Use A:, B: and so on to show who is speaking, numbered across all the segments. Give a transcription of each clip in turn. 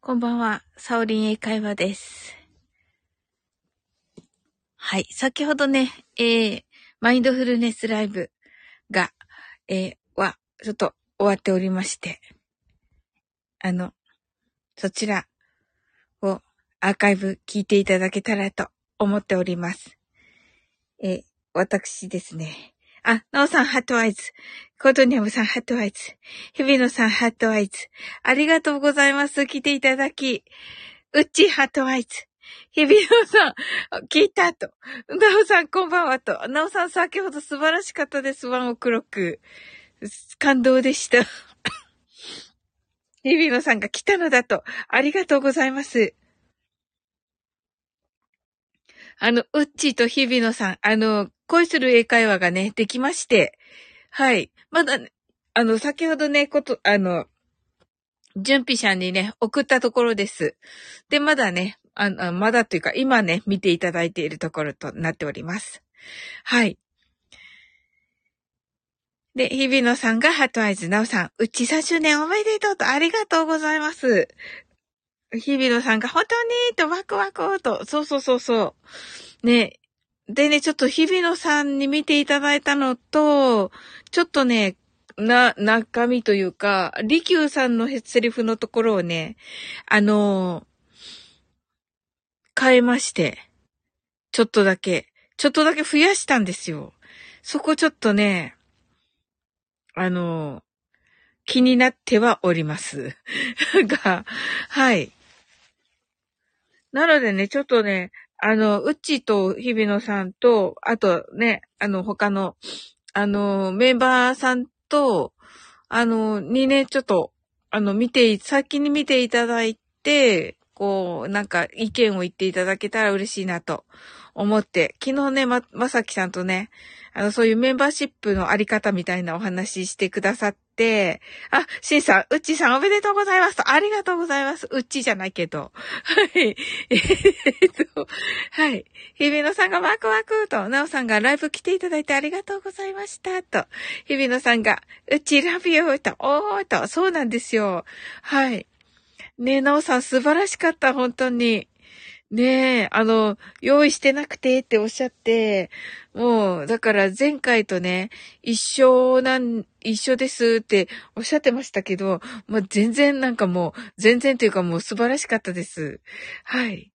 A: こんばんは、サオリン英会話です。はい、先ほどね、えー、マインドフルネスライブが、えー、は、ちょっと終わっておりまして、あの、そちらをアーカイブ聞いていただけたらと思っております。えー、私ですね。あ、なおさんハットアイズ。コートニャムさんハットアイズ。日比野さんハットアイズ。ありがとうございます。来ていただき。うっちーハートワイズ。日比野さん、あ聞いたと。なおさんこんばんはと。なおさん先ほど素晴らしかったです。ワンオクロック。感動でした。 日比野さんが来たのだと。ありがとうございます。あの、うっちーと日比野さん、あの、恋する英会話がね、できまして。はい。まだ、ね、あの、先ほどね、こと、あの、準備者にね、送ったところです。で、まだね、あの、まだというか、今ね、見ていただいているところとなっております。はい。で、日比野さんがハートアイズ、なおさん、うち3周年おめでとうと、ありがとうございます。日比野さんが、本当にと、ワクワクと、そうそうそうそう。ね、でね、ちょっと日比野さんに見ていただいたのと、ちょっとね、な、中身というか、利休さんのセリフのところをね、あのー変えまして、ちょっとだけ、ちょっとだけ増やしたんですよ。そこちょっとね、あのー気になってはおります。 が、はい。なのでね、ちょっとね、あの、うっちーと日比野さんと、あとね、あの、他のあの、メンバーさんと、あの、にね、ちょっと、あの、見て、先に見ていただいて、こう、なんか意見を言っていただけたら嬉しいなと思って、昨日ね、ま、まさきさんとね、あの、そういうメンバーシップのあり方みたいなお話ししてくださって、あ、しんさん、うっちーさんおめでとうございますと、ありがとうございます。うっちーじゃないけど。はい。えっと、はい。日比野さんがワクワクと、なおさんがライブ来ていただいてありがとうございましたと、日比野さんが、うちラビューと、おーと、そうなんですよ。はい。ねえ、なおさん素晴らしかった、本当に。ねえ、あの、用意してなくてっておっしゃって、もう、だから前回とね、一緒なん、一緒ですっておっしゃってましたけど、もう全然なんかもう、全然というかもう素晴らしかったです。はい。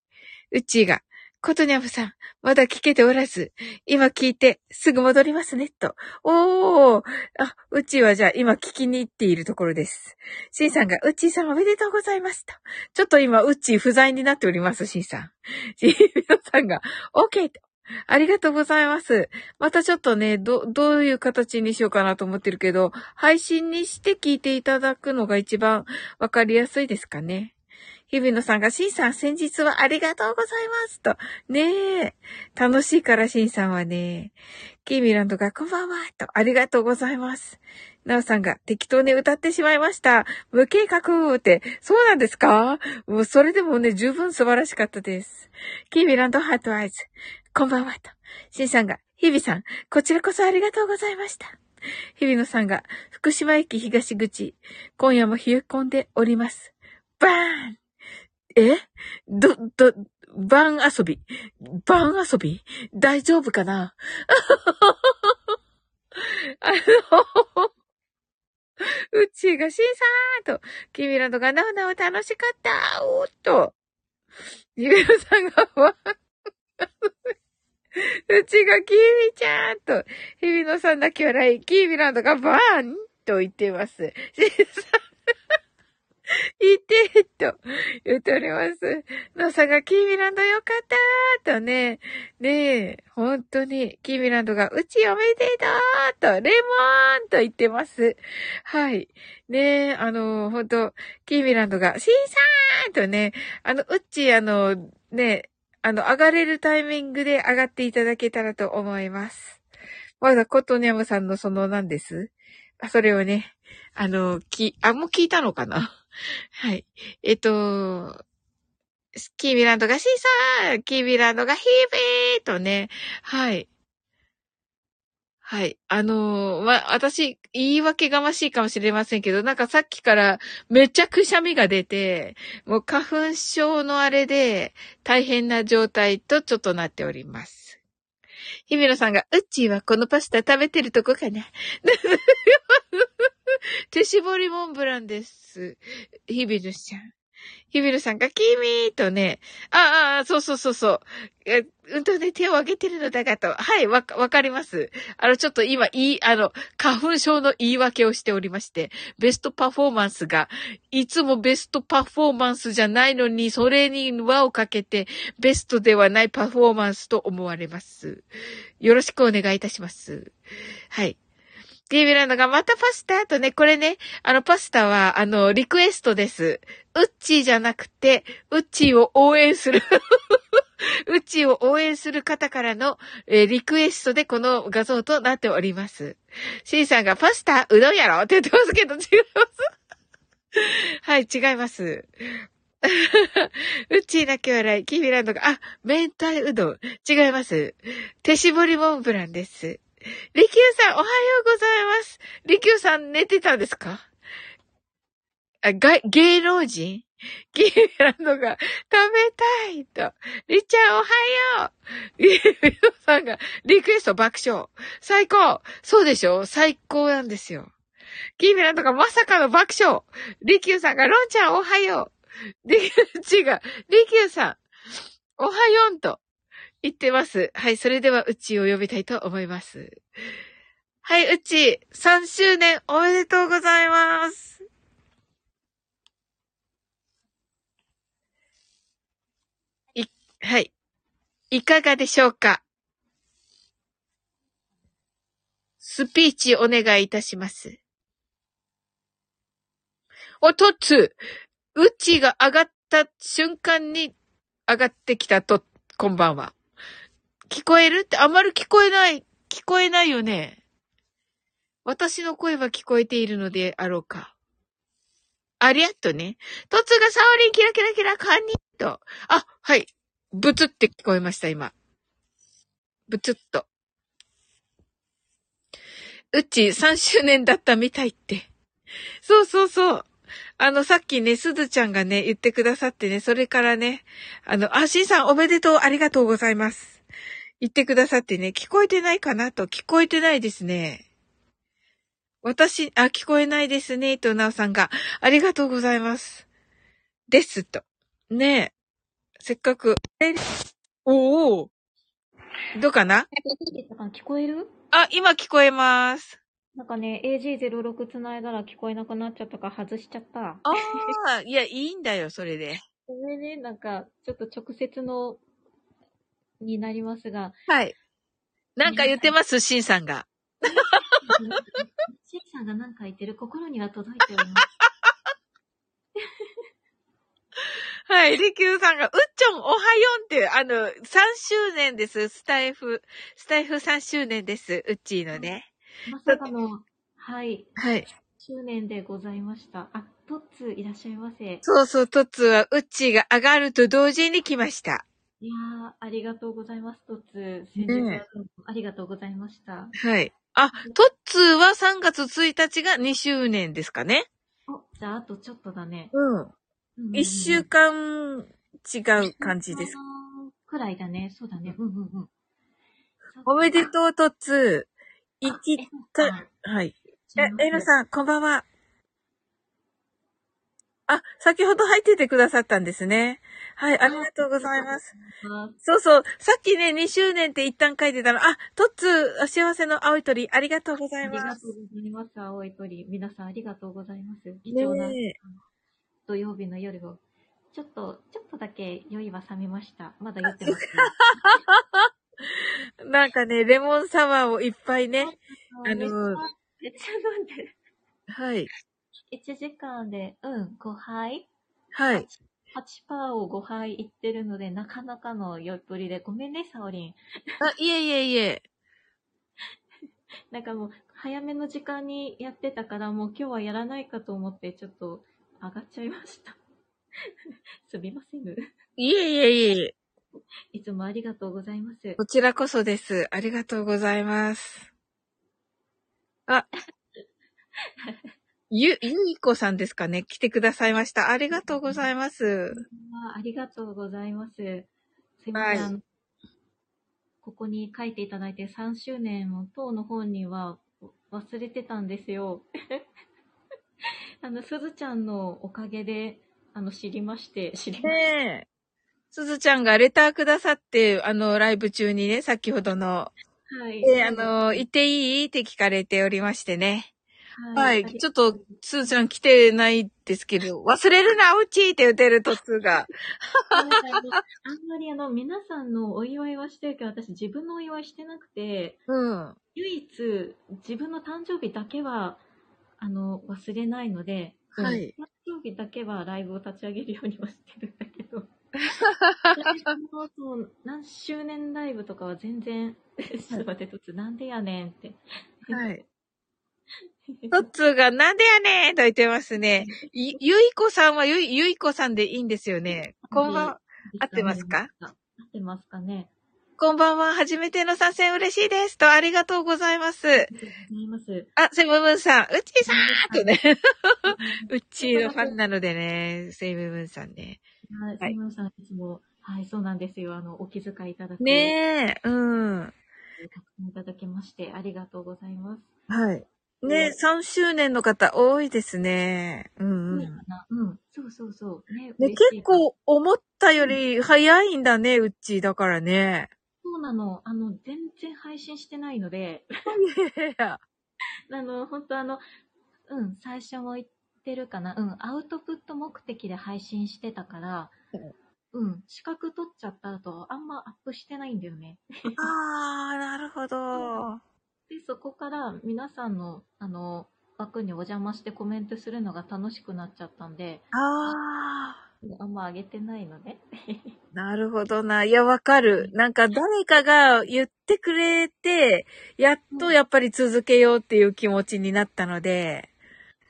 A: うちが、ことにゃむさん、まだ聞けておらず、今聞いてすぐ戻りますね、と。おー、あ、うちはじゃあ今聞きに行っているところです。しんさんが、うちさんおめでとうございます、と。ちょっと今、うち不在になっております、しんさん。しんさんが、OK! と。ありがとうございます。またちょっとね、ど、どういう形にしようかなと思ってるけど、配信にして聞いていただくのが一番わかりやすいですかね。日比野さんが、しんさん先日はありがとうございますと。ねえ。楽しいから、しんさんはね。キーミランドが、こんばんはと。ありがとうございます。なおさんが、適当に歌ってしまいました。無計画って、そうなんですかもうそれでもね、十分素晴らしかったです。キーミランドハートアイズ。こんばんはと。しんさんが、日比さん、こちらこそありがとうございました。日比野さんが、福島駅東口、今夜も冷え込んでおります。バーンえど、ど、晩遊び晩遊び大丈夫かな あの、うちがしんさんと、キミランドがなおなお楽しかったおーっと、ゆうさんがわ、うちがキミちゃんと、ひびのさんだけ笑い、キミランドがバーンと言っています。しんさん、いてーと。言っております。のさがキーミランドよかったーとね、ねえ、本当に、キーミランドが、うちおめでとうと、レモンと言ってます。はい。ねえ、あの、本当キーミランドが、シーさーんとね、あの、うっち、あの、ね、あの、上がれるタイミングで上がっていただけたらと思います。まだコトニャムさんのその何ですあそれをね、あの、き、あ、もう聞いたのかなはい。えっと、キービランドがシーサーキービランドがヒービーとね、はい。はい。あのーま、私、言い訳がましいかもしれませんけど、なんかさっきからめちゃくしゃみが出て、もう花粉症のあれで大変な状態とちょっとなっております。日比野さんが、うっちーはこのパスタ食べてるとこかな。 手絞りモンブランです。日比野ちゃん。ひびるさんが、君とね、ああ、あそうそうそうそう。え、うんとね、手を挙げてるのだがと。はい、わ、わかります。あの、ちょっと今、いい、あの、花粉症の言い訳をしておりまして、ベストパフォーマンスが、いつもベストパフォーマンスじゃないのに、それに輪をかけて、ベストではないパフォーマンスと思われます。よろしくお願いいたします。はい。ディビランドがまたパスタとね、これね、あのパスタは、あの、リクエストです。ウッチーじゃなくて、ウッチーを応援する ウッチーを応援する方からの、えー、リクエストでこの画像となっております。シーさんがパスタ、うどんやろって言ってますけど、違います はい、違います。 うちーなき笑い、キービランドが、あ、明太うどん。違います。手絞りモンブランです。リキューさん、おはようございます。リキューさん、寝てたんですかあ、が、芸能人 ギーランドが、食べたいと。りっちゃん、おはよう ギーさんが、リクエスト爆笑。最高そうでしょ最高なんですよ。ギーランドが、まさかの爆笑リキューさんが、ロンちゃん、おはようリキュー、違う。リキューさん、おはよんと。言ってます。はい、それでは、うちを呼びたいと思います。はい、うち、3周年おめでとうございます。い、はい。いかがでしょうかスピーチお願いいたします。お、トッツーうちが上がった瞬間に上がってきたと、こんばんは。聞こえるってあんまり聞こえない、聞こえないよね。私の声は聞こえているのであろうか。ありゃっとね。とつがサオリンキラキラキラカンニと。あ、はい。ブツって聞こえました、今。ブツっと。うち3周年だったみたいって。そうそうそう。あの、さっきね、すずちゃんがね、言ってくださってね、それからね、あの、あ、しんさんおめでとう、ありがとうございます。言ってくださってね、聞こえてないかなと、聞こえてないですね。私、あ、聞こえないですね、となおさんが、ありがとうございます。です、と。ねえ。せっかく。え、おおどうかな
B: 聞こえる
A: あ、今聞こえます。
B: なんかね、AG06 繋いだら聞こえなくなっちゃったから外しちゃった。
A: ああ、いや、いいんだよ、それで。
B: ごめんね、なんか、ちょっと直接のになりま すが。
A: はい。なんか言ってます、シンさんが。
B: シンさんがなんか言ってる心には届いております。
A: はい、リキューさんが、うっちょんおはよんって、あの、3周年です。スタイフ、スタイフ3周年です。うっちーのね。
B: まさかの、はい。
A: はい。
B: 周年でございました。あ、トッツいらっしゃいませ。
A: そうそう、トッツは、うっちーが上がると同時に来ました。
B: いやー、ありがとうございます、トッツー。先日、ね、ありがとうございました。
A: はい。あ、トッツーは3月1日が2周年ですかね。
B: お、じゃああとちょっとだね。
A: うん。うん、1週間違う感じです。
B: くらいだね、そうだね。うんうんうん。
A: おめでとう、トッツー。いきた、はい。え、エロさん、こんばんは。あ、先ほど入っててくださったんですね。はい、ありがとうございます。そうそう、さっきね、2周年って一旦書いてたの、あ、トッツー、幸せの青い鳥、ありがとうございます。
B: ありがとうございます、青い鳥。皆さんありがとうございます。貴重な、土曜日の夜を。ちょっと、ちょっとだけ酔いは冷めました。まだ酔ってます、
A: ね。なんかね、レモンサワーをいっぱいね、あの、
B: めっちゃ飲んでる。
A: はい。
B: 1時間で、うん、5杯
A: はい。
B: 8%を5杯いってるので、なかなかの酔っぷりで、ごめんね、サオリン。
A: あ、いえいえいえ。
B: なんかもう、早めの時間にやってたから、もう今日はやらないかと思って、ちょっと上がっちゃいました。 すみません。
A: いえいえいえ。
B: いつもありがとうございます。
A: こちらこそです。ありがとうございます。あ、 ゆ、ゆいこさんですかね来てくださいました。ありがとうございます。
B: あありがとうございます。すいま
A: は
B: せん、
A: い。
B: あのここに書いていただいて3周年を当の本には忘れてたんですよ。 あの、すずちゃんのおかげで、あの、知りまして、知りまし
A: ねえ。すずちゃんがレターくださって、あの、ライブ中にね、先ほどの、
B: た。はい。
A: で、あの、行っていいって聞かれておりましてね。は。
B: はいい。
A: ちょっと、すずちゃん来てないですけど、忘れるな、うちって言ってる途中が。
B: あのあんまりあの、皆さんのお祝いはしてるけど、私自分のお祝いしてなくて、
A: うん。
B: 唯一自分の誕生日だけは、あの、忘れないので、うん
A: はい。
B: 誕生日だけはライブを立ち上げるようにはしてるんだけど、そうそう何周年ライブとかは全然、 ちょっと待って、つなんでやねんって。
A: はい。トッツーがなんでやねんと言ってますね。ゆ、ゆいこさんはゆい、ゆいこさんでいいんですよね。こんばんは。合ってますか
B: 合ってますかね。
A: こんばんは。初めての参戦嬉しいです。と、ありがとうございます。
B: 見 えます。
A: あ、セブンブンさん。うちーさんとね。うちーのファンなのでね。セブンブンさんね。
B: はい、
A: はい
B: セムさんいつも、はい、そうなんですよ。あの、お気遣いいただき、
A: ねえ、うん。
B: たくさんいただきまして、ありがとうございます。
A: はい。ね、3周年の方多いですね。うん、う
B: ね
A: ん。
B: うん、そうそうそう。ね、
A: ね、
B: 嬉しい
A: 結構思ったより早いんだね、うちーだからね。
B: そうなの。あの、全然配信してないので、 あの、本当あの、うん、最初も言ってるかな。うん、アウトプット目的で配信してたから、うん、資格取っちゃった後、あんまアップしてないんだよね。
A: ああ、なるほど。
B: で、そこから皆さんの、あの、枠にお邪魔してコメントするのが楽しくなっちゃったんで、
A: ああ、
B: あんま上げてないのね。
A: なるほどな。いや、わかる。なんか誰かが言ってくれて、やっとやっぱり続けようっていう気持ちになったので。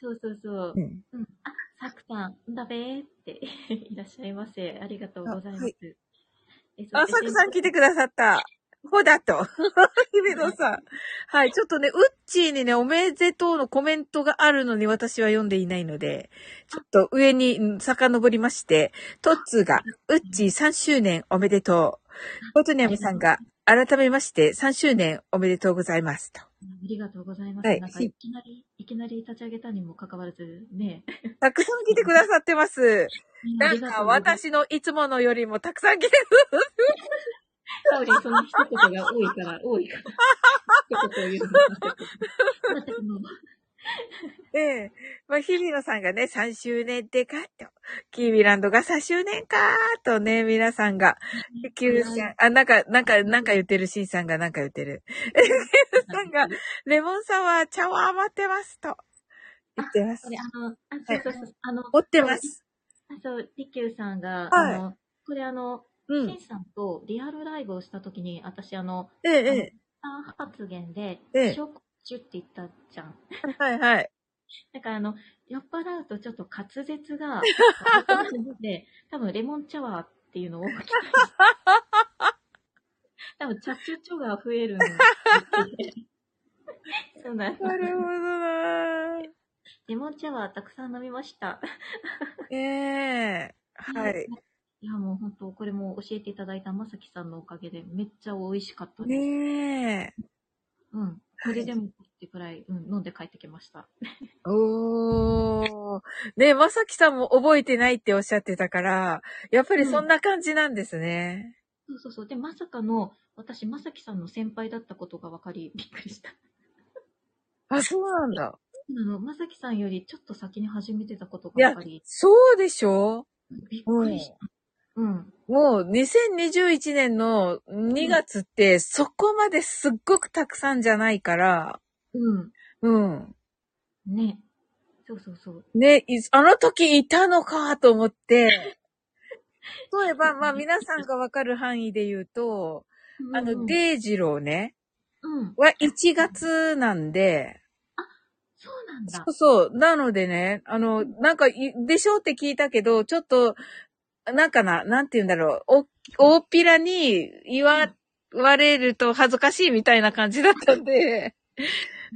B: そうそうそう。うん。あ、サクさん、んだべーって、 いらっしゃいませ。ありがとうございます。
A: あは
B: え
A: あ、サクさん来てくださった。ほだ と。姫野さん。はい、ちょっとね、ウッチーにね、おめでとうのコメントがあるのに私は読んでいないので、ちょっと上にうん遡りまして、トッツーが、ウッチー3周年おめでとう。ボトニャムさんが、改めまして3周年おめでとうございます。と。
B: ありがとうございます。
A: はい
B: なんか、いきなり、いきなり立ち上げたにもかかわらず、ね。
A: たくさん来てくださってます。
B: ねあ
A: な
B: り
A: ん
B: がと
A: か
B: うございます。
A: 私のいつものよりもたくさん来て、
B: タオリン、その一言が多い から、多いから。一言を言うのが私も
A: ええ。まあ、日比野さんがね、3周年でかと。キービランドが3周年かとね、皆さんが。キューちゃん、あ、なんか、なんか、なんか言ってる、シンさんがなんか言ってる。さんが、レモンサワー、茶を余ってますと。言ってます
B: こ。れ、あの、あ、そうそうそう。あの、
A: 持ってます。
B: あそう、りきゅうさんが、
A: はい
B: あの、これあの、
A: う
B: しん
A: ん。
B: さんとリアルライブをしたときに、私あの、
A: ええ、
B: あ発言で、
A: ええ
B: ショッチュって言ったじゃん。
A: ええ。はい、はい。
B: だからあの、酔っ払うとちょっと滑 舌が、で、多分レモンチャワーっていうのを聞 きたい。多分チャチュチョが増えるんで。 そうなんです
A: なるほどなー
B: レモンチャワーたくさん飲みました。
A: ええはい。。
B: いやもう本当、これも教えていただいたまさきさんのおかげでめっちゃ美味しかったです。
A: ねえ。
B: うん。これでもってくらい、うん、飲んで帰ってきました。
A: おー。ねえまさきさんも覚えてないっておっしゃってたから、やっぱりそんな感じなんですね。
B: そうそうそう。で、まさかの、私、まさきさんの先輩だったことが分かり、びっくりした。
A: あ、そうなんだ。
B: あの、まさきさんよりちょっと先に始めてたこと
A: い
B: が
A: や
B: 分かり、
A: そうでしょ
B: びっくりした。うん。
A: もう2021年の2月ってそこまですっごくたくさんじゃないから、
B: うん。
A: うん。
B: ね。そうそうそう。
A: ね、いあの時いたのかと思 って、例えば、まあ皆さんがわかる範囲で言うと、あ
B: うんう
A: の、
B: ん、
A: デイジローね、
B: うん。
A: は1月なんで、
B: そうなん
A: そ
B: だ
A: う。そう。なのでね、あの、なんかい、でしょうって聞いたけど、ちょっと、なんかな、なんて言うんだろう。お、大っぴらに言わ、言われると恥ずかしいみたいな感じだったんで、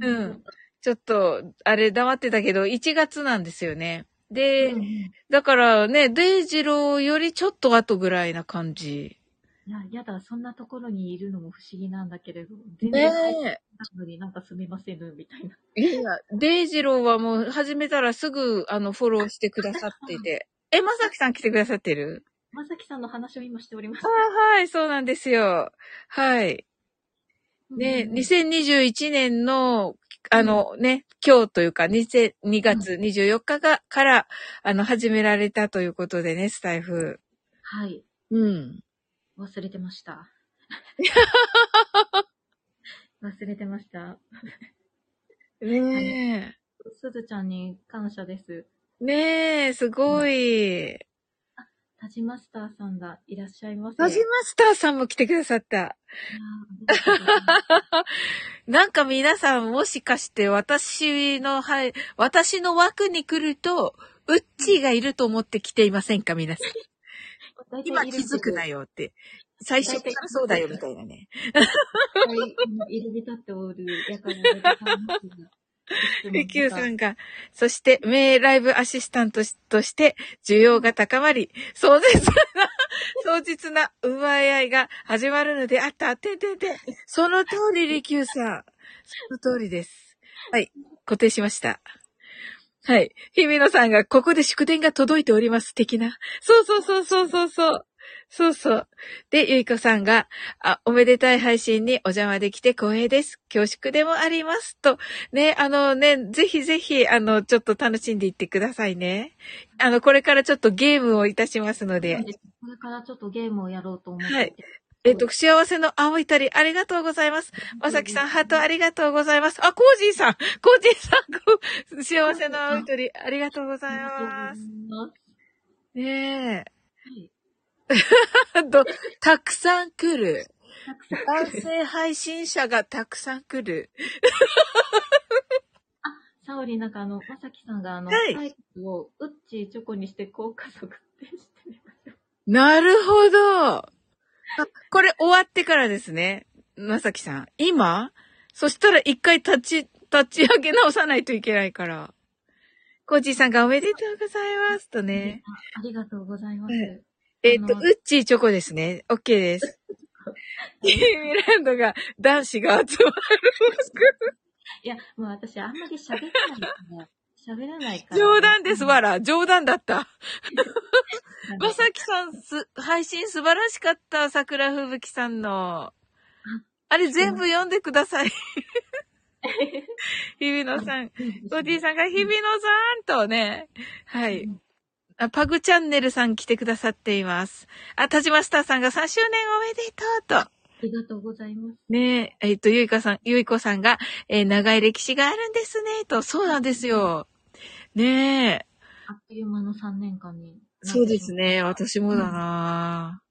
A: うん。ちょっと、あれ黙ってたけど、1月なんですよね。で、
B: うんうんい
A: だからね、デイジローよりちょっと後ぐらいな感じ。
B: や、やだ、そんなところにいるのも不思議なんだけれど、全
A: ね
B: 然入ってないのになんかすみませんぬ、みたいな。
A: え。いや、デイジローはもう始めたらすぐ、あの、フォローしてくださってて。え、まさきさん来てくださってる
B: まさきさんの話を今しております
A: あ。はい、そうなんですよ。はい。ね、
B: うん
A: 2021年の、あのね、今日というか、2000 2月24日が、から、あの、始められたということでね、スタイフ。
B: はい、
A: うん。
B: 忘れてま した。忘れてました。
A: ね
B: すずちゃんに感謝です。
A: え。ねえ、すごい。
B: 田島スターさんがいらっしゃいませ。
A: ラジマスターさんも来てくださった。
B: いやーありがとうございます
A: なんか皆さんもしかして私の、はい、私の枠に来ると、ウッチーがいると思って来ていませんか皆さん。
B: 大体
A: 今
B: い
A: 気
B: る
A: づくなよって。最初からそうだよみたいなね。
B: いるびたっておるやからでござい ますが。
A: で、Q さ
B: い
A: んが、そして、名ライブアシスタントしとして、需要が高まり、壮絶 な、壮絶な奪い合いが始まるのであった。てんてんてん。その通り、リキューさん。その通りです。はい。固定しました。はい。日比野さんが、ここで祝電が届いております。的な。そうそうそうそうそうそう。そうそう。で、ゆいこさんが、あ、おめでたい配信にお邪魔できて光栄です。恐縮でもあります。と、ね、あのね、ぜひぜひ、あの、ちょっと楽しんでいってくださいね。あの、これからちょっとゲームをいたしますので。
B: これからちょっとゲームをやろうと思って。
A: はいえっと、幸せの青い鳥、ありがとうございます。まさきさん、ハートありがとうございます。あ、コージーさん、コージーさん、こう幸せの青い鳥、ありがとうございます。
B: は
A: ね
B: い
A: え。 と、たくさん来る。
B: たくさん
A: 男性配信者がたくさん来る。
B: サオリンなんかあの、まさきさんがあの、
A: はい
B: タイトルをウッチーチョコにして効果測定してみましょう。
A: なるほど。あこれ終わってからですね。まさきさん。今そしたら一回立ち、立ち上げ直さないといけないから。コージーさんがおめでとうございますとね。
B: ありがとうございます。
A: はいえっ、と、
B: あ
A: ウ
B: の
A: ッチーチョコですね。オッケー です。キーミランドが男子が集まる。
B: いや、もう私あんまり喋らないですね。喋らないから。
A: 冗談です、わら。冗談だった。
B: なんか
A: まさきさんす、配信素晴らしかった。桜吹雪さんの。あれ全部読んでください。日比野さん。おじいさんが日比野さんとね。はい。あパグチャンネルさん来てくださっています。あ、田島スターさんが3周年おめでとうと。
B: ありがとうございます。
A: ねえ、えっと、ゆいかさん、ゆいこさんが、えー長い歴史があるんですね、と。そうなんですよ。ねえ。
B: あっという間の3年間に。
A: そうです
B: ね。
A: ね。私もだな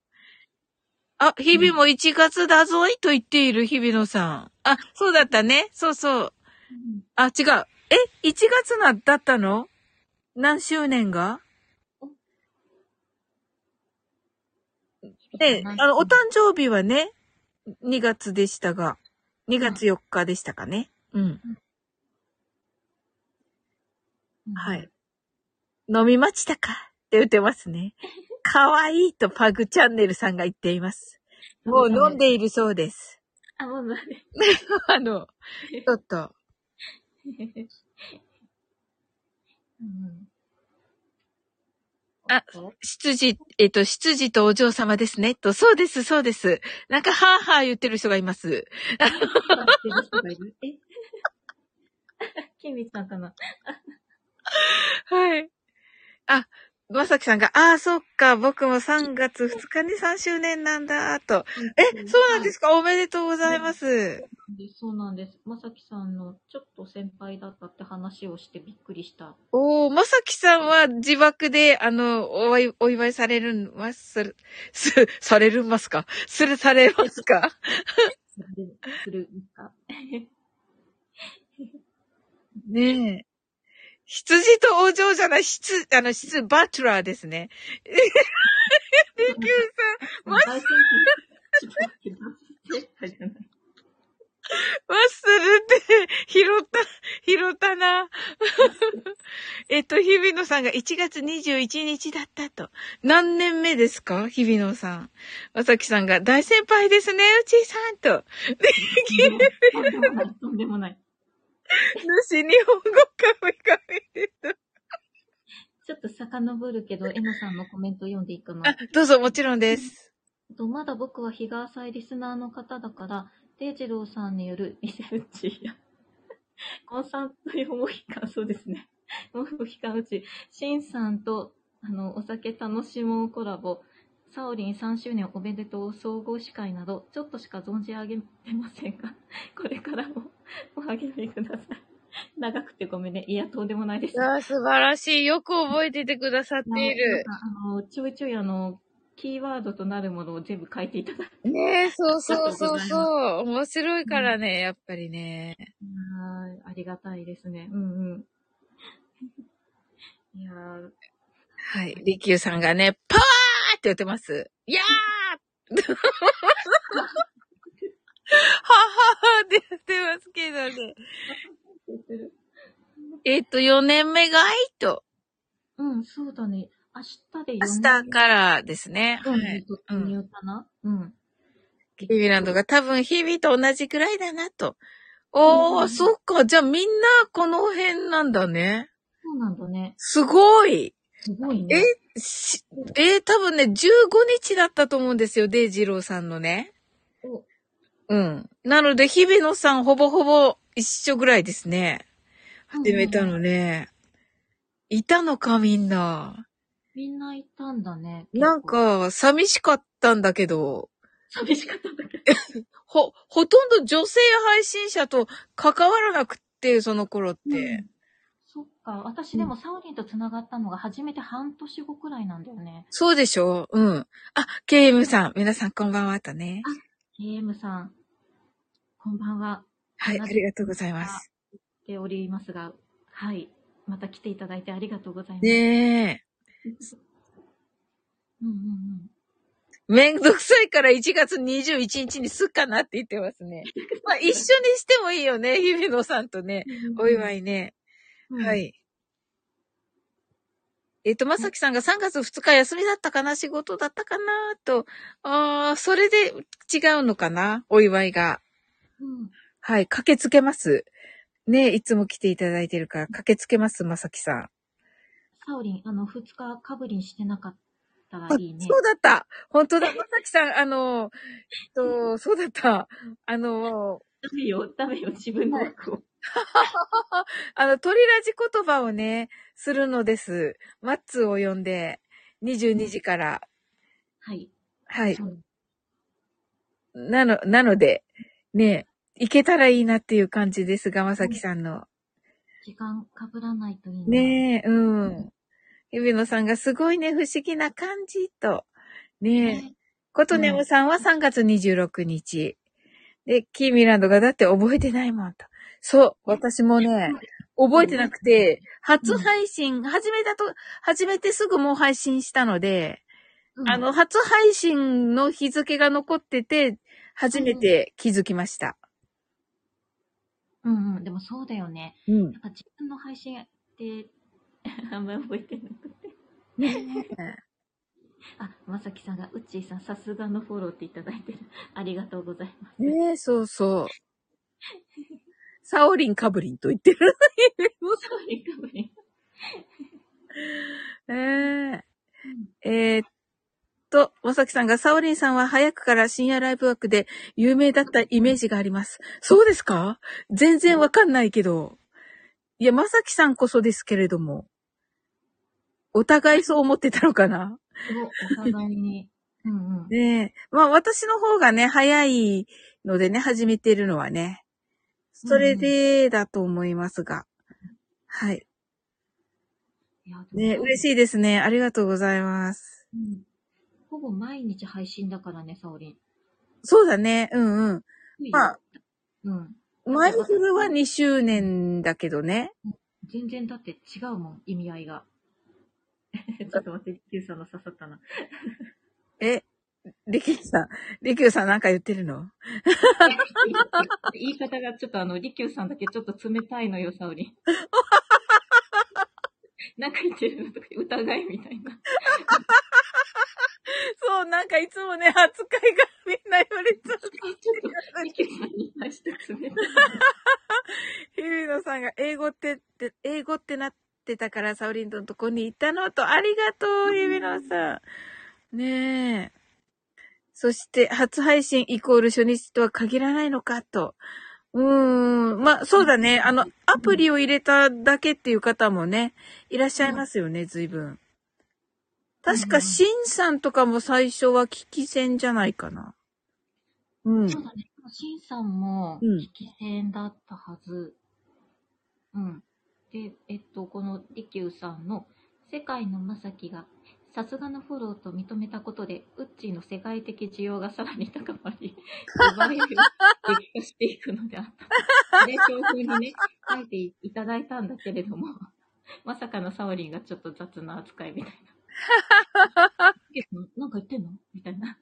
A: ぁ、あ、日々も1月だぞいと言っている日々野さん。あ、そうだったね。そうそう。
B: うん
A: あ、違う。え ?1 月な、だったの何周年がね
B: 何
A: あの、お誕生日はね、2月でしたが、2月4日でしたかね。うん。は。
B: うん
A: い。飲みましたかって言ってます ね。かわいいとパグチャンネルさんが言っています。もう飲んでいるそうです。
B: あ、もうなんで。
A: あの、ちょっと、
B: うん
A: あ、執事、えっと、執事とお嬢様ですね。と、そうです、そうです。なんか、はぁはぁ言ってる人がいます。
B: えキミさんかな
A: はい。あ、まさきさんが、ああ、そっか、僕も3月2日に3周年なんだ、と。え、そうなんですかおめでとうございます。
B: そうなんです。まさきさんのちょっと先輩だったって話をしてびっくりした。
A: おー、まさきさんは自爆で、あの、お祝い、お祝いされるます、する、す、されるますかする、されますか
B: する、するんですか
A: ねえ。羊と王女じゃない、羊、あの、羊、バトラーですね。リキューさん、
B: 大先輩。
A: マッスルって、拾った、拾ったな。 えっと、日比野さんが1月21日だったと。何年目ですか日比野さん。まさきさんが大先輩ですね、うちいさんと。
B: とんでもない、とんでもない。
A: 主日本語カミカミです。
B: ちょっと遡るけど、エナさんのコメント読んでいくの。
A: あ、どうぞ、もちろんです。
B: とまだ僕は日が浅いリスナーの方だから、デイジローさんによるリセウチや、 コンサート用モヒカン、そうですね。 モヒカンうち、シンさんと、あの、お酒楽しもうコラボ、サオリン3周年おめでとう総合司会など、ちょっとしか存じ上げてませんが、 これからもお励みください。 長くてごめんね。いや、とんでもないです。
A: あー素晴らしい。よく覚えててくださっている。
B: あの、ちょいちょいあの、キーワードとなるものを全部書いていただいて。
A: ねえ、そうそうそう
B: ありがとうござい
A: そう。面白いからね、やっぱりね。
B: はい、ありがたいですね。うんうん。いやー、
A: はい。りきゅうさんがね、パワーって言ってます。いやーはははって言ってますけどね。えっと、4年目がいと。
B: うん、そうだね。明日で4
A: 明日からですね。は
B: うん、
A: い。
B: 突入かなうん。
A: ビビランドが多分日々と同じくらいだなと。おー、
B: うん
A: そっか。じゃあみんなこの辺なんだね。
B: そうなんだね。
A: すごい。
B: すごいね。
A: しえー多分ね、15日だったと思うんですよ、デイジローさんのね。
B: お
A: うん。なので、日比野さんほぼほぼ一緒ぐらいですね。始めたのね。いたのか、みんな。
B: みんないたんだね。
A: なんか、寂しかったんだけど、
B: 寂しかったんだけ
A: ほ、ほとんど女性配信者と関わらなくって、その頃って。
B: ど。うんそっか。私でもサオリンと繋がったのが初めて半年後くらいなんだよね。
A: そうでしょうん。あ、KM さん、皆さんこんばんはとね。
B: KM さん、こんばんは。
A: はい、ありがとうございます。
B: っておりますが、はい。また来ていただいてありがとうございます。
A: ねえ。
B: うんうんうん。
A: めんどくさいから1月21日にすっかなって言ってます ね。まあ一緒にしてもいいよね、ゆめのさんとね。お祝
B: い。
A: いね。
B: うん
A: は。い。えっと、まさきさんが3月2日休みだったかな仕事だったかなと。ああ、それで違うのかなお祝いが。
B: うん
A: はい、駆けつけます。ねいつも来ていただいてるから駆けつけます、まさきさん。
B: サオリン、あの、2日かぶりにしてなかったら
A: あ
B: いいね。
A: そうだった本当だ、まさきさん、あの、えっと、そうだった。あの、
B: ダメよ、ダメよ、自分の枠を。
A: あの、鳥ラジ言葉をね、するのです。マッツーを呼んで、22時から。
B: はい。
A: はい
B: そ。う
A: なの、なので、ね、行けたらいいなっていう感じですが、まさきさんの。
B: 時間かぶらないといいな。
A: ねえ、うん。ゆびのさんがすごいね、不思議な感じと。ねえ。
B: ね
A: ことねむさんは3月26日。で、キーミランドがだって覚えてないもんと。そう、私もね、覚えてなくて、初配信、始めたと、始めてすぐもう配信したので、
B: うん
A: あの、初配信の日付が残ってて、初めて気づきました。
B: うんうん。でもそうだよね。
A: うん
B: や。っぱ自分の配信って、 あんまり覚えてなくて。あ、まさきさんが、うっちーさん、さすがのフォローっていただいてる。ありがとうございます。
A: ねえ、そうそう。サオリンカブリンと言ってる。
B: サオリンかぶり。
A: ねええーっと、まさきさんが、サオリンさんは早くから深夜ライブ枠で有名だったイメージがあります。そうですか全然わかんないけど。いや、まさきさんこそですけれども。お互いそう思ってたのかな
B: お互い に。うんうん。
A: ねえ。まあ私の方がね、早いのでね、始めてるのはね。それで、だと思いますが。はい。
B: いや
A: ね嬉
B: い。
A: しいですね。ありがとうございます。
B: うんほぼ毎日配信だからね、サオリン。
A: そうだね。うんうん。まあ、
B: うん。
A: マイフルは2周年だけどね。
B: 全然だって違うもん、意味合 いが。ちょっと待って、リキューさんの刺さったな。
A: え、リキューさん、リキューさんなんか言ってるの
B: 言い方がちょっとあの、利休さんだけちょっと冷たいのよ、サオ リン。なんか言ってるのとか疑いみたい な。
A: そう、なんかいつもね、扱いがみんなよりちょっと、
B: ちょっと、利休さんに対して冷たい。
A: ヒビノさんが英語って、って英語ってなってたから、サオリンのとこに行ったのと、ありがとう、ヒビノさん。ねえ。そして、初配信イコール初日とは限らないのかと。うーん。まあ、そうだね。あの、アプリを入れただけっていう方もね、いらっしゃいますよね、随分。確か、シンさんとかも最初は聞き戦じゃないかな。うん。
B: そうだね。シンさんも、
A: うん
B: 引き戦だったはず。うん。で、えっと、この利休さんの、世界のまさきが、さすがのフォローと認めたことで、ウッチーの世界的需要がさらに高ま り、呼ばれるように激化していくのであった。で、強風にね、書いていただいたんだけれども、まさかのサオリンがちょっと雑な扱いみたいな。なんか言ってんのみたいな。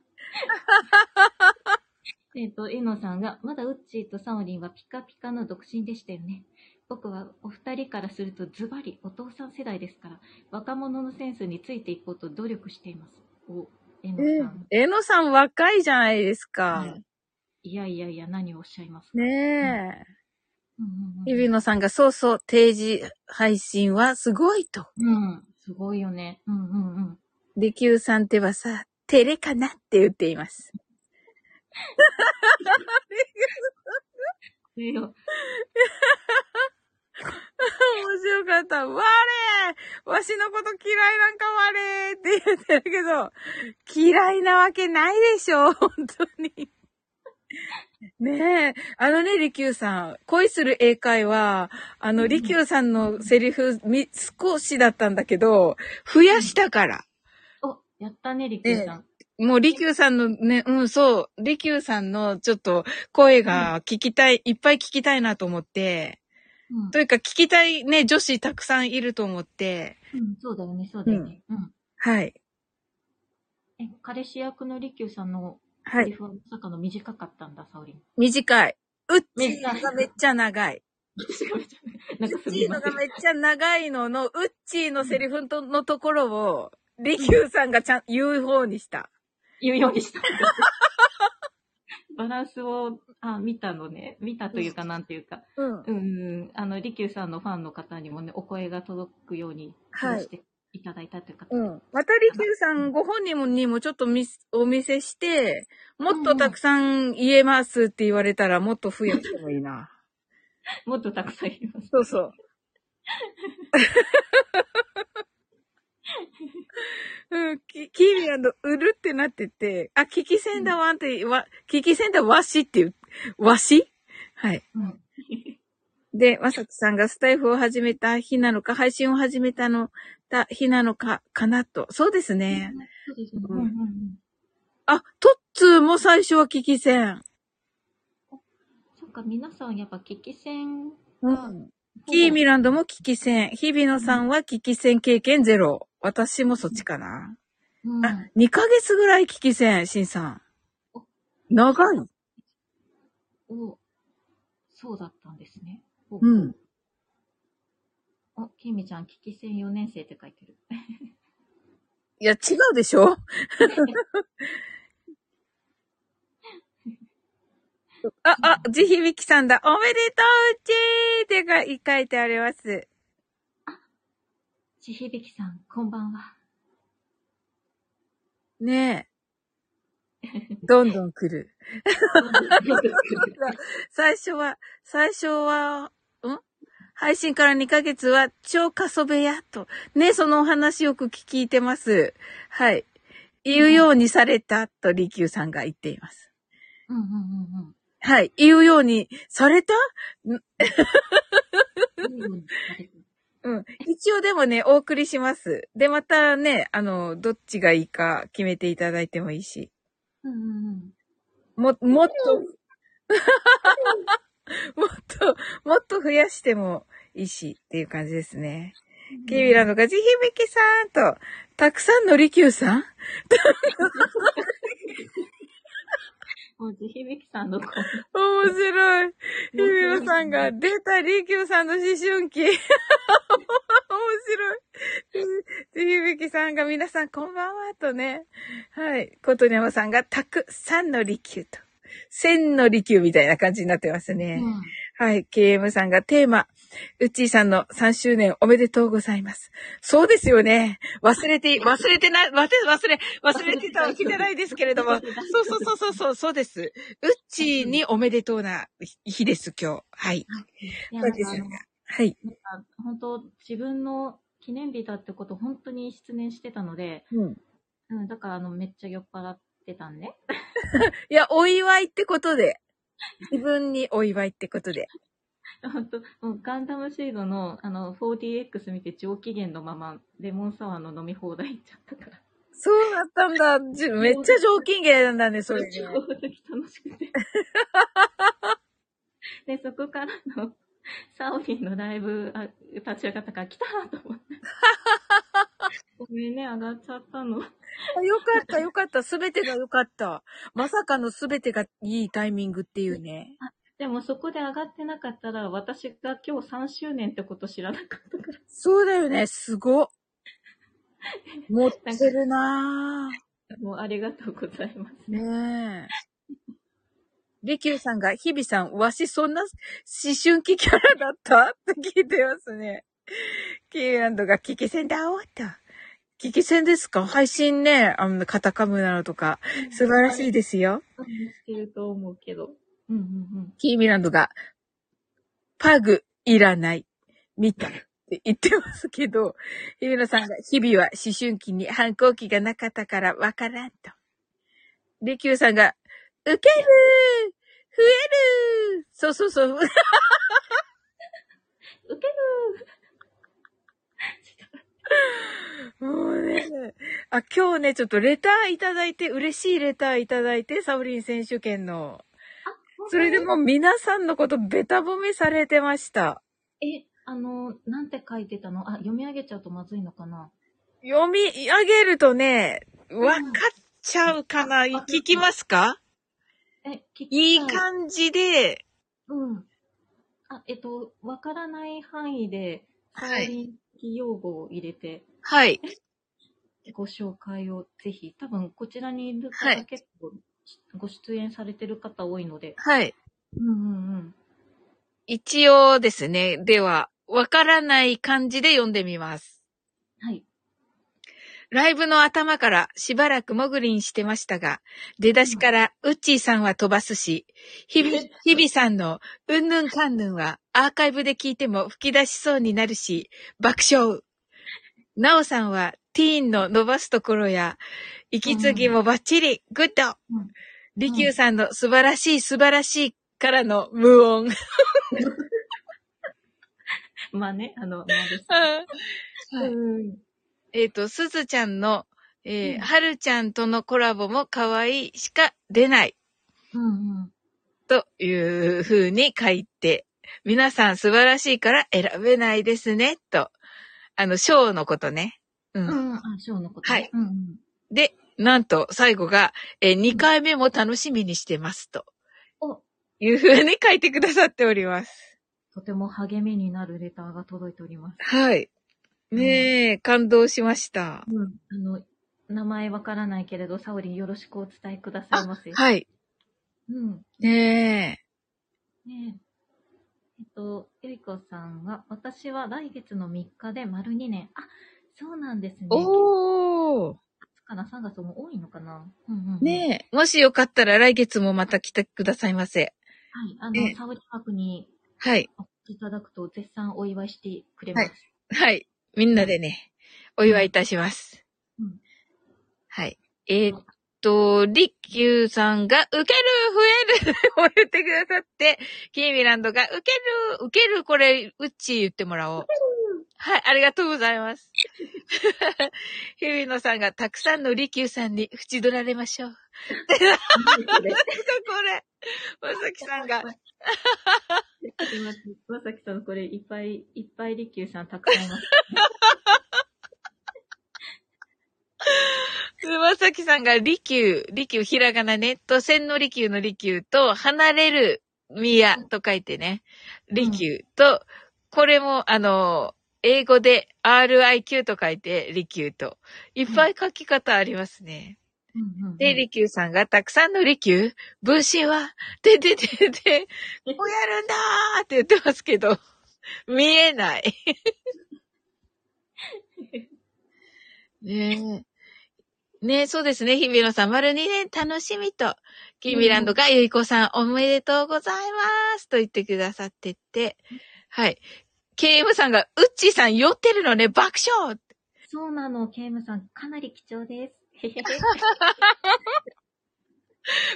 B: えっと、えのさんが、まだウッチーとサオリンはピカピカの独身でしたよね。僕はお二人からするとズバリお父さん世代ですから、若者のセンスについていこうと努力しています。お、えのさん。
A: えのさん若いじゃないですか。
B: いやいやいや、何をおっしゃいますか。
A: ねえ。
B: うんうん
A: 日比野さんがそうそう、定時配信はすごいと。
B: うん、うん、すごいよね。うんうんうん。
A: リキューさんではさ、照れかなって言っています。
B: えよ
A: 面白かった。我わしのこと嫌いなんか我って言ってるけど、嫌いなわけないでしょ本当に。ねえ。あのね、リキューさん。恋する英会は、あの、リキューさんのセリフ、み、少しだったんだけど、増やしたから。
B: お、やったね、りきゅうさん。
A: もう、利休さんのね、うん、そう、利休さんのちょっと声が聞きたい、いっぱい聞きたいなと思って、
B: うん
A: というか聞きたいね、女子たくさんいると思って、
B: うん、そうだよね、そうだよね。うん。
A: はい。
B: え、彼氏役のりきゅうさんの
A: は
B: セリ
A: い。
B: フはまさかの短かったんだ、サ オリン。
A: 短い。うっちー
B: 短
A: の
B: い
A: がめっちゃ長い。
B: 私がめっちゃ、なんか
A: う
B: す
A: っち
B: み
A: ーの
B: ま
A: が
B: せん。
A: めっちゃ長いのの、うっちーのセリフのとのところを、利休さんがちゃん、言う方にした。
B: 言うようにした。 バランスを、あ、見たのね。見たというか、なんていうか。
A: うん。
B: うん、あの、利休さんのファンの方にもね、お声が届くように、
A: はい
B: していただいたというか、
A: うん。また利休さんご本人もにもちょっとみお見せして、もっとたくさん言えますって言われたらもっと増やしてもいいな。
B: もっとたくさんいます。
A: そうそう。うん、きキーミアのうるってなってて、あ、聞きせんだわんって、わ、聞きせんだわしっていう、わしはい。
B: うん。
A: で、まさきさんがスタイフを始めた日なのか、配信を始めたの、た日なのか、かなと。そうですね。
B: そうですね。
A: う
B: うんんうんうん。
A: あ、トッツーも最初は聞きせん。
B: そっか、皆さんやっぱ聞き戦、
A: うん。キーミランドも聞き戦。日比野さんは聞き戦経験ゼロ。私もそっちかな。
B: うん、
A: あ、2ヶ月ぐらい聞き戦、シンさ
B: お
A: ん。長い。
B: を、そうだったんですね。お
A: うん。
B: お、きみちゃん、聞き戦4年生って書いてる。
A: いや、違うでし ょあ、あ、ジヒビキさんだ。おめでとう、うちーって書いてあります。
B: ちひびきさん、こんば んは。
A: ね え。どんどん来る。最初は、最初は、ん配信から2ヶ月は超過疎部屋と。ね、そのお話よく聞いてます。はい。言うようにされたと利休さんが言っています。
B: うんうんうん
A: はい。言うようにされた
B: うん。うんうん
A: うん。一応でもね、お送りします。で、またね、あの、どっちがいいか決めていただいてもいいし。
B: うんうん。
A: も、もっと、もっと、もっと増やしてもいいしっていう感じですね。キービラのガジヒビキさんと、たくさんのリキューさん
B: もう地響きさんの子。
A: 面白い。ひびろさんが、出た、りきゅうさんの思春期。面白 い。ひびきさんが、皆さんこんばんは、とね。はい。ことにゃまさんが、たくさんのりきゅうと。千のりきゅうみたいな感じになってますね。はい。KM さんがテーマ、うっちーさんの3周年おめでとうございます。そうですよね。忘れて、忘れてな、忘れ、忘れ、忘れてたわけじゃないですけれども。そうそうそうそう、そうそうです。うっちーにおめでとうな日です、今日。はい。
B: い
A: う
B: やな
A: っ
B: んか
A: ちーさんがはい。
B: なんか本当、自分の記念日だってこと、本当に失念してたので、
A: うん。
B: うん、だからあの、めっちゃ酔っ払ってたんね。
A: いや、お祝いってことで。自分にお祝いってことで。
B: 本当、もうガンダムシードの、あの、4DX 見て上機嫌のまま、レモンサワーの飲み放題行っちゃったから。
A: そうだったんだ。じめっちゃ上機嫌なんだね、それね。
B: ちょうど楽しくて。 で、そこからの、サオリンのライブ、あ、立ち上がったから来たーと思って。ごめんね、上がっちゃったの。
A: あよかった、よかった。すべてがよかった。まさかのすべてがいいタイミングっていうね。
B: でもそこで上がってなかったら、私が今日3周年ってこと知らなかったから。
A: そうだよね、すごっ。持ってるな
B: もうありがとうございます。
A: ぁ。ねえ。リキューさんが、日々さん、わしそんな思春期キャラだったって聞いてますね。K& が、キキ戦だおっと。キキ戦ですか配信ね、あの、カタカムなのとか、素晴らしい
B: い。
A: ですよ。
B: してると思うけど。うんうん
A: キーミランドが、パグいらない、みたいって言ってますけど、ヒミラさんが、日々は思春期に反抗期がなかったからわからんと。リキューさんが、ウケる増えるそうそうそう。
B: うん。ウケ
A: もうね。 あ、今日ね、ちょっとレターいただいて、嬉しいレターいただいて、サブリン選手権の。
B: る
A: それでもう皆さんのことベタ褒めされてました。
B: え、あの、なんて書いてたのあ、読み上げちゃうとまずいのかな
A: 読み上げるとね、わかっちゃうかな。聞きますか
B: え、聞きた
A: いい感じで、
B: うん。あ、えっと、わからない範囲で、
A: は
B: サオ
A: い。
B: リン記用語を入れて、
A: はい。
B: ご紹介をぜひ、多分こちらにいる
A: は
B: 方
A: い
B: 結構、ご出演されてる方多いので。
A: はい。
B: うんうんうん。
A: 一応ですね。では、わからない感じで読んでみます。
B: はい。
A: ライブの頭からしばらくもぐりんしてましたが、出だしからウッチーさんは飛ばすし、日々、日々さんのうんぬんかんぬんはアーカイブで聞いても吹き出しそうになるし、爆笑。なおさんはティーンの伸ばすところや、息継ぎもバッチリ、グッド
B: うん。
A: リキューさんの素晴らしい素晴らしいからの無音。
B: まあね、あの、まあです、
A: はい
B: うん。
A: えっ、と、すずちゃんの、えー
B: うん
A: はるちゃんとのコラボも可愛いしか出ない。
B: うんうん。
A: という風に書いて、皆さん素晴らしいから選べないですね、と。あの、賞のことね。うん。
B: うん、あ、ショーのこと、ね。
A: はい
B: うんうん。
A: で、なんと最後が、え2回目も楽しみにしてます、と
B: お、
A: いう風に書いてくださっております。
B: とても励みになるレターが届いております。
A: はい。ねえ、感動しました。
B: うん。あの、名前わからないけれど、サオリンよろしくお伝えくださいませ。
A: はい。
B: うん。
A: ね
B: ねえ。えっと、ゆいこさんが、私は来月の3日で丸2年。あ、そうなんですね
A: え。。おー。
B: 月から3月も多いのかな。うんうん、うん。
A: ねえ、もしよかったら来月もまた来てくださいませ。
B: はい。あ
A: ええ
B: の、サオリン博に
A: はい。
B: お越しいただくと、絶賛お祝いしてく れます。
A: はい。みんなでね、お祝いいたします。
B: うん
A: はい。えーっと、リッキューさんが、受ける増え るを言ってくださって、キーミランドが、受ける受けるこれ、うっちー言ってもらおう。はい、ありがとうございます。 ヒビノさんが、たくさんのリキューさんに縁取られましょう。これ、まさきさんが、
B: まさきさん、これ、いっぱい、いっぱい利休さんたくさんいます。
A: まさきさんが利休、利休ひらがなね、と、千の利休の利休と、離れる宮と書いてね、利休と、これも、あの、英語で RIQ と書いて、利休と。いっぱい書き方ありますね。
B: うんうん
A: で、利休さんが、たくさんの利休分身は、ででででで、こうやるんだーって言ってますけど、見えない。 ねえ。ねえ、そうですね。日比野さん、丸2年楽しみと。キーミランドが、ゆいこさん、おめでとうございますと言ってくださってて。はい。KM さんが、うっちーさん酔ってるのね、爆笑
B: そうなの、ケイムさん、かなり貴重です。へへへ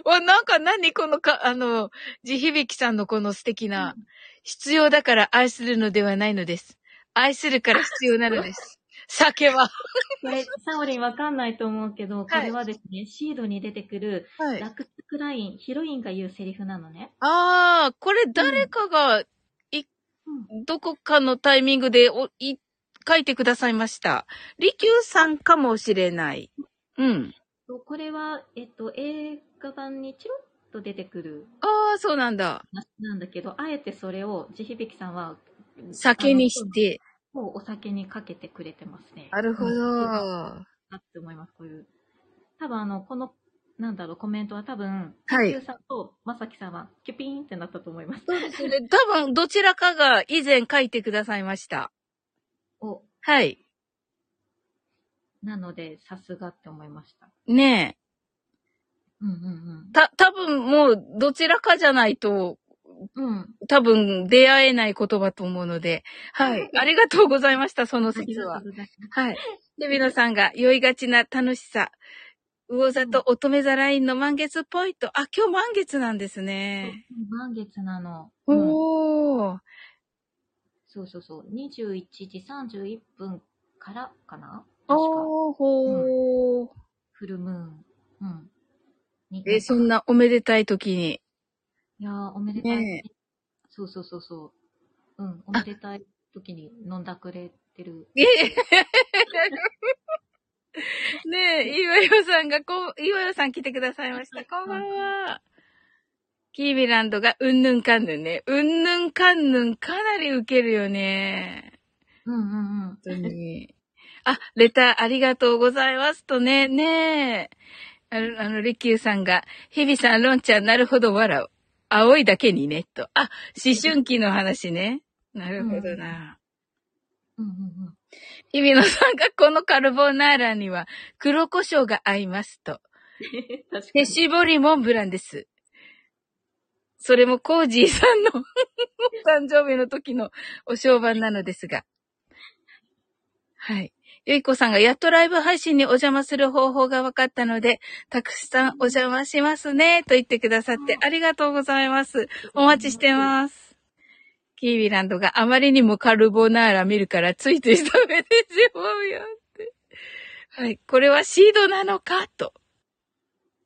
A: お、なんか何このか、あの、地響きさんのこの素敵な、必要だから愛するのではないのです。愛するから必要なの です。酒は。
B: これ、サオリンわかんないと思うけど、これはですね、シードに出てくる、
A: は
B: ラックスクライン、ヒロインが言うセリフなのね。
A: ああ、これ誰かが、
B: うん。
A: どこかのタイミングでおい書いてくださいました。利休さんかもしれない。うん。
B: とこれは、えっと、映画版にチロッと出てくる
A: ああ、そうなんだ。
B: 話なんだけど、あえてそれを、地響さんは、
A: 酒にし
B: あ
A: て。
B: の。そうお酒にかけてくれてますね。
A: なるほ
B: う
A: ど。
B: んなって思います、こういう。多分あの、この、なんだろう、コメントは多分、
A: は
B: ゆ。
A: いう
B: さんとまさきさんは、キュピーンってなったと思います。
A: そうですね。多分、どちらかが以前書いてくださいました。
B: お、
A: はい。
B: なので、さすがって思いました。
A: ねえ。
B: うんうん
A: た、多分もう、どちらかじゃないと、
B: うん。うん。
A: 多分出会えない言葉と思うので。はい。ありがとうございました、その説は
B: ありがと。うございます
A: はい。で、ビノさんが酔いがちな楽しさ。魚座と乙女座ラインの満月ポイント。あ、今日満月なんですね。
B: 満月なの。うん
A: おー。
B: そうそうそう。21時31分からかな確か。
A: おー、ほー。
B: フルムーン。うん。に
A: え、そんなおめでたい時に。
B: いやー、おめでたい、
A: ね
B: そうそうそうそう。うん、おめでたい時に飲んだくれ てる。
A: えへへへへねえ、岩よさんが、こん、岩よさん来てくださいました。こんばんは。キービランドがうんぬんかんぬんね。うんぬんかんぬんかなりウケるよね。
B: うんうんうん。
A: 本当に。あ、レターありがとうございますとね、ねえ。あの、あの、リキューさんが、ヘビさん、ロンちゃん、なるほど笑う。青いだけにね、と。あ、思春期の話ね。なるほどな。
B: うんうんうん。
A: 日比野さんが、このカルボナーラには、黒胡椒が合いますと。
B: 確か
A: 手
B: に。
A: 絞りモンブランです。それもコージーさんの お誕生日の時のお商売なのですが。はい。ゆいこさんがやっとライブ配信にお邪魔する方法が分かったので、たくさんお邪魔しますね、と言ってくださってありがとうございます。お待ちしてます。キービランドがあまりにもカルボナーラ見るからついつい食べてしまうよって。はい。これはシードなのかと。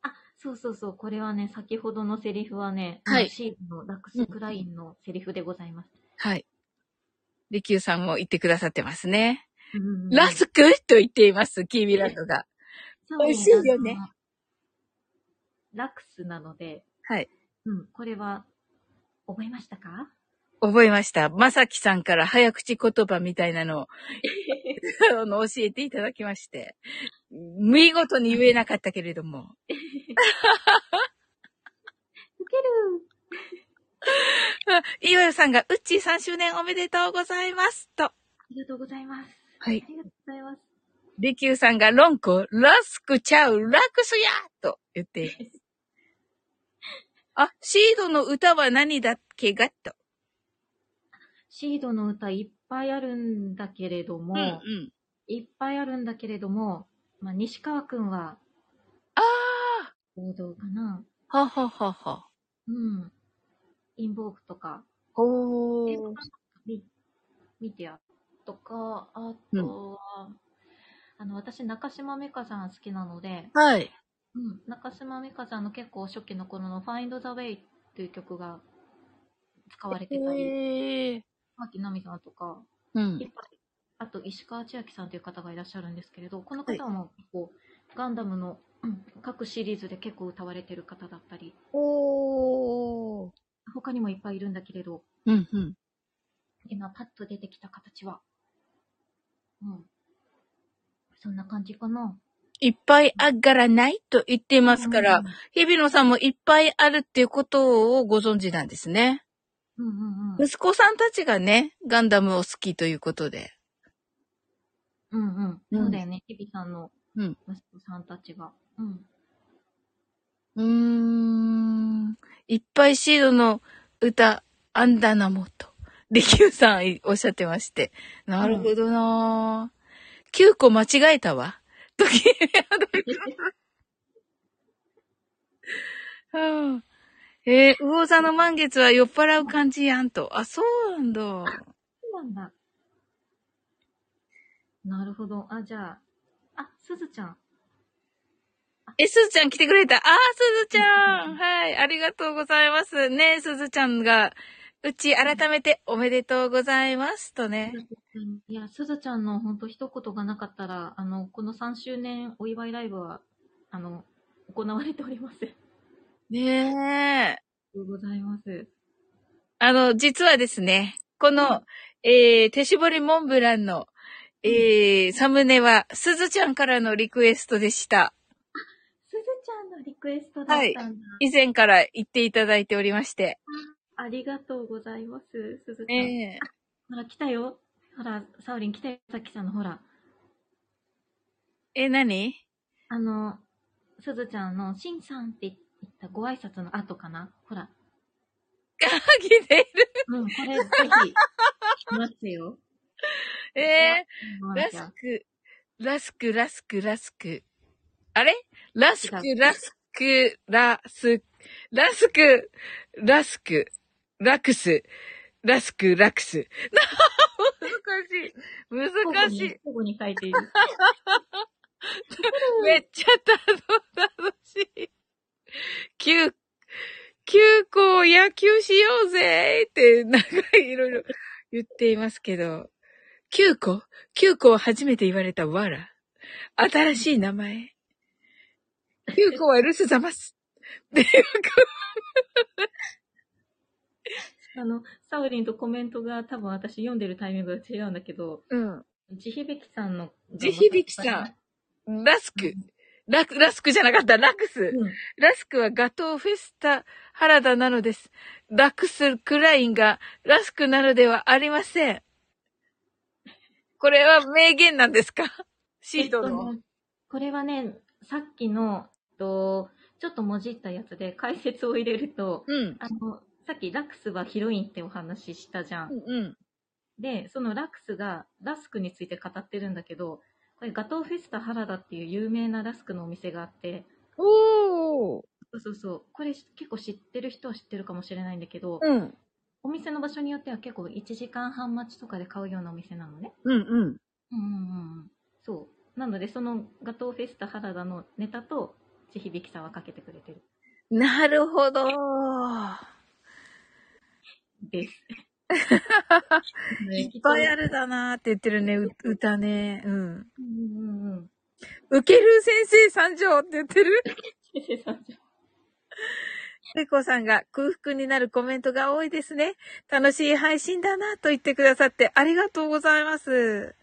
B: あ、そうそうそう。これはね、先ほどのセリフはね、
A: はい
B: シーのラックスクラインのセリフでございます。
A: はい。利休さんも言ってくださってますね。
B: うんうんうん
A: ラスクと言っています、キービランドが。美味しいよね。
B: ラクスなので、
A: はい。
B: うん、これは、覚えましたか
A: 覚えました。まさきさんから早口言葉みたいな のを、あの、教えていただきまして。見事に言えなかったけれども。
B: ウケる
A: あ岩代さんが、うっちー3周年おめでとうございます。と。
B: ありがとうございます。
A: は
B: あ
A: い。
B: りがとうございます。
A: 利休さんが、ロンコ、ラスクちゃう、ラクスやと言っています。 あ、シードの歌は何だっけがと。
B: シードの歌いっぱいあるんだけれども、
A: ん。
B: いっぱいあるんだけれども、まあ、西川くんは
A: あ
B: 王道かな。
A: あ、はははは。
B: うん。インボークとか、
A: お
B: 映画館み見てやとか、あとは、あの、私、中島美嘉さん好きなので、
A: はい。
B: うん、中島美嘉さんの結構初期の頃の Find the Way っていう曲が使われてたり、
A: ええ
B: 牧奈美さんとか、
A: う
B: いっ
A: ん。
B: ぱいあと石川千秋さんという方がいらっしゃるんですけれど、この方も結構ガンダムのうん各シリーズで結構歌われてる方だったり、
A: おー。
B: 他にもいっぱいいるんだけれど、
A: うんうん。
B: 今パッと出てきた形は。うん。そんな感じかな。
A: いっぱいあがらないと言っていますから、
B: うん
A: 日比野さんもいっぱいあるっていうことをご存知なんですね。
B: うんうんうん。
A: 息子さんたちがね、ガンダムを好きということで。
B: うんう。
A: うんん
B: そうだよね。日比さんの
A: うん
B: 息子さんたちが。うん。
A: うーん。いっぱいシードの歌、アンダナモと、リキューさんいおっしゃってまして。なるほどなぁ。9個間違えたわ。時計うんえー、魚座の満月は酔っ払う感じやんと。あ、そうなんだ。
B: そうなんだ。なるほど。あ、じゃあ。あ、すずちゃん。
A: え、すずちゃん来てくれた。あー、すずちゃん。はい、ありがとうございます。ねえ、すずちゃんが、うち改めておめでとうございますとね。
B: いや、すずちゃんの本当一言がなかったら、あの、この3周年お祝いライブは、あの、行われておりません。あ
A: ねえ。
B: りがとうございます。
A: あの、実はですね、こ
B: う
A: の、えー、手絞りモンブランの、えー、サムネは、すずちゃんからのリクエストでした。
B: すずちゃんのリクエストだったんだ。
A: 以前から言っていただいておりまして。
B: ありがとうございます、すずちゃん。
A: ねえ。
B: ほら、来たよ。ほら、サオリン来たよ、さっきさんのほら。
A: え、何
B: あの、すずちゃんの、しんさんって言ったご挨拶の後かなほら。
A: 鍵でいる。
B: うん、これ、ぜひ、待つよ。
A: え
B: うん
A: ー、ラスク、ラスク、ラスク、ラスク。あれラスク
B: 違、う
A: ラスク、ラス、ラスク、ラスク、ラクス、ラスク、ラクス。 難しい。難しい。
B: 交互に書いている。
A: めっちゃ楽、楽しい。9、9個野球しようぜーって、なんかいろいろ言っていますけど、9個 ?9 個を初めて言われたわら。新しい名前。9個は留守ざます。で、
B: あの、サウリンとコメントが多分私読んでるタイミングが違うんだけど、
A: うん。
B: 地響さんの。
A: 地響さん、ラスク。ラク、ラスクじゃなかった、ラクス。
B: うん。
A: ラスクはガトーフェスタ原田なのです。ラクスクラインがラスクなのではありません。これは名言なんですかシードの
B: えっ。とこれはね、さっきの、えっと、ちょっともじったやつで解説を入れると、
A: うん。
B: あの、さっきラクスはヒロインってお話ししたじゃん。
A: うん。
B: で、そのラクスがラスクについて語ってるんだけど、これガトーフェスタ原田っていう有名なラスクのお店があって、
A: おー。
B: そうそうそう、これ結構知ってる人は知ってるかもしれないんだけど、
A: うん。
B: お店の場所によっては結構1時間半待ちとかで買うようなお店なのね。
A: うんうん。
B: うんうんうんうん。そう。なので、そのガトーフェスタ原田のネタと、千響さんはかけてくれてる。
A: なるほど。
B: です。
A: いっぱいあるだなーって言ってるね、う歌ね。うん。
B: うんうんうん。
A: ウケる先生参上って言ってる。
B: 先生さんじゃん。
A: ペコさんが空腹になるコメントが多いですね。楽しい配信だなと言ってくださってありがとうございます。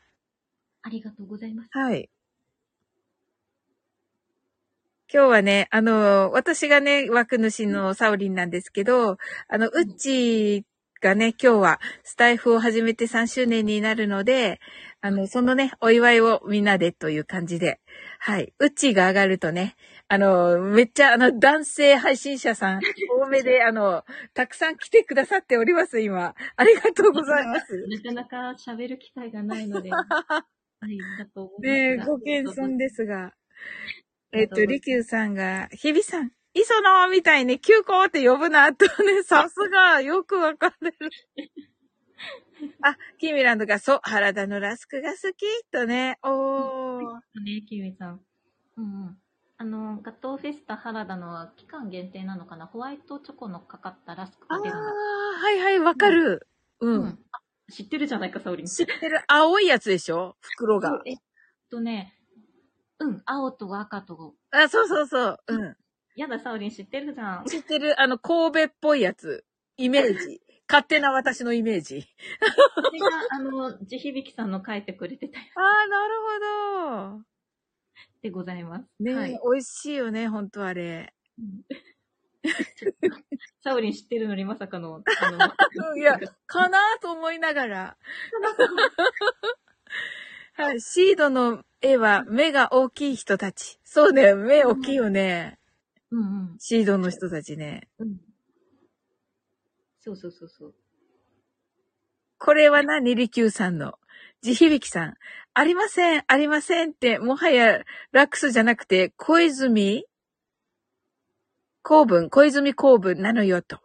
B: ありがとうございます。
A: はい。今日はね、あの、私がね、枠主のサオリンなんですけど、あの、うっちーがね、今日はスタイフを始めて3周年になるので、あの、そのね、お祝いをみんなでという感じで、はい。うっちーが上がるとね、あの、めっちゃあの、男性配信者さん、多めで、あの、たくさん来てくださっております、今。ありがとうございます。
B: なかなか喋る機会がない ので、はい、だと思
A: ねえ、
B: いますが。
A: ご謙遜ですが。
B: り
A: えっ
B: がとうご
A: と、
B: ざいます
A: りきゅうさんが、ひびさん、磯野みたいに急行って呼ぶな、と ね、さすが、よくわかってる。あ、キミランドが、そう、原田のラスクが好き、とね、おー。
B: ね、キウイさん。うんうん。あの、ガトーフェスタ原田のは期間限定なのかなホワイトチョコのかかったラスク
A: あー、
B: が出るんだ。
A: はいはい、わかる。う。
B: うんん。あ知ってるじゃないか、サオリン。
A: 知ってる青いやつでしょ袋が。
B: えっとね、うん、青と赤と。
A: あ、そうそうそう。うん。
B: やだ、サオリン知ってるじゃん。
A: 知ってる、あの、神戸っぽいやつ。イメー ジ。勝手な私のイメージ。
B: それが、あの、地響さんの書いてくれてたや
A: ああ、なるほど。
B: つでございます。
A: ねえ、
B: はい。
A: 美味しいよね、ほんとあれ。
B: うんサオリン知ってるのにまさか の、あの
A: いやかなと思いながら。 はい、シードの絵は目が大きい人たち。そうだよ、目大きいよね。
B: うんうん。
A: シードの人たちね。
B: うん。そうそうそうそう。
A: これは何リキューさんの。地響きさん。ありません、ありませんって、もはやラックスじゃなくて、小泉公文、小泉公文なのよと。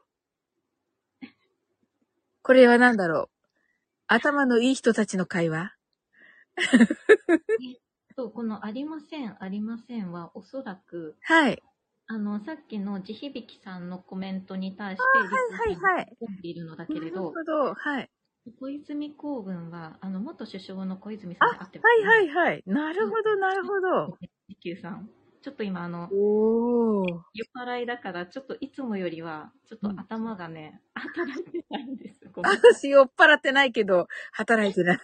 A: これは何だろう頭のいい人たちの会話
B: そう、このありません、ありませんは、おそらく、
A: はい。
B: あの、さっきの地響さんのコメントに対して、
A: はいはいはい。
B: 読んでいるのだけ
A: な
B: れ
A: るほ、
B: ど
A: ど。はい。
B: 小泉公文は、あの、元首相の小泉さんがあってま
A: はい
B: す、
A: はいはい。なるほど、なるほど。
B: 地球さん。ちょっと今、あの、
A: おー。
B: 酔っ払いだから、ちょっといつもよりは、ちょっと頭がね、働いてないんです。ごめん
A: 私酔っ払ってないけど、働いてない。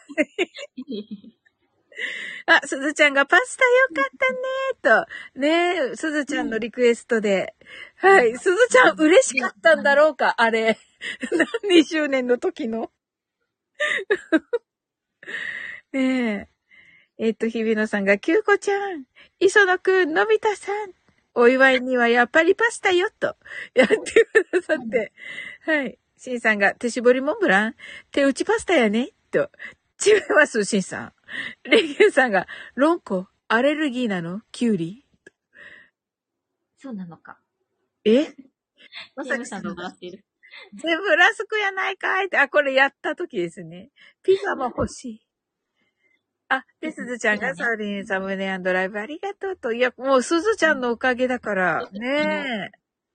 A: あ、すずちゃんがパスタよかったねーと。ねえ、すずちゃんのリクエストで。はい。すずちゃん嬉しかったんだろうか、あれ。 何周年の時の。 ねえ。えっと、日比野さんが、キューコちゃん、磯野くん、のび太さん、お祝いにはやっぱりパスタよ、と、やってくださって。はい。しんさんが、手絞りモンブラン、手打ちパスタやね、と。違います、しんさん。レギュさんが、ロンコ、アレルギーなのキュウリ
B: そうなのか。
A: え
B: まささんが笑っている。
A: 全部ラスクやないかいって、あ、これやった時ですね。ピザも欲しい。あ、で、すずちゃんがサウリンサムネライブありがとうと。いや、もうすずちゃんのおかげだから、ねえ。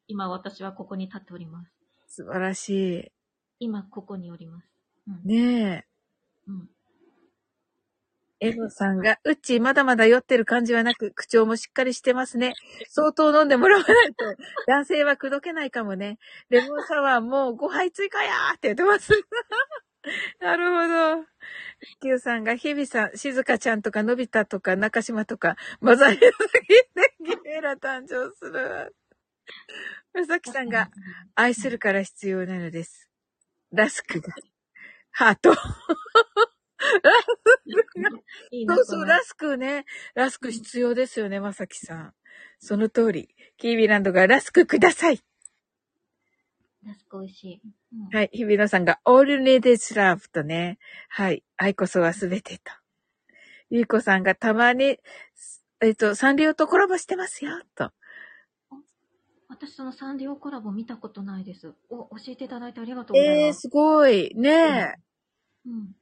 B: 今、私はここに立っております。
A: 素晴らし
B: 今、ここにおります。うん
A: い。ね
B: うん
A: え。エゴさんが、うっちーまだまだ酔ってる感じはなく、口調もしっかりしてますね。相当飲んでもらわないと、男性は口説けないかもね。レモンサワーもう5杯追加やーって言ってます。 なるほど。Q さんが、日々さん、静香ちゃんとか、のび太とか、中島とか、マザイラギエラ誕生する。うさきさんが、、愛するから必要なのです。ラスクが。ハート。
B: いいな
A: そうそう、
B: この
A: ラスクね。ラスク必要ですよね、まさきさん。その通り。キービランドがラスクください。
B: ラスク美味しい。うん
A: はい。日比野さんが、オールネデスラブとね。はい。愛こそはすべてと。ゆうこさんがたまに、えっと、サンリオとコラボしてますよ、と。
B: 私、そのサンリオコラボ見たことないです。お、教えていただいてありがとうござい
A: ええ
B: ます。
A: すごい。ね
B: うん。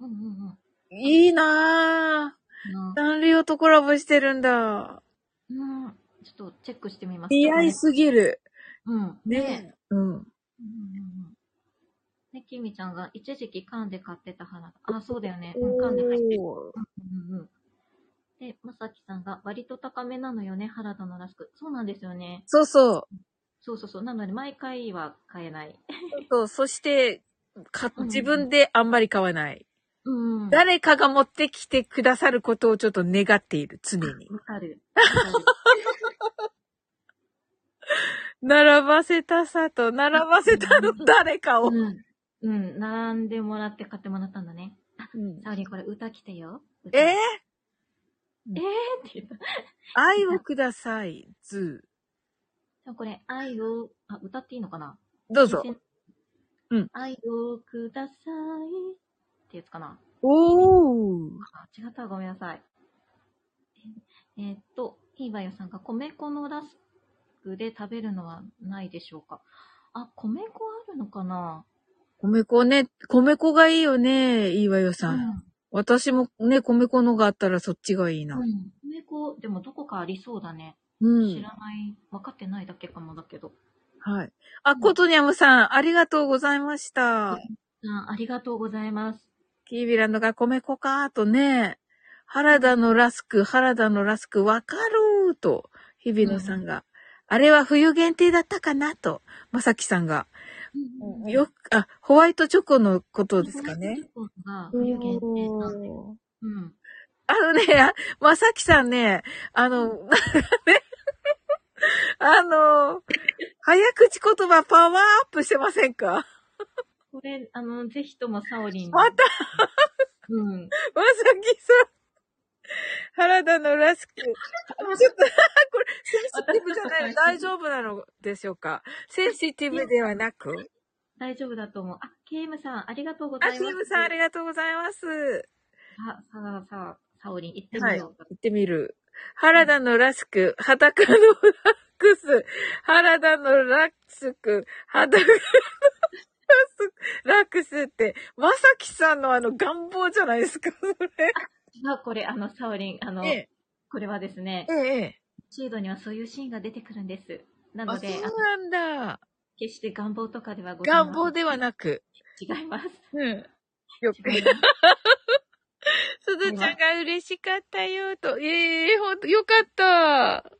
B: うんうん
A: え。いいなぁ。
B: うん。
A: サンリオとコラボしてるんだ。
B: うん。ちょっとチェックしてみます。
A: 似合いすぎる。
B: うん。
A: ねえ。うん。
B: うんうんうん。ね、きみちゃんが一時期缶で買ってた花。あ、そうだよね。うん、缶で買ってる。
A: おー
B: うんうんうん。で、まさきさんが割と高めなのよね、原田のラスク。そうなんですよね。
A: そうそう。
B: そうそうそう。なので、毎回は買えない。
A: そう、そして、か、
B: うん
A: 自分であんまり買わない。
B: うん。わ
A: 誰かが持ってきてくださることをちょっと願っている、常に。
B: か る。わかる
A: 並ばせたさと、並ばせたの誰かを。
B: うん。うん。並んでもらって買ってもらったんだね。
A: うん
B: サオリン、これ歌来てよ。
A: えー
B: えーって言った。で
A: 愛をください、ズ
B: もこれ、愛を、あ、歌っていいのかな
A: ー。どうぞ。。うん。
B: 愛をください。ってやつかな
A: おー。
B: あ、違った。ごめんなさい。ええーっと、ひーばよさんが米粉のラスクで食べるのはないでしょうかあ、米粉あるのかな
A: 米粉ね、米粉がいいよね、いいわよ
B: う
A: さん。私もね、米粉のがあったらそっちがいいな。
B: うん。米粉、でもどこかありそうだね。
A: う
B: 知
A: ん。
B: らない、分かってないだけかもだけど。
A: はい。あ、コトニャムさん、ありがとうございました。
B: うん、ありがとうございます。
A: キービランドが米粉かーとね。原田のラスク、原田のラスク、わかるーと、日比野さんが、あれは冬限定だったかなと、まさきさんが、よく、あ、ホワイトチョコのことですかね。。
B: が冬限定だ。うん。
A: あのね、まさきさんね、あの、なんかね、 あの、早口言葉パワーアップしてませんか
B: これ、あの、ぜひともサオリンに。
A: また、
B: うん。
A: まさきさん。原田のラスク。ちょっと、これ、センシティブじゃないの 大丈夫なのでしょうかセンシティブではなく
B: 大丈夫だと思う。あ、KM さん、ありがとうござい
A: あ、
B: ます。
A: シムさんありがとうございます。
B: さ、さあ、さあ、サオリン、行って
A: は
B: み
A: い。
B: よ
A: 行
B: うか。
A: ってみる。原田のラスク、裸のラックス、原田のラックスく、裸のラックス、ラックスって、まさきさんのあの願望じゃないですか、それ。
B: あ、これ、あの、サオリン、あの、
A: え
B: これはですね
A: え、、ええ。
B: シードにはそういうシーンが出てくるんです。なの
A: あ、そ
B: で、あ
A: うなんだ。
B: 決して願望とかではございません
A: 願望ではなく。
B: 違います。
A: うん。よく。
B: 違います。
A: すずちゃんが嬉しかったよ、と。ええほんと、よかった。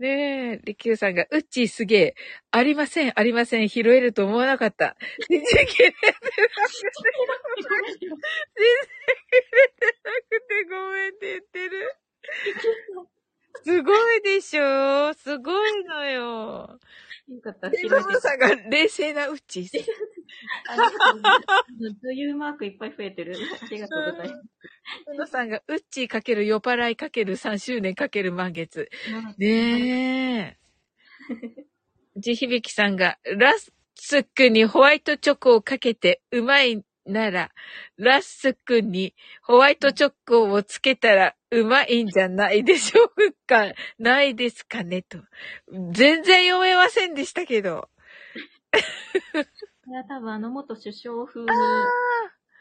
A: ねえ、りきゅうさんが、うっちーすげえ。ありません、ありません。拾えると思わなかった。全然切れてなくて、ごめんって言ってる。すごいでしょすごいのよ。
B: よかった。
A: り
B: 広
A: ま
B: めて
A: さんが冷静なうっちー さん。
B: ありがとうございます。女優マークいっぱい増えてる。ありがとうございます。
A: ふのさんが、うっちーかける酔っ払いかける3周年かける満月。
B: うん
A: ねえ。地響きさんが、ラスクにホワイトチョコをかけてうまいなら、ラスクにホワイトチョコをつけたらうまいんじゃないでしょうかないですかねと。全然読めませんでしたけど。
B: これは多分あの元首相風に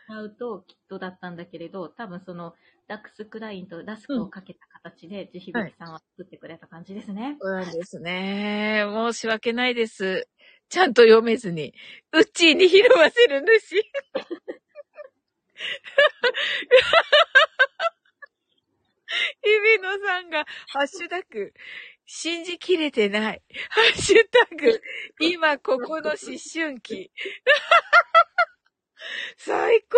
B: 使うときっとだったんだけれど、多分そのダックスクラインとラスクをかけた形で、地響さんは作ってくれた感じですね。
A: そうなんですね。申し訳ないです。ちゃんと読めずに。うっちーに拾わせる主。日比野さんが、ハッシュタグ、信じきれてない。ハッシュタグ、今ここの思春期。最高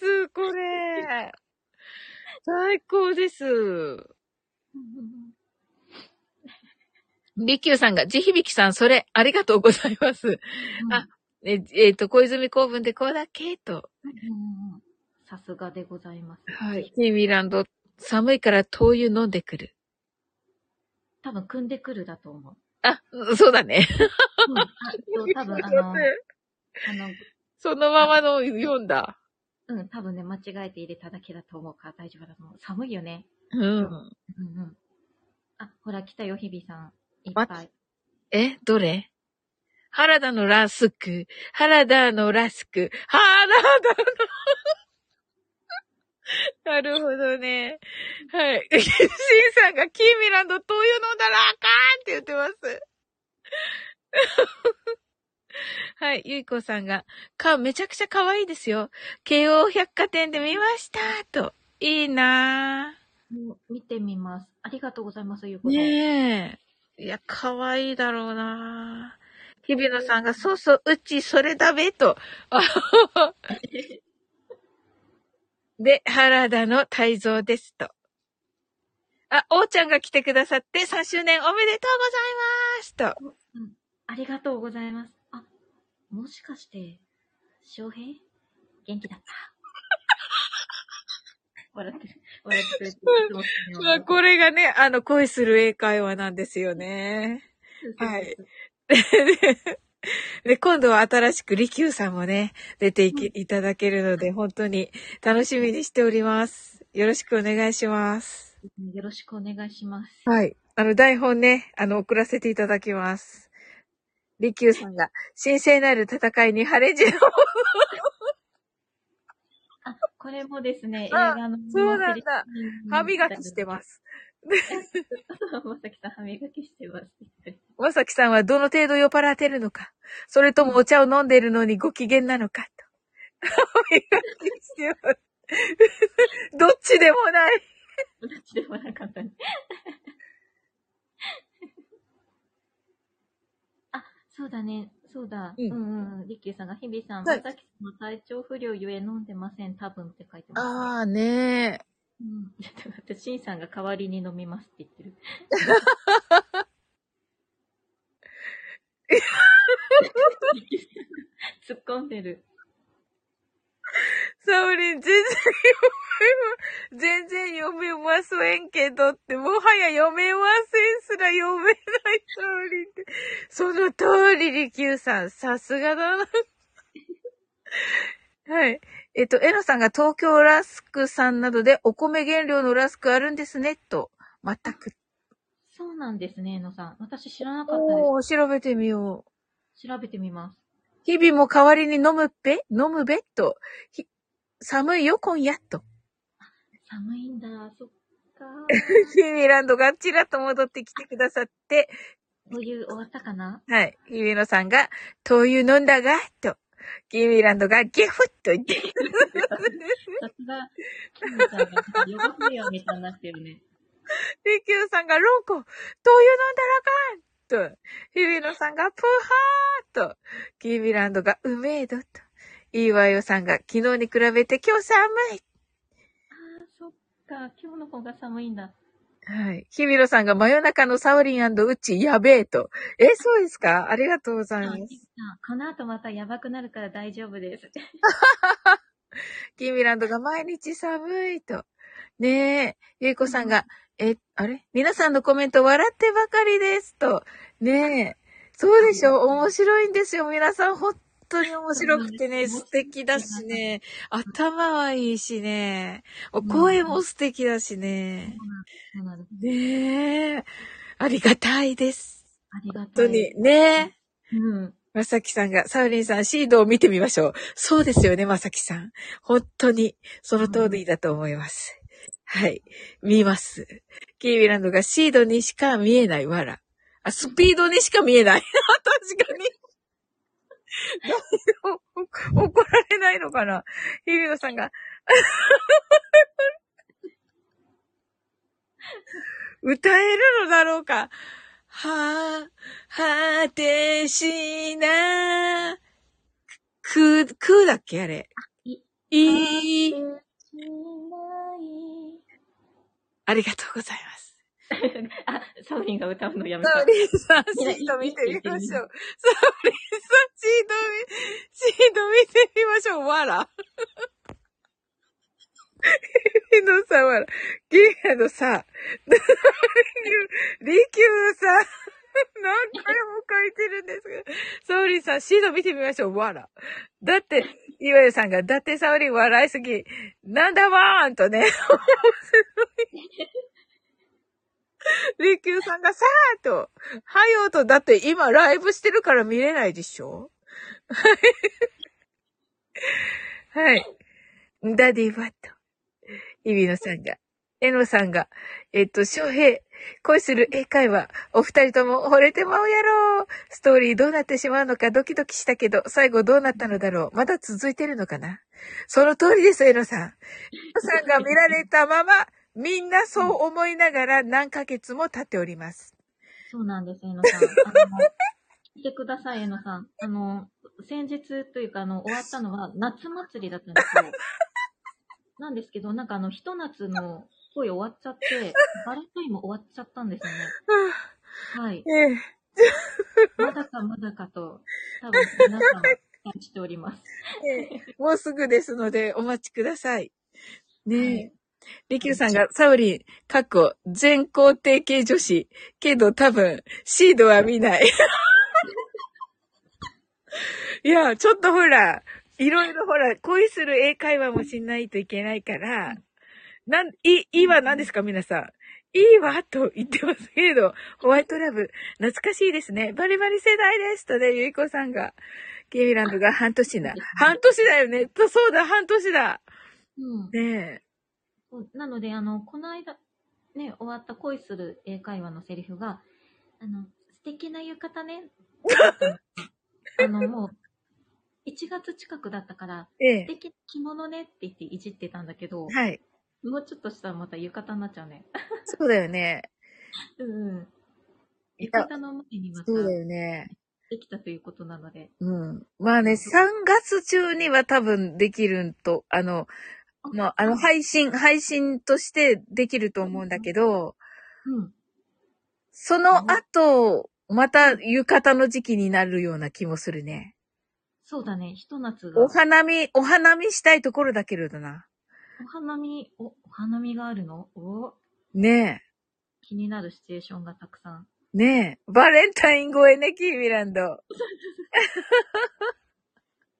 A: です、これ。最高です。りきゅうさんが、地響きさん、それ、ありがとうございます。 あえ、えっ、と、小泉公文でこうだっけと。
B: うんうんうんさすがでございます。
A: はい。ティーミランド、寒いから灯油飲んでくる。
B: 多分組んでくるだと思う。
A: あ、そうだね。
B: うん、あそう多分あの、あの、
A: そのままの読んだ。
B: うん、多分ね、間違えて入れただけだと思うから大丈夫だと思う。寒いよね。
A: うん。
B: うんうん。あ、ほら、来たよ、日比さん。いっ
A: ま
B: ぱい。
A: え、どれ原田のラスク、原田のラスク、原田の。 なるほどね。はい。 シンさんがキーミランド灯油飲んだらあかんって言ってます。 はい。ゆいこさんが、か、めちゃくちゃ可愛いですよ。京王百貨店で見ましたと。いいなぁ。
B: もう見てみます。ありがとうございます、ゆうこさん。
A: ねえ。いや、かわいいだろうな日比野さんが、そうそう、うち、それだべ、と。 で、原田の泰造です、と。あ、おーちゃんが来てくださって、3周年おめでとうございます、と。
B: ありがとうございます。あ、もしかして、翔平元気だった。 笑ってる。笑ってくれてる。
A: ま あ、これがね、あの、恋する英会話なんですよね。はい。で、今度は新しくリキューさんもね、出ていきいただけるので、本当に楽しみにしております。よろしくお願いします。
B: よろしくお願いします。
A: はい。あの、台本ね、あの、送らせていただきます。リキューさんが、神聖なる戦いに晴れジロ
B: あ、これもですね、映
A: あ
B: 画の。。
A: そうなんだ。歯磨きしてますす。
B: まさきさん、歯磨きしてます。
A: まさきさんはどの程度酔っ払ってるのか、それともお茶を飲んでるのにご機嫌なのか、と。歯磨きしてます。 どっちでもない。
B: どっちでもなかったね。 あ、そうだね。そうだ。
A: う
B: うんん、うんうん。リッキーさんが、日々さん、
A: はい
B: まさきさんの体調不良ゆえ飲んでません。多分って書いてます。
A: ああね
B: うん。 ちょっと待って、シンさんが代わりに飲みますって言ってる。 リッキーさんが突っ込んでる。
A: サオリン、全然読めま、全然読めませんけどって、もはや読めませんすら読めないサオリンって。その通り、リキューさん、さすがだな。はい。えっと、エノさんが東京ラスクさんなどでお米原料のラスクあるんですね、と。全く。
B: そうなんですね、えのさん。私知らなかったで
A: おー、調べてみよう。
B: す。調べてみます。
A: 日々も代わりに飲むっぺ飲むべっと。ひ寒いよ、今夜と。
B: 寒いんだ、そっか。
A: フィミランドがちらっと戻ってきてくださって、
B: そういう終わったかな
A: はい。ヒメノさんが、灯油飲んだが、と。キーミランドがゲフッと言ってくださって、
B: さすが、キムちゃんが予告不良みたいになってるね。
A: リキューさんがロンコ、灯油飲んだらあかんと。ヒメノさんがプーハーと。キーミランドがうめえどと。イーワイオさんが昨日に比べて今日寒い。
B: ああ、そっか。今日の方が寒いんだ。
A: はい。ヒミロさんが真夜中のサオリンウッチ、やべえと。え、そうですかありがとうござい
B: あ、
A: ま
B: キム
A: す
B: ち。ゃん、この後またやばくなるから大丈夫です。
A: キーミランドが毎日寒いと。ねえ、ゆいこさんが、え、あれ皆さんのコメント笑ってばかりですと。ねえ、そうでしょ面白いんですよ。皆さん本当に面白くてね、
B: そうなんです
A: 素敵だしね。頭はいいしね。お声も素敵だしね。
B: そうなんです
A: ねえ、ありがたいです。
B: ありがと
A: 本当
B: う。
A: に。ねえ。
B: うん。
A: まさきさんが、サウリンさん、シードを見てみましょう。そうですよね、まさきさん。本当に、その通りだと思います。はい。見ます。キービランドがシードにしか見えない、わら。あ、スピードにしか見えない。 確かに。 お怒られないのかなヒビノさんが。 歌えるのだろうかは、果てしな、く、くだっけあれ。
B: い
A: いい。
B: しない。
A: ありがとうございます。
B: あ、サオリンが歌うのやめ
A: サ
B: た
A: ウ。リンさん、
B: いや
A: シート見てみましょう。サウリンさ
B: いい
A: ん、
B: い
A: シート見、シート見てみましょう。わら。ヒノさんわら。ギリアのさ、リキューさん、何回も書いてるんですけど、サウリンさん、シート見てみましょう。わら。だって、いわゆさんが、だってサウリン笑いすぎ、なんだわーんとね、リキューさんがさーと、はよと、だって今ライブしてるから見れないでしょ はい。はい。ダディバット。イビノさんが。エノさんが。えっと、翔平。恋する英会話。お二人とも惚れてまうやろう。ストーリーどうなってしまうのかドキドキしたけど、最後どうなったのだろう。まだ続いてるのかなその通りです、エノさん。エノさんが見られたまま、みんなそう思いながら何ヶ月も経っております。
B: そうなんです、えのさん。あの、聞いてください、えのさん。あの、先日というか、あの、終わったのは夏祭りだったんですよ。なんですけど、なんかあの、ひと夏の恋終わっちゃって、バレンタインも終わっちゃったんですよね。はい。
A: ええ。
B: まだかまだかと、多分皆さん感じております。
A: もうすぐですので、お待ちください。
B: は
A: ねえ
B: い。
A: リキューさんが、サオリン、過去、全肯定系女子。けど多分、シードは見ない。 いや、ちょっとほら、いろいろほら、恋する英会話もしないといけないから、なん、い、いいは何ですか皆さん。いいわと言ってますけれど、ホワイトラブ、懐かしいですね。バリバリ世代ですとね、ゆいこさんが。ケミランドが半年 だ。半年だよね。とそうだ、半年だ。
B: うん
A: ねえ。
B: そうなので、あの、この間、ね、終わった恋する英会話のセリフが、 あの、素敵な浴衣ね。あの、もう、 1月近くだったから、
A: え
B: 素
A: え。
B: 敵着物ねって言っていじってたんだけど、
A: はい。
B: もうちょっとしたらまた浴衣になっちゃ うね。
A: そうだよね。
B: うんうん。
A: い
B: 浴
A: や
B: 衣の前にまた
A: そうだよね。
B: できたということなので。
A: うん。まあね、3月中には多分できるんと、あの、まあ、あの、配信、配信としてできると思うんだけど、
B: うん。
A: その後、また浴衣の時期になるような気もするね。
B: そうだね、ひと夏が。
A: お花見、お花見したいところだけれどな。
B: お花見、お、お花見があるのお
A: ね
B: 気になるシチュエーションがたくさん。
A: え、ねえ、バレンタイン越えね、キーミランド。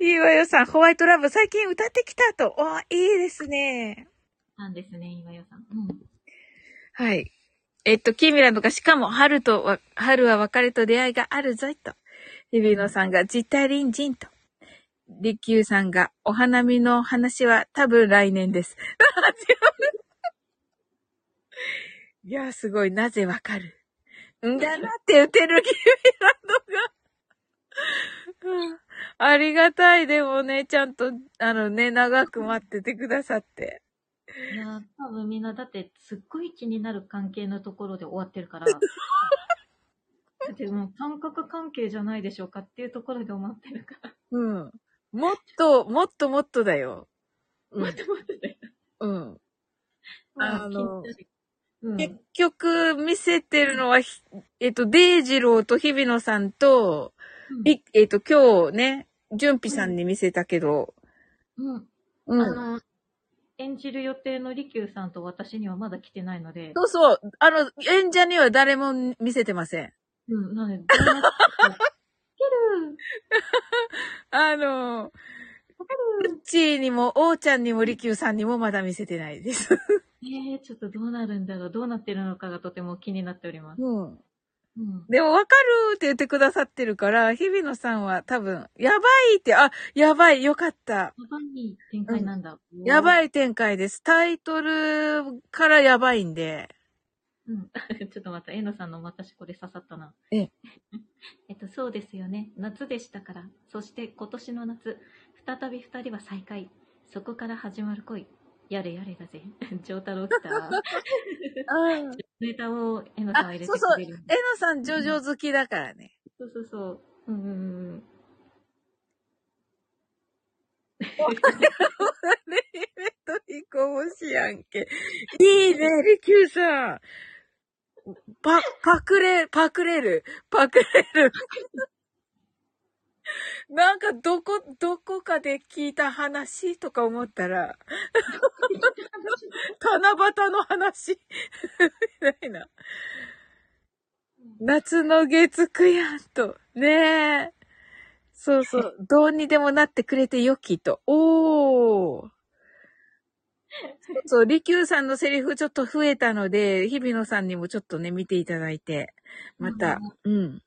A: いいわよさん、ホワイトラブ最近歌ってきたと。おいいですね。
B: なんですね、今よさん。うん。
A: はい。えっと、キーミランドが、しかも、春とは、春は別れと出会いがあるぞいと。リビノさんが、ジッタリンジンと。リキューさんが、お花見の話は多分来年です。 違ういや、すごい。なぜわかるんだなって言ってるキーミランドが。 ありがたい。でもね、ちゃんと、あのね、長く待っててくださって。
B: いやー、多分みんな、だって、すっごい気になる関係のところで終わって るから。だってもう、感覚関係じゃないでしょうかっていうところで終わってるから。
A: うん。もっと、もっともっとだよ。
B: 待って待って。
A: うん。あの
B: 気になる
A: 結局、見せてるのはひ、えっと、デイジローと日比野さんと、
B: うん。
A: いえっと、今日ね、純ピさんに見せたけど、
B: うん。
A: うん。
B: あの、演じる予定の利休さんと私にはまだ来てないので、
A: そうそう、あの、演者には誰も見せてません。
B: うん、なので、どうなって るか
A: あの、うっちーにも、おーちゃんにも、りきゅうさんにもまだ見せてないです。
B: えー、ちょっとどうなるんだろう、どうなってるのかがとても気になっております。
A: うん。
B: うん。
A: でも、わかるって言ってくださってるから、日比野さんは多分、やばいって、あ、やばい、よかった。
B: やばい展開なんだ。
A: やば
B: い。
A: い展開です。タイトルからやばいんで。
B: うん。 ちょっとまた、えのさんの私これ刺さったな。
A: ええ。
B: えっと、そうですよね。夏でしたから。そして今年の夏、再び二人は再会。そこから始まる恋。やれやれだぜ。 上太郎 来た。
A: うん。
B: ネタをえのさんは入れて
A: あそうそう
B: くれる。
A: えのさん、ジョジョ好きだからね。
B: そうそうそう。うんうんうんうん。
A: レイベトリコもしやんけ。いいね、リキューさん。パ、パクれ、パクれる。パクれる。 なんか、どこ、どこかで聞いた話とか思ったら、七夕の話 みたいな。夏の月9やんと。ねえ。そう そう。どうにでもなってくれてよきと。お ー。そう、利休さんのセリフちょっと増えたので、日比野さんにもちょっとね、見ていただいて。また、うん。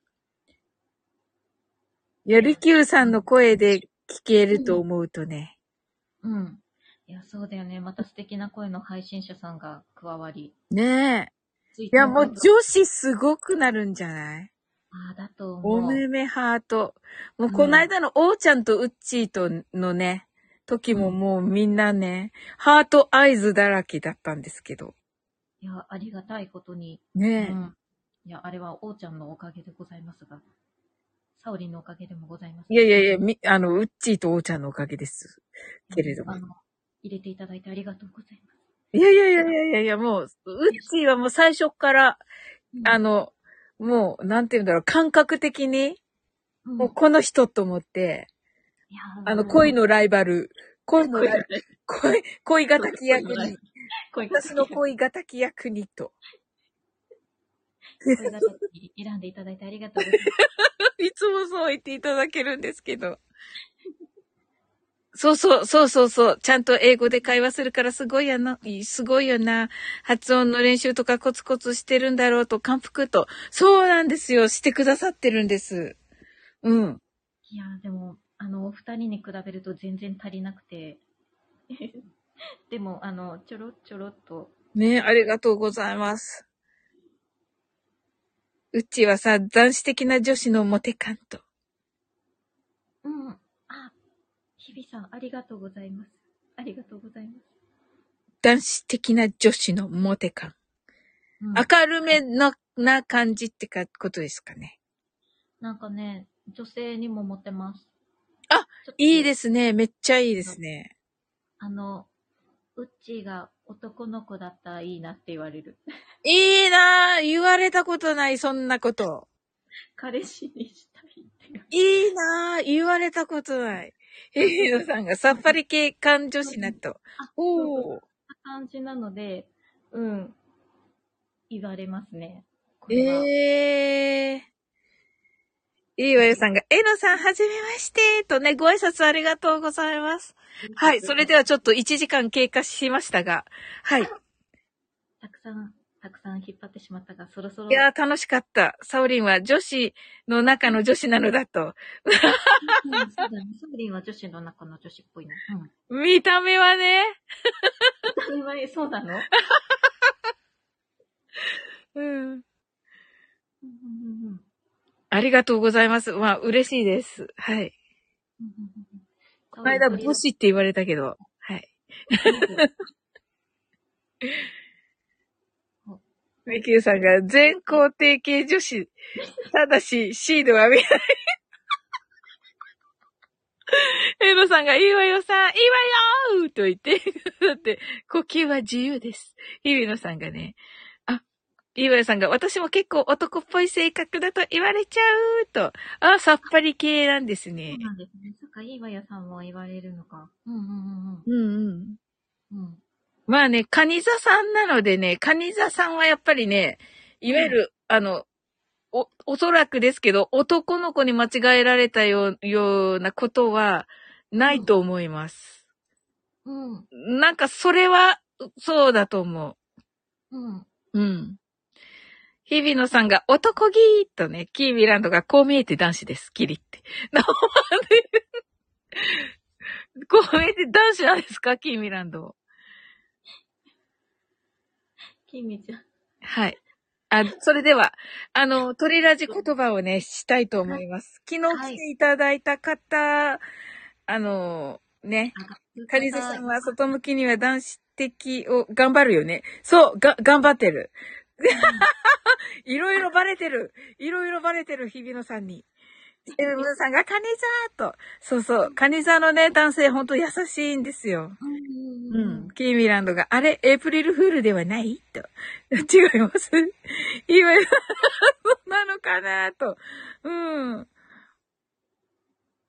A: いや、利休さんの声で聞けると思うとね。
B: うん。いや、そうだよね。また素敵な声の配信者さんが加わり。
A: ねえ。
B: ツイ
A: いや、もう
B: ッター
A: 女子すごくなるんじゃない
B: ああ、だと
A: お
B: 思う。
A: めめハート。もううんこの間のおーちゃんとうっちーとのね、時ももうみんなね、ハートアイズだらけだったんですけど。
B: いや、ありがたいことに。う
A: ねえ。
B: ん。いや、あれは、おうちゃんのおかげでございますが、サオリンのおかげでもございます。
A: いやいやいや、み、あの、うっちーとおーちゃんのおかげです。けれども
B: あの、入れていただいてありがとうございます。
A: いやいやいやいやいやいや、もう、うっちーはもう最初から、
B: うん
A: あ、の、もう、なんて言うんだろう、感覚的に、
B: うん
A: もうこの人と思って、
B: いや
A: あの、恋
B: の、
A: のライバル、恋の
B: 恋
A: ラ
B: の
A: イバル、恋、恋がたき役
B: 恋のライバ
A: に
B: ル、恋が
A: 私の恋がたき役にと。
B: 恋が選んでいただいてありがとうございます。
A: いつもそう言っていただけるんですけど。そうそう、そうそうそう。ちゃんと英語で会話するからすごいやな、すごいよな。発音の練習とかコツコツしてるんだろうと、感服と。そうなんですよ。してくださってるんです。うん。
B: いやーでもあのお二人に比べると全然足りなくてでもあのちょろちょろっと
A: ねありがとうございます。うちはさ、男子的な女子のモテ感と。
B: 日々さん、ありがとうございます。ありがとうございます。
A: 男子的な女子のモテ感。
B: うん、
A: 明るめな、な感じってか、ことですかね。
B: なんかね、女性にもモテます。
A: あ
B: ちょっと
A: いいですね。めっちゃいいですね。
B: あの、うっちーが男の子だったらいいなって言われる。
A: いいなぁ。言われたことない、そんなこと。
B: 彼氏にしたいって。
A: いいなぁ。言われたことない。ヘビロさんがさっぱり系感女子なと。おー。
B: 感じなので、うん、言われますね。これは。
A: ええー。いいわよさんが、えのさん、はじめましてとね、ご挨拶ありがとうございます。はい、それではちょっと1時間経過しましたが、はい。
B: たくさん、たくさん引っ張ってしまったが、そろそろ。
A: いやー、楽しかった。サオリンは女子の中の女子なのだと。
B: うん、そうだね。サブリンは女子の中の女子っぽいな。うん。
A: 見た目はね、
B: 当たり前そうなのうん
A: うん。
B: うんうんうん
A: ありがとうございます。まあ、嬉しいです。はい。
B: うんうんうん
A: この間、母子って言われたけど、はい。メキューさんが、全校定型女子、ただし、シードは見ない。エロさんが、いいわよさん、いいわよーと言って、だって、呼吸は自由です。日比野さんがね、あ、いいわよさんが、私も結構男っぽい性格だと言われちゃうと、あ、さっぱり系なんです
B: そ
A: ね
B: う。なんですね。そっか、いいわよさんも言われるのか。うんうんうん
A: うんうん。
B: うん。うん。
A: まあね、カニ座さんなのでね、カニ座さんはやっぱりね、いわゆる、あの、お、おそらくですけど、男の子に間違えられたよう、ようなことは、ないと思います。
B: うん。
A: なんか、それは、そうだと思
B: うん。
A: う。うん。日比野さんが、男気とね、キービランドが、こう見えて男子です、キリって。 なおこう見えて男子なんですか、キービランド。
B: きみちゃん。
A: はい。あ、それでは、あの、トリラジ言葉をね、したいと思います。昨日
B: はい
A: 来ていただいた方、あの、ね、カリゼさんは外向きには男子的を頑張るよね。そう、が、頑張ってる。 いろいろバレてる。いろいろバレてる、日比野さんに。え、ムーさんが、カニザーと。そうそう、カニザーのね、男性ほんと優しいんですよ。
B: うんう
A: うん
B: うん
A: ん。キーミランドが、あれ、エイプリルフールではないと。 違います。 今、そうなのかなと。うん。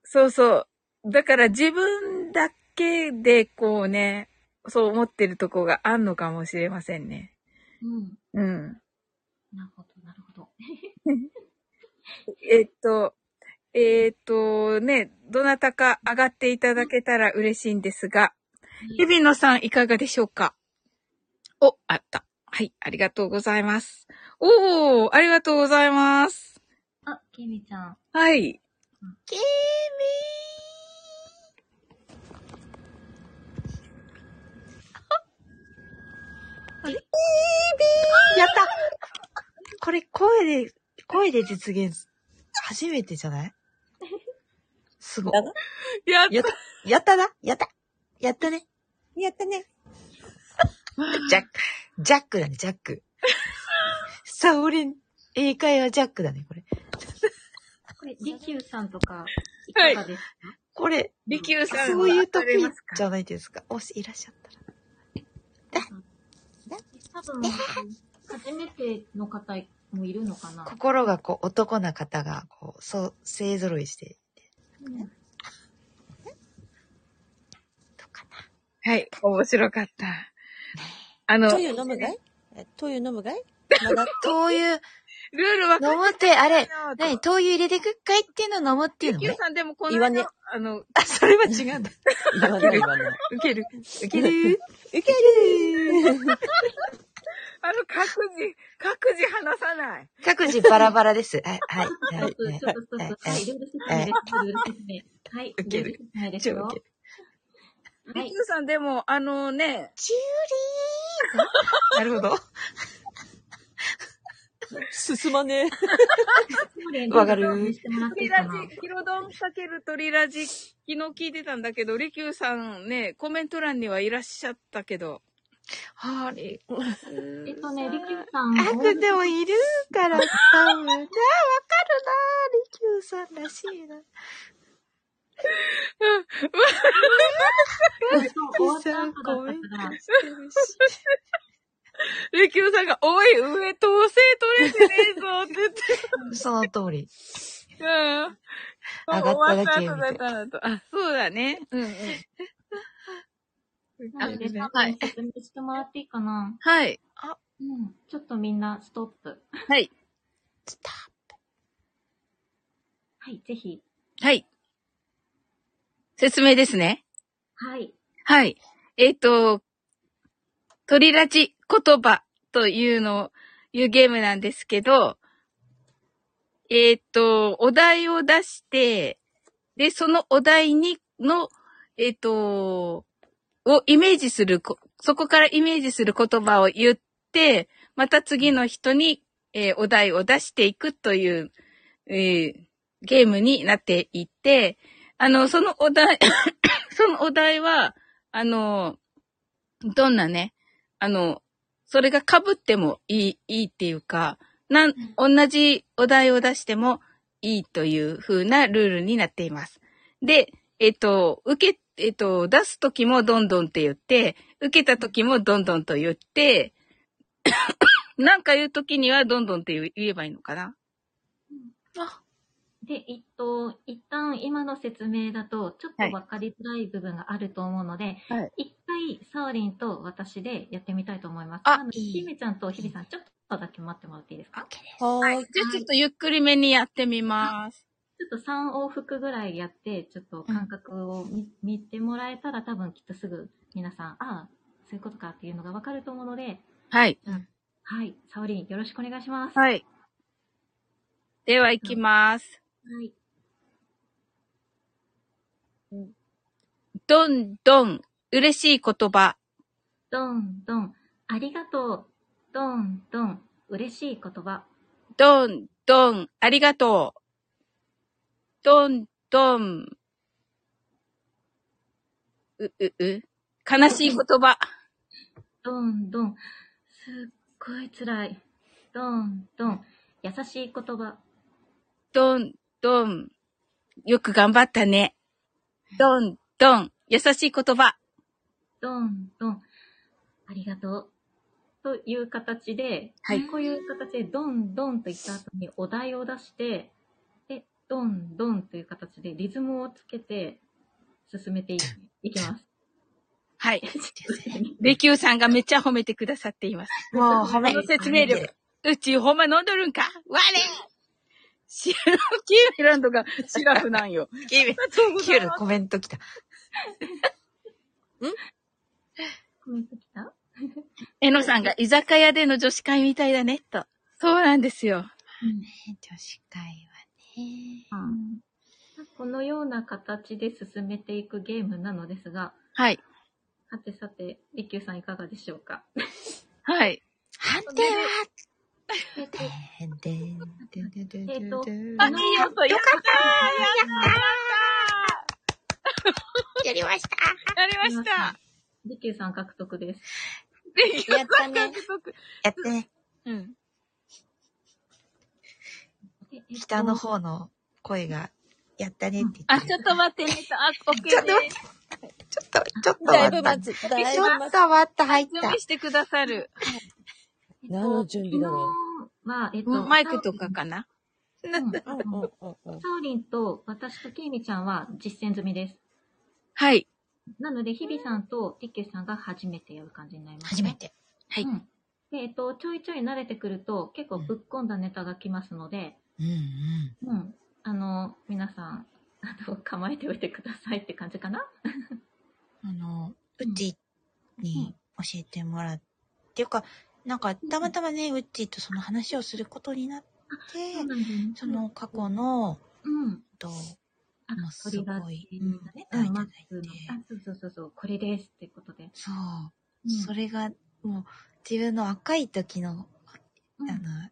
A: そうそう。だから自分だけで、こうね、そう思ってるとこがあんのかもしれませんね。
B: うん。うん。
A: うん。
B: なるほど、なるほど。
A: えっと、えっと、ね、どなたか上がっていただけたら嬉しいんですが、日比野さんいかがでしょうかお、あった。はい、ありがとうございます。おー、ありがとうございます。
B: あ、きみちゃん。
A: はい。きみーき
C: やったこれ声で、声で実現す、初めてじゃないすごい。
A: みーやっ
C: やった、やったなやったやったねやったね。ジャック、ジャックだね、ジャック。サオリン、英会話ジャックだね、これ。
B: これ、りきゅうさんとか、いかがですか、
C: これ、
A: りきゅうさんは
C: そういう
A: わかり
C: 時
A: ますか
C: じゃないですか。もしいらっしゃったら。
B: 多分、初めての方もいるのかな。
C: 心がこう、男な方が、こう、そう、勢揃いして、
B: うん
C: とかな。
A: はい、面白かった。あの、
D: ト
A: ル
D: ユ飲むがいえトユ飲むがいまだ
C: 灯油、
A: ールは
C: 飲むって、あれ、
A: な
C: 何灯油入れてくっかいっていうのを飲むっていうの
A: キュー
C: ね。
A: さんでもこ
D: 言
A: の
D: わね
A: 間、あの、
C: あ、それは違うんだ。
D: 言わない言わない。
A: 受ける。受ける。
D: ウケるー
A: あの、各自、各自話さない。
C: 各自バラバラです。はい、はい、
B: ちょ
C: は
B: っ
C: い
B: と、ちょっ。と、ちょっと、はい、ルール説明です。ルール説明。はい、ル
C: ウケ
B: ー
C: る
B: ル説明です
C: 超
B: よ
C: ウ。ケる
B: は
A: リ
B: い
A: キューさんでも、あのね、
C: チューリーなるほど。
D: 進まねえ。
C: わかる
B: してもらっ
A: ト
B: てい
A: リ
B: いか
A: ラ
B: な
A: ジ、ヒロドンかけるトリラジ、昨日聞いてたんだけど、リキューさんね、コメント欄にはいらっしゃったけど。はーり。
B: えっとね、リキューさん、
C: あ
B: 大
C: とでもいるから多分。じゃあわかるなリキューさんらしいな。
B: 終わった後だったから、
A: リキューさんが、おい、上統制取れてねえぞって言って。
C: その通り。
A: うん。上
C: がっただ
A: 終
C: け
A: わった後だったらと。あ、そうだね。うんうん。
B: なので、
A: あ
B: はい、説明してもらっていいかな。
A: はい。
B: うん、ちょっとみんなストップ。
A: はい。
B: はい、ぜひ。
A: はい。説明ですね。
B: はい。
A: はい。えっ、と、トリラジ言葉というのを、いうゲームなんですけど、えっ、と、お題を出して、で、そのお題に、の、えっ、と、をイメージするこ、そこからイメージする言葉を言って、また次の人に、えーお題を出していくという、えーゲームになっていて、あの、そのお題、 そのお題は、あの、どんなね、あの、それが被ってもいい、いいっていうか、なん、同じお題を出してもいいという風なルールになっています。で、えっ、と、受け、えっ、と、出すときもどんどんって言って、受けたときもどんどんと言って、 なんか言うときにはどんどんって言えばいいのかな
B: で、えっと、一旦今の説明だと、ちょっと分かりづらい部分があると思うので、
A: はい
B: 一回、サオリンと私でやってみたいと思います。
A: あ
B: のひめちゃんとひびさん、ちょっとだけ待ってもらっていいですかち
D: はーい。
A: じゃあちょっとゆっくりめにやってみます。
B: ょっと3往復ぐらいやって、ちょっと感覚を見,、見てもらえたら、多分きっとすぐ皆さん、ああ、そういうことかっていうのが分かると思うので、
A: はい。
B: はい、サオリン、よろしくお願いします。
A: はい。では行きます。
B: はい。
A: どんどん、嬉しい言葉。
B: どんどん、ありがとう。どんどん、嬉しい言葉。
A: どんどん、ありがとう。どんどん、う、う、う、悲しい言葉。
B: どんどん、すっごい辛い。どんどん、優しい言葉。
A: どんどん、よく頑張ったね。どんどん、優しい言葉。
B: どんどん、ありがとう。という形で、
A: はい
B: こういう形で、どんどんと言った後にお題を出して、で、どんどんという形でリズムをつけて進めていいき ます。
A: はい。レキューさんがめっちゃ褒めてくださっています。
C: もう褒め
A: こ。の説明力。うちほんま飲んどるんか我シラフ、キーミランドがシラフなんよ。
C: キュールコメント来た。
B: コメント来た
A: えのさんが居酒屋での女子会みたいだね、と。そうなんですよ。
C: 女子会はね。
B: うんこのような形で進めていくゲームなのですが、
A: はい。
B: さてさて、りきゅうさんいかがでしょ うか
A: はい。
C: 判定はでんでんでんでんでんでんでん
A: あ、い
B: い
A: い
B: い
A: よ、やったやっ
C: やりました
A: たやりました
B: りきゅうさん獲得です。
D: やったね。
C: やってね。
A: うん。
B: で
C: 北の。方の声が、やったねって言
A: あ、
C: って
A: ち
C: る。
A: ょっと待って、ね、 あ、オッケ
C: ちょ
A: ー
C: っ
A: で
C: と待って。ちょっと、ちょっと
D: だい
C: 待
D: ぶ
C: った。
D: 待つ。だい
C: ち
D: ぶ
C: ょっ
D: 待つ。
C: と待った、入っ
A: 準
C: た
A: 備。してくださる。
D: 何の準備だろ
B: 昨日は、えっと、
A: マイクとかかな
B: サオリン。うん
D: う。うんうんうんうん。
B: サオリンと私とケイミちゃんは実践済みです。
A: はい。
B: なので、ヒビさんとりきゅうさんが初めてやる感じになります、
C: 初め。て。
A: はい
B: うん。で、えっと、ちょいちょい慣れてくると、結構ぶっ込んだネタが来ますので、
C: うんうん。
B: うん。あの、皆さん、あの、構えておいてくださいって感じかな
C: あの、うっちーに教えてもらって、いうか、なんか、たまたまね、うっちーとその話をすることになって、
B: なんですね
C: そ、の過去の、
B: うん。
C: と、
B: あ
C: もうすごい
B: 鳥がね、
C: うん
B: うん
C: あ
B: マ
C: いただ
B: ッ
C: いて
B: クのあ、そうそうそうそう、これですってことで。
C: そう、
B: うん
C: それが、もう、自分の若い時の、
B: うん
C: あの、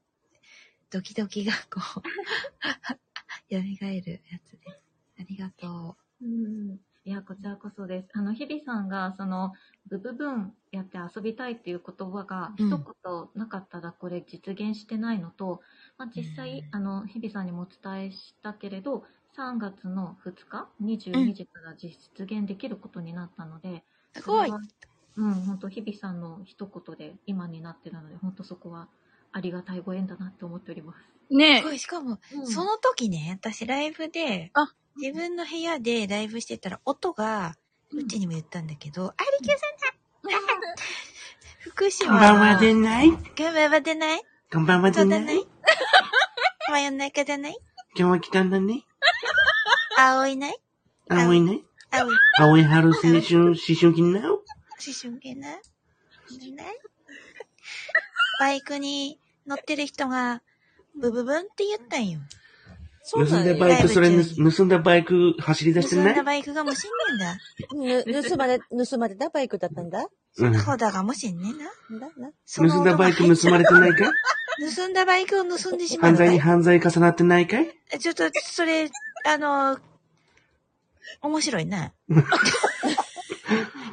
C: ドキドキがこう、 蘇るやつです。ありがと
B: うんいや、こちらこそです。あの、日々さんが、その、ブブブンやって遊びたいっていう言葉が、
C: うん
B: 一言なかったらこれ実現してないのと、まあ、実際、あの、日々さんにもお伝えしたけれど、3月の2日、22時から実現できることになったので、
C: う。すご
B: そ
C: い
B: れはうん、本当日々さんの一言で今になってるので、本当そこはありがたいご縁だなって思っております。
A: ね
C: すごい、しかも、
B: うん
C: その時ね、私ライブで
A: あ、
C: 自分の部屋でライブしてたら、音が、うちにも言ったんだけど、ありきゅうさんだ福島。
E: こんばんはでない
C: こんばんは出ない
E: こんばんはで
C: そう
E: な
C: だ
E: い
C: ない 真夜中じゃない
E: 今日は来たんだね。
C: 青いない
E: 青いね。
C: 青い。
E: 青い春青春、思春期なお。
C: 思春期なないバイクに乗ってる人が、ブブブンって言ったんよ。
D: そ
E: 盗
D: うなん
E: んだ
D: だ
E: バイ
D: よ。
E: ク、それ盗盗んだバイク走り出して
C: 盗ん
E: ない
C: だバイクがもしんねんだ。
D: ぬ盗まれ、盗まれたバイクだったんだん
E: うん
C: そうだがもしんねんな。
D: だな。
C: その
E: 盗ん
C: 音
E: だ
C: が
E: バ
C: 入
E: イ
C: っ
E: ク盗まれてないかい
C: 盗んだバイクを盗んでしまう
E: 犯
C: か
E: 罪に
C: い。
E: 犯罪重なってないかい
C: ちょっと、それ、あの、面白い な。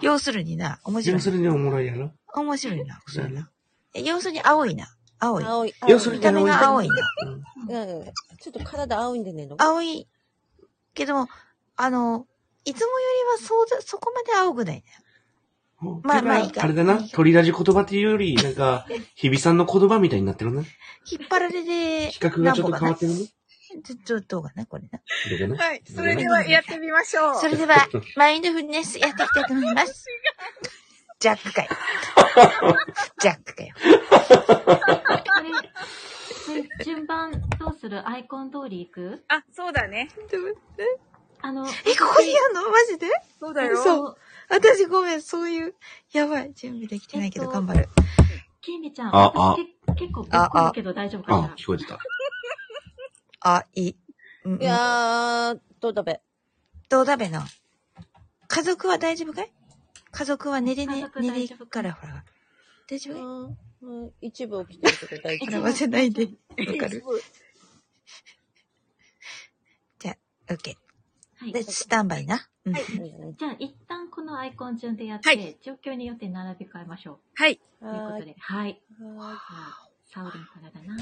C: 要するにな、面白
E: 要
C: い
E: す
C: な。
E: るにおもろいやろ。
C: 面白いな。
E: そうやな。
C: 要するに青いな。青い。
D: 青い。
E: 要する
C: 見
E: に
C: た目
E: 青い
C: が青いな。
E: うん
D: うん。ちょっと体青いんでねえの。
C: 青い。けども、あの、いつもよりはそうだ、そこまで青くないね。
E: ほう
C: まあ
E: てか
C: まあいいか
E: あれだな、取り出し言葉っていうより、なんか、日比さんの言葉みたいになってるな。
C: 引っ張られて、
E: 比較がちょっと変わってるね。
C: なんぼかなちょっとどうかな、これな。
E: どうかな
A: はい。 それではやってみまし ょう。
C: それでは、マインドフルネスやっていきたいと思い ます。ジャックかよ。ジャックかよ。
B: これ、これ順番どうするアイコン通り行く
A: あ、そうだね。
B: あの、
C: え、ここにやんのマジで
A: そうだ
C: 嘘私ごめん、そういう、やばい、準備できてないけど頑張る。
B: きみちゃん、
E: あ
B: 私け結構ぶっ込むけど大丈夫かし
E: あ
B: ら、
E: 聞こえてた。
C: あ、いい。うんうん
D: いやー、どうだべ。
C: どうだべな。家族は大丈夫かい家族は寝れ
B: 家
C: ね、
B: 族
C: 寝れ
B: 大丈夫か
C: 行くから、ほら。大丈
D: う
C: 夫かい
D: んうん。一部起きてるけど大
C: ほ
D: 丈
C: ら、
D: 夫。
C: 忘れないで。わかるじゃあ、オッケ
B: はい。
C: ー。で、スタンバイな。うん。
D: うん
B: じゃあ、一旦このアイコン順でやって、
A: はい
B: 状況によって並び替えましょ
A: はい。
B: う。というこ
D: は
B: と
D: ーい。
B: で、はい。
D: は
B: じゃあサオリンからだな。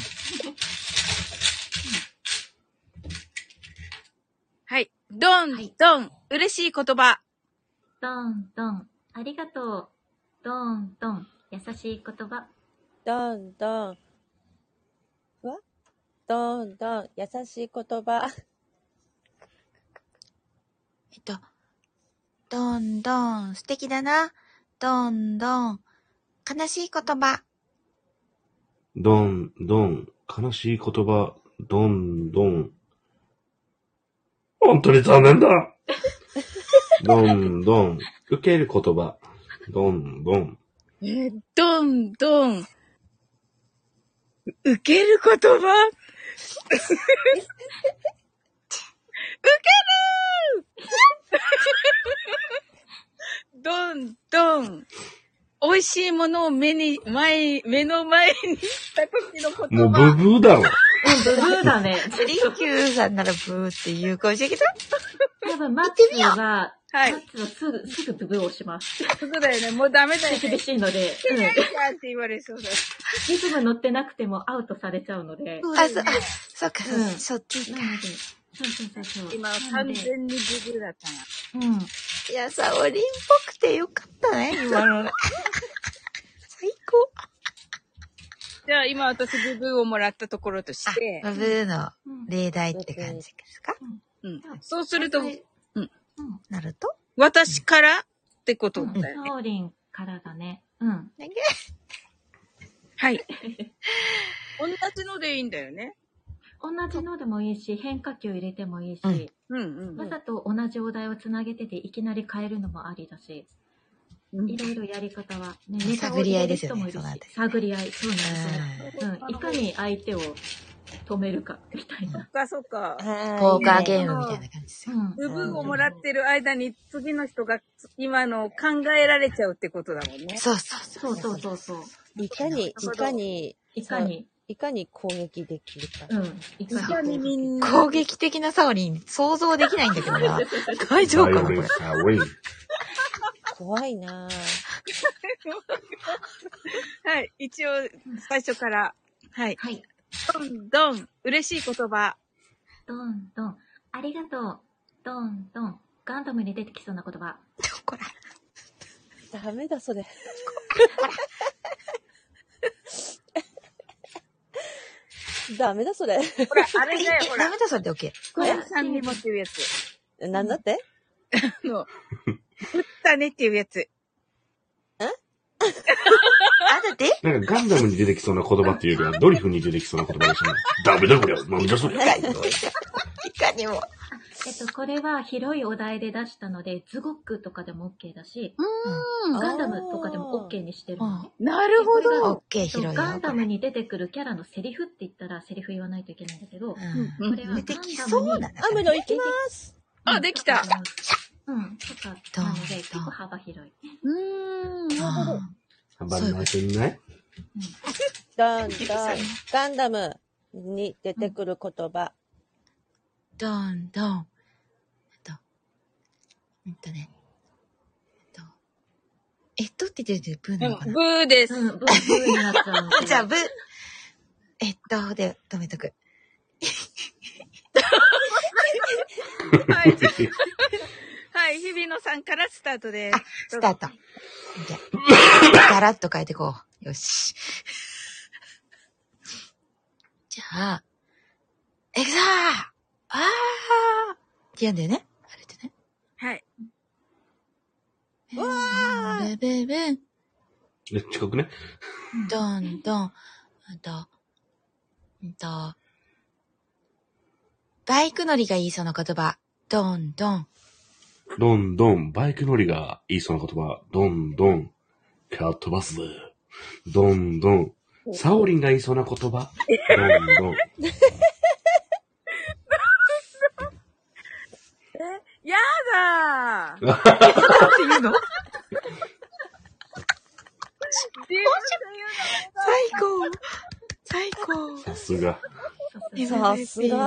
A: はい。ど
B: は
A: ん
B: い、
A: どん、嬉しい言葉。
B: どんどん、ありがとう。どんどん、優しい言葉。
D: ーいどんどん。うわどんどん、優しい言葉。
C: えっと、どんどん、素敵だな。どんどん、悲しい言葉。
E: どん、どん、悲しい言葉、どん、どん。本当に残念だどん、どん、受ける言葉、どん、どん。
A: えーどんどん、受ける言葉。受けるどんどん、美味しいものを目に、前、目の前にした時の
E: もう
A: 言葉。
E: ブブーだ
B: う
E: ろ
B: ん、ブブーだね。
C: プリキューさんならブーって言うかもしれないけど、
B: 多分、マッツーは、
A: はい
B: マッツーはすぐ、すぐブブーをします。
A: そうだよね。もうダメだよね。
B: 厳しいので、うん。
A: ないじゃんって言われそうだ。
B: リズム乗ってなくてもアウトされちゃうので。
C: あ、そ、あ、そっか、
B: うん
C: そっち
B: な
C: か。
B: ので、そうそうそうそう。
A: 今、
B: な
A: 完
B: ので、
A: 全にブブーだったな。
B: うん。
C: いや、サオリンっぽくてよかったね、今のが。最高。
A: じゃあ今私ブブーをもらったところとして、
C: ブブーの
B: うん
C: 例題って感じですか
A: うん、そうすると、
B: うん。
C: なると
A: 私からってことだよね。
B: サオリンからだね。うん。
A: はい。同じのでいいんだよね。
B: 同じのでもいいし、変化球入れてもいいし、
C: うん
A: うん
B: わざと同じお題をつなげてて、いきなり変えるのもありだし、
A: うん
B: いろいろやり方は、ね、ネタを
C: 探り合いですよね
B: 入れる人
C: そ
B: も
C: のあ
B: い
C: た
B: る
C: り
B: し探り合い、そうなんですね。うん。いかに相手を止めるか、みたい
A: そ
B: な。
A: っかそっか。
C: ポ
D: ポ
C: ーカーゲームみたいな感じです
B: う
C: よ。
B: ん。
A: ブブーをもらってる間に次の人が今のを考えられちゃうってことだもんね。
C: そうそうそ。
B: そううそうそうそう。
D: いかに、いかに、
B: いかに。
D: いかに攻撃できるか。
B: うん。い
C: ちなみに
B: みん
C: 攻撃的なサオリン、想像できないんだけどな。大丈夫かなこれ。
E: サウィン。
D: 怖いなぁ。
A: はい。一応、最初から。はい。
B: はい。
A: ドン、ドン。嬉しい言葉。
B: ドンドン。ありがとう。ドンドン。ガンダムに出てきそうな言葉。
C: これ。
D: ダメだ、それ。ダメだ、それ。
A: ほ ら、あれだよ、
C: え
A: ほ
C: ダ
A: ら。
C: メだ、それで OK。
A: 小屋さんにもっていうやつ。
D: なんだって
A: あの、打ったねっていうやつ。
C: あ、だって
E: なんかガンダムに出てきそうな言葉っていうよりは、ドリフに出てきそうな言葉でしたね。ダメだこりゃ、なんだそりゃ。
C: いかにも。
B: えっと、これは広いお題で出したので、ズゴックとかでも OK だし、ガンダムとかでも OK にしてるのね。
A: なるほ
B: ど
A: ど。
C: OK、
B: えっと
C: 広いよ。
B: ガンダ
C: これ
B: ムに出てくるキャラのセリフって言ったらセリフ言わないといけないんだけど、
C: う
B: これは
C: ん。出てきそうな。
D: 雨の行きます。
A: あできた。
B: うん、とか、なので、結構幅広い。
A: うん。
E: バンナーてんない
D: だんだん、ガンダムに出てくる言葉。
C: どんどん。あと、うんとね。えっと、えっとって出てるブーなのかな
A: ブーです。
B: うん、ブーブーになっちゃうので。
C: じゃあ、ブー。えっと、で止めとく。
A: はい。 はい。日比野さんからスタートです。
C: スタート。い け。ガラッと変えてこう。よし。じゃあ、エクザーあーってやんだよねあれってね。
A: はい。
C: わーブンブンブン。
E: え、近くね。
C: どんどん。あと、うんと、バイク乗りが言いそうな言葉。どんどん。
E: どんどん、バイク乗りが言いそうな言葉。どんどん、かっ飛ばすぜ。どんどん、サオリンが言いそうな言葉。どんどん。
A: やだー
E: や
C: って言うの最高最高
E: さすが。
B: そうそうそう
D: さすが。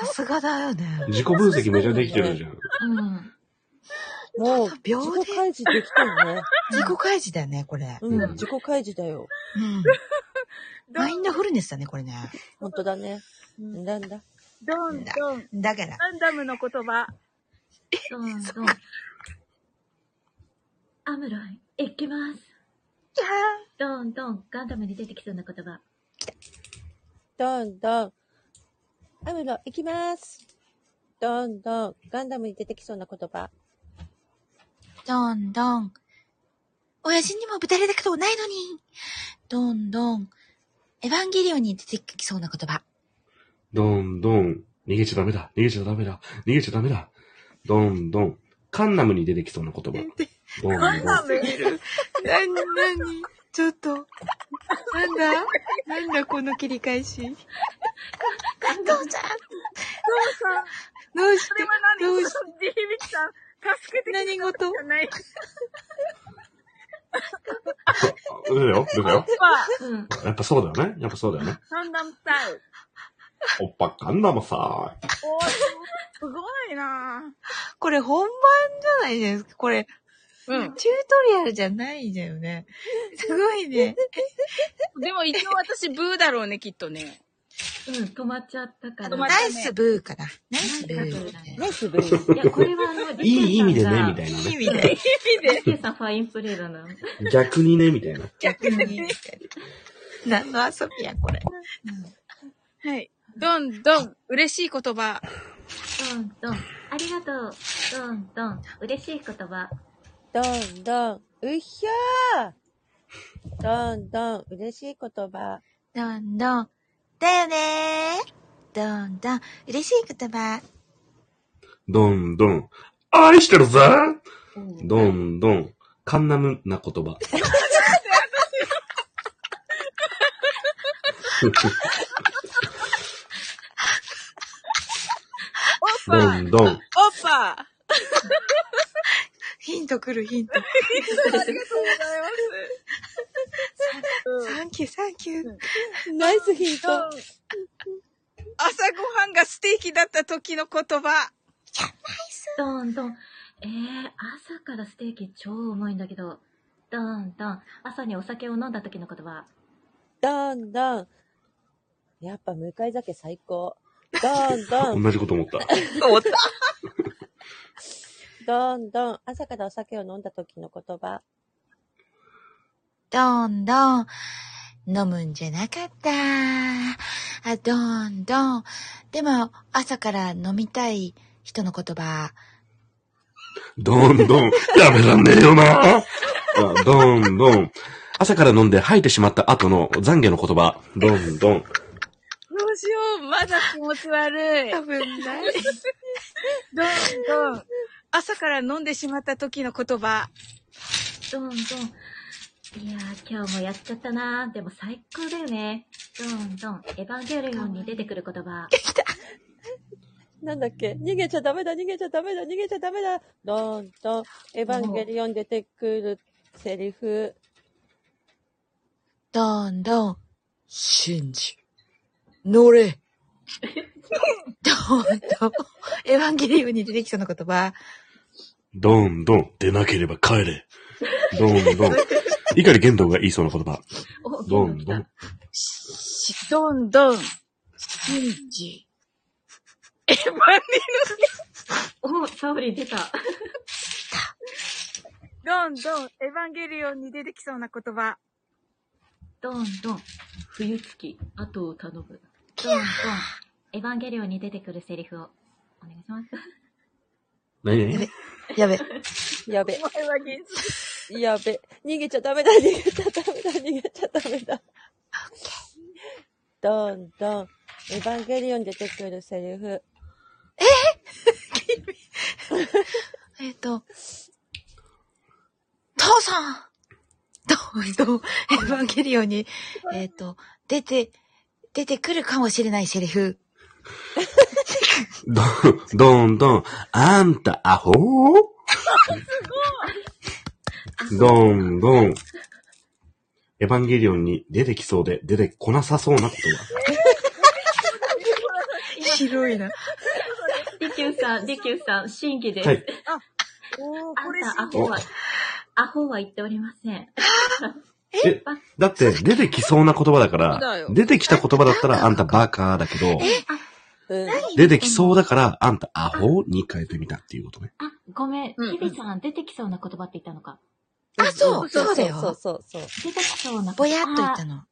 C: さすがだよね。
E: 自己分析めちゃできてるじゃん。
B: うん。
D: もう、
C: 秒で
D: 自己開示できてるね。
C: 自己開示だよね、これ。
D: う
E: うん
D: ん、自己開示だよ。
C: うん。マインドフルネスだね、これね。
D: 本当だね。なんだ。
A: どんどん。
C: だから、
A: ガンダムの言葉。
B: どんどん。アムロン、行きます。どんどん、ガンダムに出てきそうな言葉。
D: どんどん。雨の行きます。どんどん。ガンダムに出てきそうな言葉。
C: どんどん。親父にもぶたれたことないのに。どんどん。エヴァンゲリオンに出てきそうな言葉。
E: どんどん、逃げちゃダメだ、逃げちゃダメだ、逃げちゃダメだ。どんどん、カンナムに出てきそうな言葉。どんどん。
C: なになにちょっと。なんだなんだこの切り返し。どうちゃんどうして
A: これは何
C: どうし
A: ちょっとひびきさん、助けてくれた
C: 何事
A: じゃない。
E: 出たよ、出たよ。
A: は、
B: うん。
E: やっぱそうだよね。やっぱそうだよね。
A: ガンダムスタイル。
E: おっぱカンナムさーい。
A: おー、すごいな
C: これ本番じゃないですか。これ、
A: ぁ。う
C: チュートリアルじゃないんだよね。すごいね。
A: ん。でも一応私ブーだろうね、きっとね。
B: うん、止まっちゃったから。
A: 止まっ
C: ナイスブーかな。ナイスブー。
D: ナイスブリー。
B: いや、これはあの、
E: いい意味でね、み
B: い
E: たいない
C: い
E: ね。
C: 意味で。
B: な。リケさんファインプレーだな。
E: 逆にね、みたいな。
C: 逆に。何の遊びや、これ。
A: はい。どんどん、嬉しい言葉。
B: どんどん、ありがとう。どんどん、嬉しい言葉。
D: どんどん。うひゃー。どんどん。嬉しい言葉。
C: どんどん。だよねー。どんどん。嬉しい言葉。
E: どんどん、愛してるぜどんどん、カンナムな言葉。
A: オ
E: どんどん、
A: オパ
C: ヒントくるヒント。
A: ありがとうございます。サンキュー、サンキュー。
D: ナイスヒント。
A: 朝ごはんがステーキだった時の言葉。
B: どんどん。えー、朝からステーキ超重いんだけど。どんどん。朝にお酒を飲んだ時の言葉。
D: どんどん。やっぱ向かい酒最高。どんどん、
E: 同じこと思った。
A: 思った。
D: どんどん、朝からお酒を飲んだ時の言葉。
C: どんどん、飲むんじゃなかった。あ、どんどん。でも、朝から飲みたい人の言葉。
E: どんどん、やめらんねえよな。あどんどん。朝から飲んで吐いてしまった後の懺悔の言葉。どんどん。
A: どうしよう。まだ気持ち悪い。
C: 多分ない。
A: どんどん。朝から飲んでしまった時の言葉。
B: どんどん。いやー、今日もやっちゃったなー。でも最高だよね。どんどん。エヴァンゲリオンに出てくる言葉。
D: なんだっけ逃げちゃダメだ、逃げちゃダメだ、逃げちゃダメだ。どんどん、エヴァンゲリオン出てくるセリフ。
C: どんどん、信じ、乗れ。どんどん、エヴァンゲリオンに出てきそうな言葉。
E: どんどん、出なければ帰れ。どんどん。碇玄道が言いそうな言葉。
B: お、ゲ
E: ど
B: ーム
E: ん
B: 来
E: ど
B: た
E: ん。。
C: しどんどん、信じ。
B: お、サオリン出た。
A: どんどん、エヴァンゲリオンに出てきそうな言葉。
B: どんどん。冬月、後を頼む。どんどん。エヴァンゲリオンに出てくるセリフをお願いします。
E: 何
C: や
E: 々
C: べ、やべ。
D: やべ、
A: お前は現実。
D: やべ。逃げちゃダメだ、逃げちゃダメだ、逃げちゃダメだ。どんどん、エヴァンゲリオン出てくるセリフ。
C: えっ、と、父さんどんどん、エヴァンゲリオンに、えっ、と、出て、出てくるかもしれないセリフ。
E: どん、どんどん、あんたアホどんどん。エヴァンゲリオンに出てきそうで出てこなさそうなことは。
C: 白いな。
B: リキューさん、リキューさん、審議です。
E: はい。
D: おー
B: あ
A: これ
B: んた、ア
E: 審
B: ホ
E: 議
B: は、アホは言っておりません。
E: え、だって出てきそうな言葉だから
A: そうだよ、
E: 出てきた言葉だ ったらあんたバカだけど、
D: うん、
E: 出てきそうだからあんたアホに変えてみたっていうことね。
B: あ、ごめん
A: うんう。ん
B: ヒデさん、出てきそうな言葉って言ったのか。
C: あ、そう、そうだ
D: そう
C: よ。
D: そうそう。
B: 出てきそうな
C: ぼやっと言った
B: の。
C: の。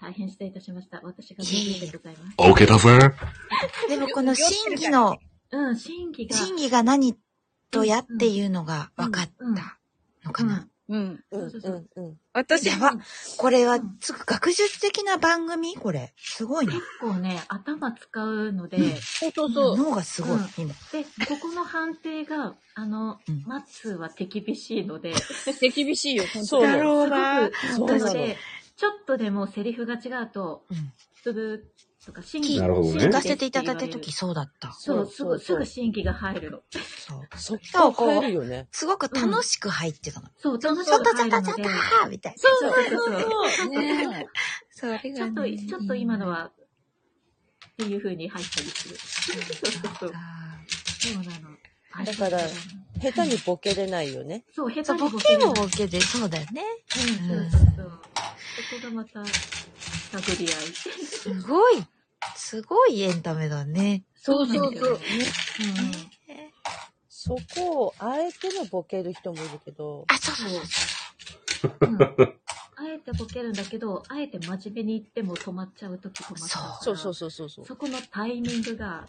B: 大変失礼いたしました。私が BB でございます。
E: OK だぜ。
C: でもこの審議の、
B: うん、審議が。
C: 審議が何とやっていうのが分かったのかな。
A: うん。
D: うん、うん、うん。
A: 私
C: や
A: は
C: ば、これはすぐ学術的な番組これ。すごいね
B: 結。構ね、頭使うので、
C: うん
B: で、
A: そうそう
B: そ
A: そう。
C: 脳がすごい、
B: うん
C: 今。
B: ここの判定が、あの
C: うん、
B: マッツーは手厳しいの で、
A: 手厳しいよ、本
D: そう
A: 当
D: なの
A: に。
C: ろう
D: そう
B: な
D: な
B: の
D: の。
B: で、ちょっとでもセリフが違うと
C: うん、
B: ブブーとか、審
C: 聞
B: 議。
C: いな
E: るほどね
B: 審議
C: 聞
B: で
C: か
B: す
C: せていただい
B: って言
C: た
B: われる
C: 時そうだった。
B: そう、すぐ、す
D: そう
B: ぐ審議が入るの。
C: そう。
D: そっ
C: か
D: から
C: こう
D: 帰るよね。
C: すごく楽しく入ってたの。
B: そう、楽し
C: ちょっ
B: く
C: とちょ
B: 入
C: っ
B: る
C: と
B: の
C: ちょっ
B: で
C: と、。はぁみたいな。
B: そうそうそうそう。
A: ね
C: それ
B: ちょ
C: が
B: っと、
C: ね
B: ちょっと今の。は、っていう風に入ったりする。そうそうそう。
C: あ
B: そうなの。あ
D: だから下手にボケれないよね。
B: そう、下
C: ーそ
B: 手
C: う、
B: に
C: ボ
B: ボ
C: ケ
B: ケる
C: もボケで、そうだよね。
B: うん、そうそうそう。そこがまた、探り合い。
C: すごい、すごいエンタメだね。
A: そうそう
B: そうなんだ
A: そ
B: よ
A: う。
D: そこをあえてのボケる人もいるけど、
C: あ、そうそうそう。
B: うん。うんあえてボケるんだけど、あえて真面目に言っても止まっちゃうとき困っちゃうから。
D: そうそうそうそうそ
B: そこのタイミングが、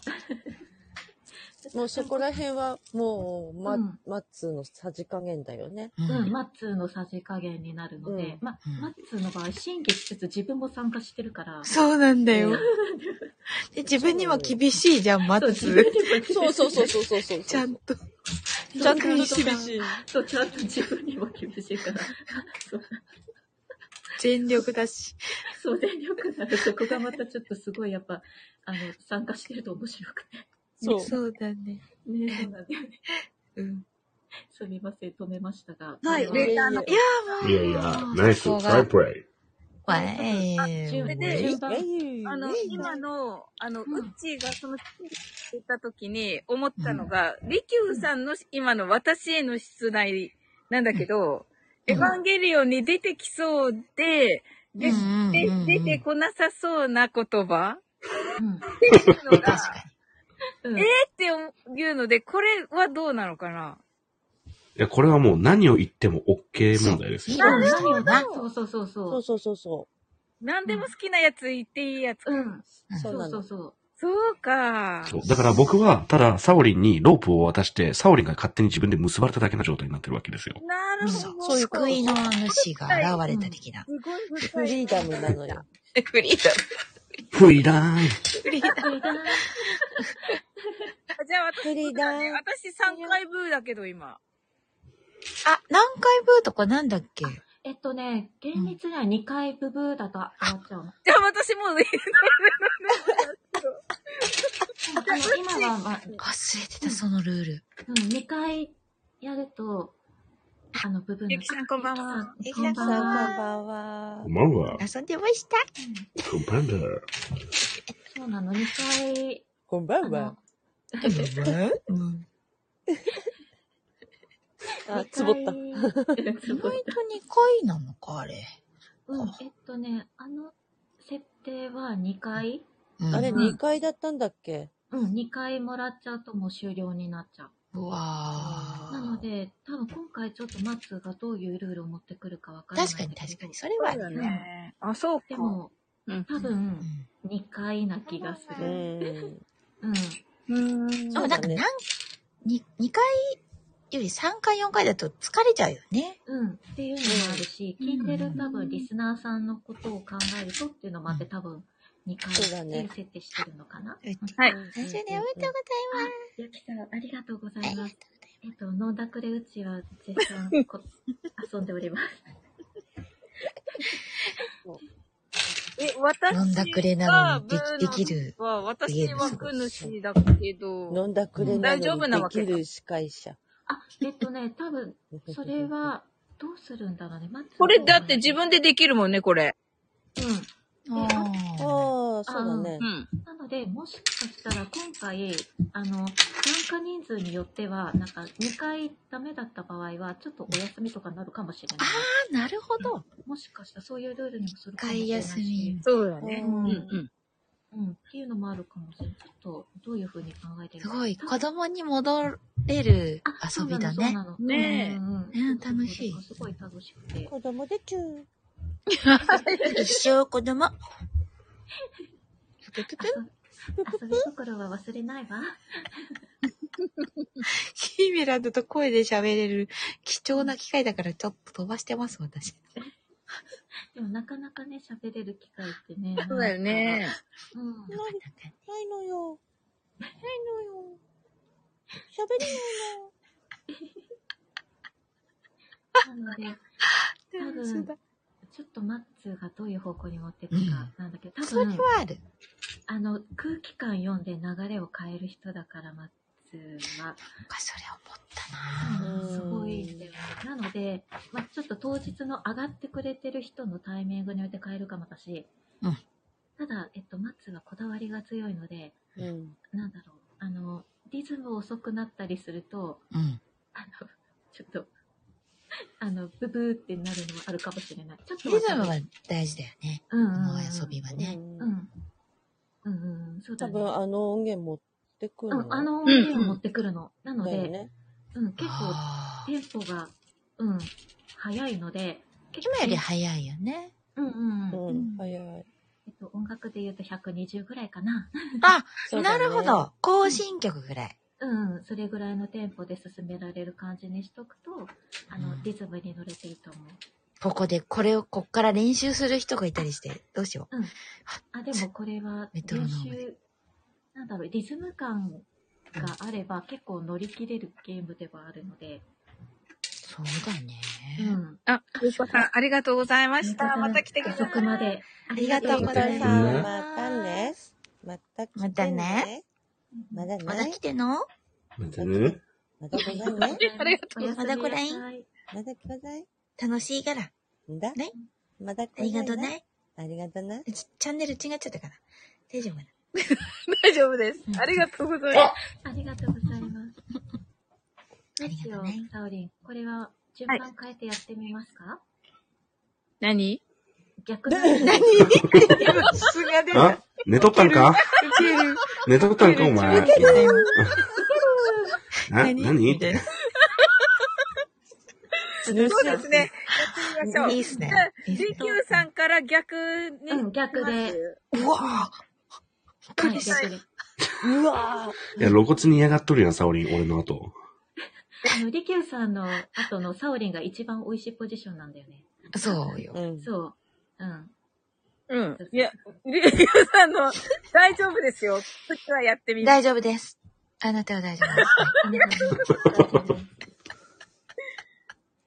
D: う。もうそこら辺はもう、ま、
B: うん
D: マッツーのさじ加減だよね。
C: う
B: うん、
C: ん。
B: マッツーのさじ加減になるので、
D: うん
B: ま
C: うん、
B: マッツーの場合、審議しつつ自分も参加してるから、
C: そうなんだ
D: う
C: よ
D: ん。
C: で、自分には厳しいじゃん、マ
B: そう
C: ッ
B: 自
C: ツ
B: 分
C: ー。
B: にも
D: そうそうそうそうそうそう。
C: ちゃんと。
D: ちゃんと厳しい。
B: そう、ちゃんと自分にも厳しいから、そう
C: 全力だし。
B: そう、全力なる。そこがまたちょっとすごい、やっぱ、あの、参加してると面白くて。
D: そう。
C: そうだね。
B: ね、そうなんだよね。
C: うん。
B: すみません、止めましたが。
D: はい
B: あの
D: レ
A: レターの、いやーもう。
E: いやいや、ナイス、
C: そこが
E: サイプレイ。
C: わえ
B: 順
A: で
B: 順番
A: あの、今の、あの、
B: ん
A: うっちーがその、言った時に思ったのが、リキューさんの今の私への出題なんだけど、
C: うん
A: エヴァンゲリオンに出てきそうで、で、
C: うん
A: で
C: うんうんうん
A: 出てこなさそうな言葉
B: うん
A: のが、
C: 確か
B: うん
A: えっていうので、これはどうなのかない
E: や、これはもう何を言っても OK 問題です
C: に。いい
E: よ。
C: よね。
B: 何をだそうそうそう
D: そ
B: そうう。
D: そうそうそ
A: 何でも好きなやつ言っていいやつか。
B: うん。
D: う。そ
B: そ
D: うな
B: うそ
D: の
B: う。そう。
A: そうか。
E: そうだから僕は、ただ、サオリンにロープを渡して、サオリンが勝手に自分で結ばれただけの状態になってるわけですよ。
A: なる
C: そ
A: ほど。
C: う。救いの主が現れた的な。
A: すごい
D: フ
A: 深い。
D: リーダムなのよ。
C: フリーダ
E: フリーダーン
A: じゃあ私、
D: フリーダム。
A: 私3回ブーだけど今。
C: あ、南海ブーとかなんだっけ
B: えっとね、厳密には2回ブブーだと終わっちゃうの。
A: じゃあ私もう、
B: あの今は、まあ、
C: 忘れてた、そのルール。
B: うん、2回やると、あの、部分
A: ゆきさんこんばんは。
C: ゆき
B: こ
C: さん
B: ん
D: さ
B: ばん
D: あ、こん
B: は。
D: ばんは
E: こん。ばんは。
C: 遊んでました。
E: こんばんは。
B: そうなの、2回、
D: こんば
B: あ
D: んは
B: の。、
C: うん
D: あ、つぼった。
B: 2回
C: 意
B: つぼ
C: 外
B: っ
C: と
B: た
C: 2回なのか、あれ。
B: うん、えっとね、あの、設定は2回
C: うん
D: あれ、
B: ね
D: 2階だったんだっけ
B: うん、2回もらっちゃうともう終了になっちゃう。
C: うわ
B: なので、多分今回ちょっとマッツーがどういうルールを持ってくるかわ
C: ー
B: からないん
C: 確
B: だけど。
C: かに確かに、それはある。
A: ね。あ、そうか。
B: でも、
A: うん
B: 多
C: う
B: 分、
C: ん
B: 2回な気がす
D: う
B: る。
D: ん。
B: うん。
A: うん
C: で
D: そ
C: もな
D: うだ
C: んか
D: ね
C: 何、に2回より3回、4回だと疲れちゃうよね。
B: うん。っていうのもあるし、
C: うん
B: 聞いてる多分リスナーさんのことを考えるとっていうのもあって、多分2回
D: そうだ
B: ってい
D: ね
B: う設定してるのかな。
C: はい。
A: はい。
C: 30年おめでとう
B: ゆきさん、ありがとうござ
C: ござい
B: い
C: ま
B: ますす。。えっと、飲んだくれうちは絶賛こ遊んでおります。
A: え、私
C: 飲んだくれなのにで
A: が
C: できる
A: ブーのは私はく主だけど、
D: 飲んだくれな
A: 大丈
D: の
A: 夫な
D: にで
A: わけ
D: き
A: か
D: る司会者。
B: あ、えっとね、多分、それは、どうするんだろうね。まず
A: これだって自分でできるもんね、これ。
B: う
C: あ
D: ああ、そうだね
A: う。ん。
B: ん。なので、もしかしたら今回、あの、参加人数によっては、なんか2回ダメだった場合は、ちょっとお休みとかになるかもしれない。
C: ー、なるほど。
B: もしかしたらそういうルールにもするかもしれ
C: 回
B: ない
C: 休み
B: し。。
A: そうだね。
D: ねう
A: うんんうん。
B: うん。っていうのもあるかもしれない。ちょっと、どういうふうに考えてる
C: す
B: か
C: ごい、
B: 多
C: 子
B: 分
C: 供に戻れる
B: あ
C: 遊びだ
B: そう
C: ね
B: な。のそうなの
A: ねえ
B: うんうん
C: うん楽しい
B: すごい楽しくて。
D: 子供でちゅー。
C: 一生子供。ぷぷぷぷ
B: 遊び心は忘れないわ。
C: ヒーミランドと声で喋れる貴重な機会だからちょっと飛ばしてます、私。
B: でもなかなかね、喋れる機会ってね。
A: そうだよね。
B: うん。
D: ないないのよ。ないのよ。喋れない
B: なので、多分
C: そうだ
B: ちょっとマッツーがどういう方向に持っていくかなんだけど、多
C: それ
B: 分
C: は、ある。
B: あの、空気感読んで流れを変える人だから、マッツーは。
C: なんかそれ思ったな。
D: う
B: す
D: ん
B: ごいんだよね。なので、まあ、ちょっと当日の上がってくれてる人のタイミングによって変えるかもだし、
C: うん
B: ただ、えっと、マッツーはこだわりが強いので、
D: の。うん。
B: なんだろう、あの、リズム遅くなったりすると、
C: うん。
B: あの、ちょっと、あの、ブブーってなるのもあるかもしれない。ちょっと
C: リ
B: わ
C: ズ
B: かる
C: ムは大事だよね。
B: うん
C: こ
B: うんうん
C: の遊びはね。
B: うん。うんうんうん、そうだ
D: 多
B: ね。
D: 分あの音源持ってくる
B: うんあの音
A: うん
B: 源を持ってくるの。なの
D: だよ
B: で、
D: ね。
B: うん、結構
C: あー
B: テンポが、うん、早いので、
C: 今より早いよね。
B: うんうんうん。
D: う
C: うん
D: ん。早い。
B: えっと、音楽で言うと120ぐらいかな。
C: あ、
D: そうだ
C: な
D: ね
C: るほ。ど。更新曲ぐらい。
B: うんうん、それぐらいのテンポで進められる感じにしとくと、あ
C: う
B: の
C: ん、
B: リズムに乗れていいと思う。
C: ここで、これを、こっから練習する人がいたりして、どうしよう。
B: あ、でもこれは
C: メトロノ
B: 練
C: ームで
B: 習、なんだろう、リズム感があれば結構乗り切れるゲームではあるので、
C: そうだね。
B: うん。
A: あ、ゆうこさん、ありがとうございまし
B: ゆうこ
A: た。
B: さん
A: また来てくださ
B: 遅く
A: い。
B: まで。あ
C: りがとうござい
D: さ
C: ま
D: ん
E: すうん
D: またね。また来て
C: またね。
D: まだね。
C: まだ来てんの
E: またね。
D: まだこない ね。
A: ありがと
B: おやすみ
C: まだこ
B: な
C: ら
B: さ
C: い
B: い。
D: まだこない
C: 楽しいから。
D: んだ
C: ね
D: まだこ
C: あ
D: ない
C: り
D: な
C: がとうね。
D: ありがとうな。
C: チャンネル違っちゃったから。大丈夫かな。
A: 大丈夫です。ありがとうございます。
B: ありがとうございます。
C: あ
B: どう
C: り
B: し
C: が
B: よ
C: と
B: う
C: うね、
B: サオリン。これは順番変えてやってみますか、
A: 何
B: 逆に。
C: すが出
E: あ寝とったんか寝とったんかお 前。な、
C: 何
E: 何って。
A: そうですね。やってみまし
C: い
A: ょ
C: いうっ。すね。
A: DQ さんから逆に。
B: うん逆で
A: 行きます。
C: うわぁ
B: はい、逆に。
D: うわ
E: いや、露骨に嫌がっとるやん、サオリン、俺の後。
B: あの、リキューさんの後のサオリンが一番美味しいポジションなんだよね。
C: そう
D: ぁ
C: よ。
D: うん。
B: そう。うん。
A: うん。いや、DQ さんの、大丈夫ですよ。こっちはやってみる。
C: 大丈夫です。あなたは大丈夫です。
B: ありがとうございます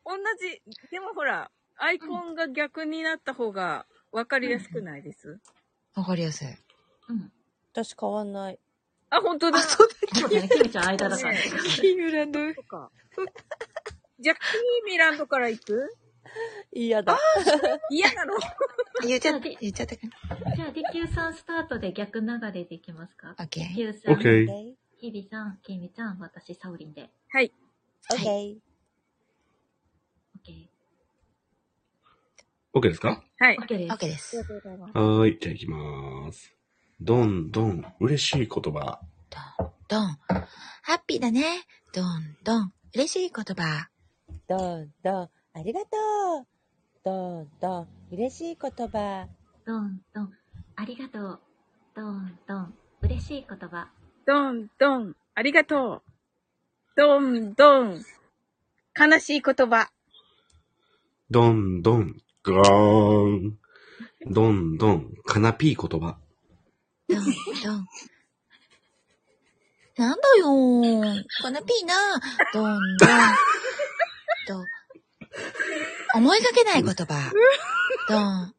A: 同じ、でもほら、アイコンが逆になった方が分かりやすくないです、
C: わかりやすい。
B: うん。
D: 私変わんない。
A: あ、本当だ。そ
B: そうだ ね、キムちゃん間だから。
C: キーブランド。
A: うか。じゃあ、キーミランドから行く
D: 嫌だ。
A: 嫌なの
C: 言っちゃった、言っちゃったかな。
B: じゃあ、リキューさんスタートで逆流れでいきますか
C: オッケ
B: リ
C: ー。
B: キューさ
E: オ
B: ん、
E: ッケー。
D: OK?OK?
B: ヒビさん、キミちゃん、私、サオリンで。OK。
E: オッケーですか
A: はい。
B: OK で
C: オッ
B: す。
C: ケーです。
A: とうございます。
E: はーい、じゃあ行きまーす。どんどん嬉しい言葉。
C: ドン。ハッピーだね。ドン、ドン。嬉しい言葉。
D: どんどん、ありがとう。どんどん、嬉しい言葉。
B: ドン、ドン。ありがとう。ドン、ドン。嬉しい言葉。
A: どんどん、ありがとう。どんどん、悲しい言葉。
E: どんどん、ガーン。どんどん、かなぴー言葉。
C: ドン、ドン。なんだよー。このピーな。ドン、ドン。と、思いがけない言葉。ドン。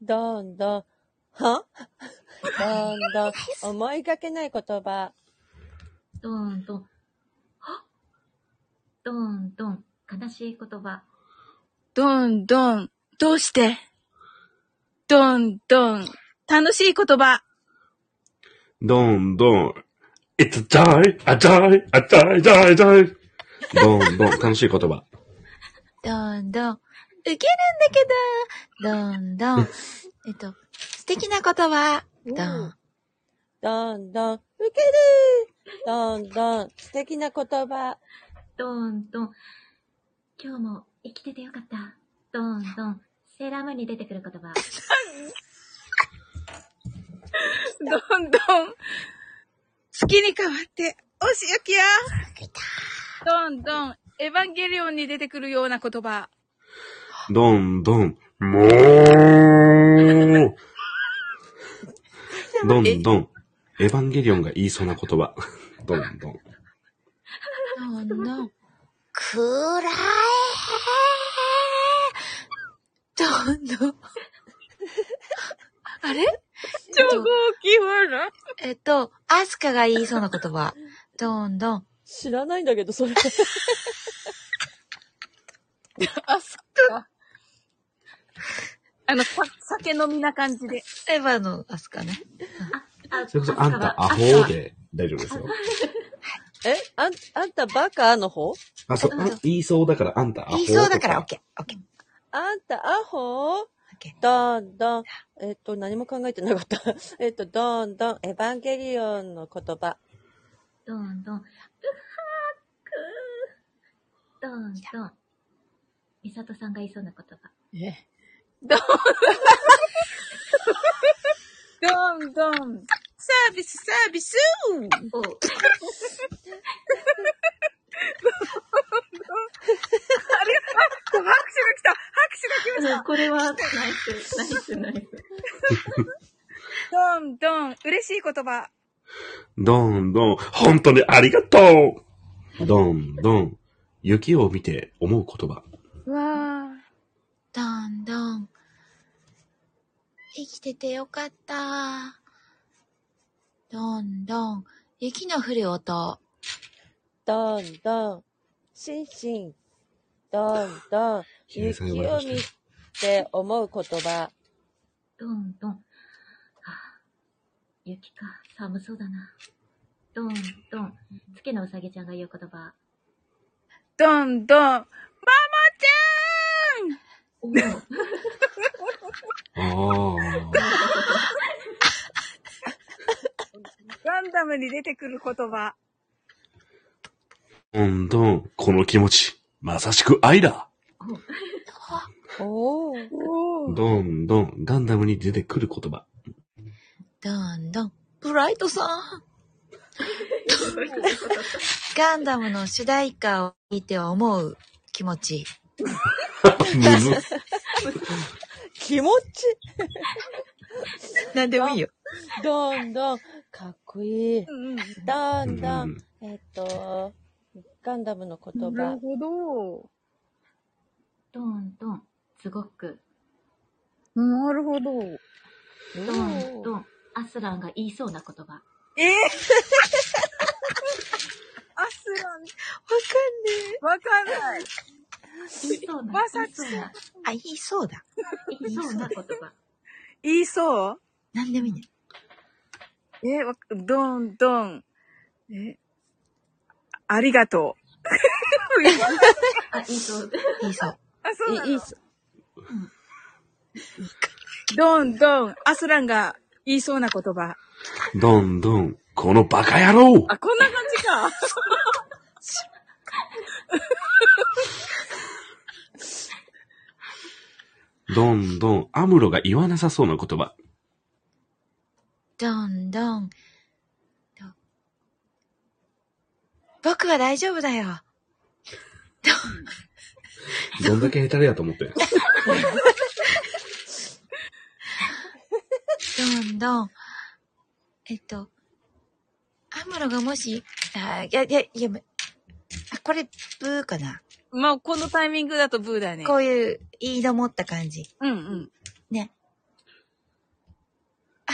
D: どんどん、 はどんどん、思いがけない言葉。
B: ドン、ドン。はドン、ドン。悲しい言葉。
A: どんどん、どうしてどんどん、楽しい言葉。
E: どんどん、it's a die, a die, a die, die, die. どんどん、楽しい言葉。
C: どんどん。ウケるんだけど。どんどん。えっと、素敵な言葉。どん。
D: どんどん、ウケるどんどん、素敵な言葉。
B: ドン、ドン。今日も生きててよかった。ドン、ドン。セーラームーンに出てくる言葉。
A: どんどん、好きに変わって、おしゆきや。どんどん、エヴァンゲリオンに出てくるような言葉。
E: どんどん、もう。どんどん、エヴァンゲリオンが言いそうな言葉。どんどん。
C: どんどん。暗い。どんどん。あれ
A: 超豪気笑
C: えっと、アスカが言いそうな言葉。どんどん。
D: 知らないんだけど、そ れ。
A: あ、そっか。あの、さ酒飲みな感じで。
C: エヴァのアスカね。
B: あ、
E: それこそ、あんた、アホで大丈夫ですよ。
D: えあん、あんたバカの方
E: あ、そう、あ言いそうだから、あんた、アホ
C: 言い
E: とか。
C: そうだから、オッケー、オッケー、
D: あんたアホ
C: オッケ
D: どんどん、えっと、何も考えてなかった。 えっと、どんどん、エヴァンゲリオンの言葉。
B: ドン、ドン。うはーくー。ドン、ドン。ミサトさんが言いそうな言葉。
A: どんどん。サービス、サービス
B: おう
A: 拍手が来た拍手が来ました
B: これは、ナイス、ナイス、ナイス。
A: どんどん、嬉しい言葉。
E: どんどん、本当にありがとうどんどん、雪を見て思う言葉。
A: わあ。
C: ー。どんどん。生きててよかった。どんどん。雪の降る音。
D: どんどん、心身、どんどん、
E: ひげさん呼
D: 雪
E: ばれ
D: を
E: ました
D: 見
E: よ
D: て思う言葉。
B: どんどん。はあ雪か、寒そうだな。どんどん。つけのうさぎちゃんが言う言葉。
A: どんどん、ママ
B: おお。
E: ああ。
A: ちゃんランダムに出てくる言葉。
E: どんどん、この気持ち、まさしく愛だ。
D: おお。
A: おー
E: どんどん、ガンダムに出てくる言 葉。
C: どんどん。ブライトさ ん。ガンダムの主題歌を聴いて思う気持ち。
E: むずっ
D: 気持ち
C: なんでもいいよ。
D: どんどん、かっこいい。
A: うんうん
D: ど
E: うん
D: どん、
E: ん
D: えっと、ガンダムの言
A: なる
D: 葉。
A: ほど。
B: どんどん。すごく。
A: なるほど。
B: どんどん。アスランが言いそうな言葉。
A: えー、アスラン、わかんない。
B: 言いそうな。
A: まさ
B: 言い
A: き
B: そ
A: さん
B: うな。
C: あ、いいそうだ。
B: 言いそうな言葉。
A: 言いそう
C: なんでもいいね。
A: え、わどんどん。え、ありがとう。
B: あ、言いそう。
C: いいそう。
A: あ、そうない
D: いい
A: の
D: っす。
A: どんどん、アスランが言いそうな言葉。
E: どんどん、このバカ野郎
A: あ、こんな感じか。
E: どんどん、アムロが言わなさそうな言葉。
C: どんどん。ど僕は大丈夫だよ。
E: どんだけ下手れやと思って。
C: どんどん。えっと、アムロがもし、あ、いや、いや、いや、めあこれ、ブーかな。
A: まあ、このタイミングだとブーだね。
C: こういう、言いのもった感じ。
A: うんうん。
C: ね。あ、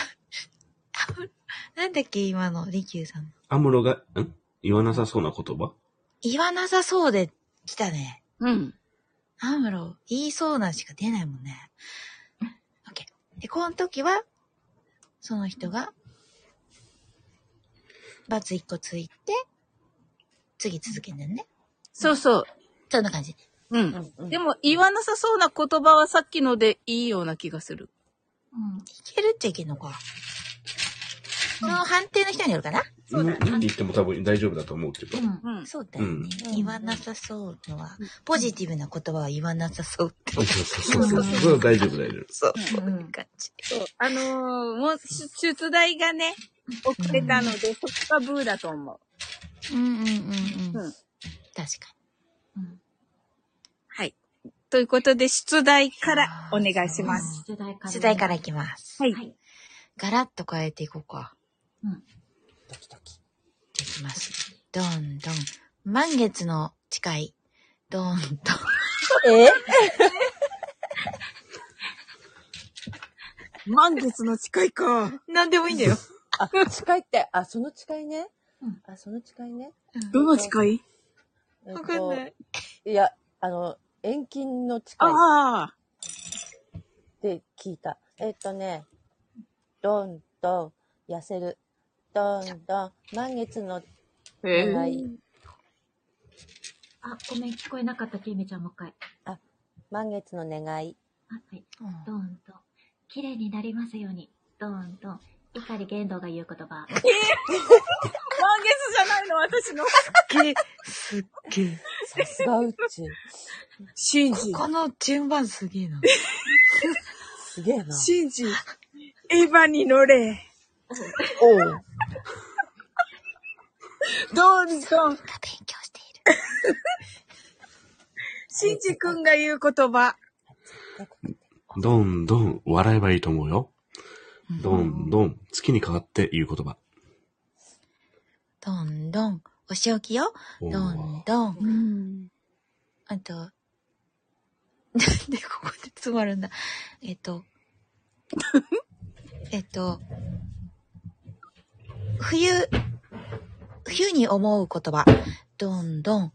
C: アムロなんだっけ、今の、リキューさんの。
E: アムロが、ん言わなさそうな言葉
C: 言わなさそうで来たね。
A: うん。
C: アムロ、言いそうなしか出ないもんね。オッケー。で、この時は、その人が、バツ一個ついて、次続けんだよね。
A: そうそう。
C: そんな感じ。
A: う。
D: うんんうん
A: でも、言わなさそうな言葉はさっきのでいいような気がする。
B: うん。
C: いけるっちゃいけんのか。その判定の人によるかな、
E: そうだ、何で言っても多分大丈夫だと思うけど
B: う。ん。
A: うん。
C: そうだよね、
E: う
C: 言わなさそうのは、ポジティブな言葉は言わなさそうって。
E: そうそうそう。そう大丈夫、大丈夫。
C: そう、
B: う
C: そ
B: ん
C: ういう感じ。
A: そう。あのー、もう、し出題がね、遅れたので、そこがブーだと思
C: うんうんう
A: う。
C: んうん。
A: うん。
C: 確か
B: うん。
A: はい。ということで、出題から
C: あー
A: お願いします。
B: 出題から。
C: に。取材からいきます。
A: はい
B: はい。
C: ガラッと変えていこうか。
B: うん。
C: ドキドキ。じゃあいきます。どんどん。満月の誓い。どんどん。
D: え
A: 満月の誓いか。
C: なんでもいいんだよ。
D: あ、誓いって、あ、その誓いね
B: うん。
D: あ、その誓いね。
A: どの誓い
D: えっと
A: わかんない。
D: いや、あの、遠近の誓いっ
A: ああ。
D: て聞いた。えっとね、どんどん痩せる。どんどん満月の
A: へえ。
D: 願い。
B: あ、ごめん、聞こえなかった、けいめちゃん、もう一回。
D: 満月の願い。
B: あはい。
C: うん
B: どんどん。綺麗になりますように。どんどん。碇玄道が言う言葉。
A: 満月じゃないの、私の。
C: げえすっげえ。
D: さすがうち。
A: シンジ。
C: この順番す げえな。
D: すげえな。
A: シンジ。エヴァに乗れ。
D: おう。
A: どんどん。
C: が勉強している。
A: シンジくんが言う言葉。
E: どんどん、笑えばいいと思うよ。どんどん、月に変わって言う言葉。
C: どんどん、お仕置きよ。
E: おー
C: どんどん。
A: うん。
C: あと、 なんでここで詰まるんだ。えっ と、えっと、冬、冬に思う言葉。どんどん。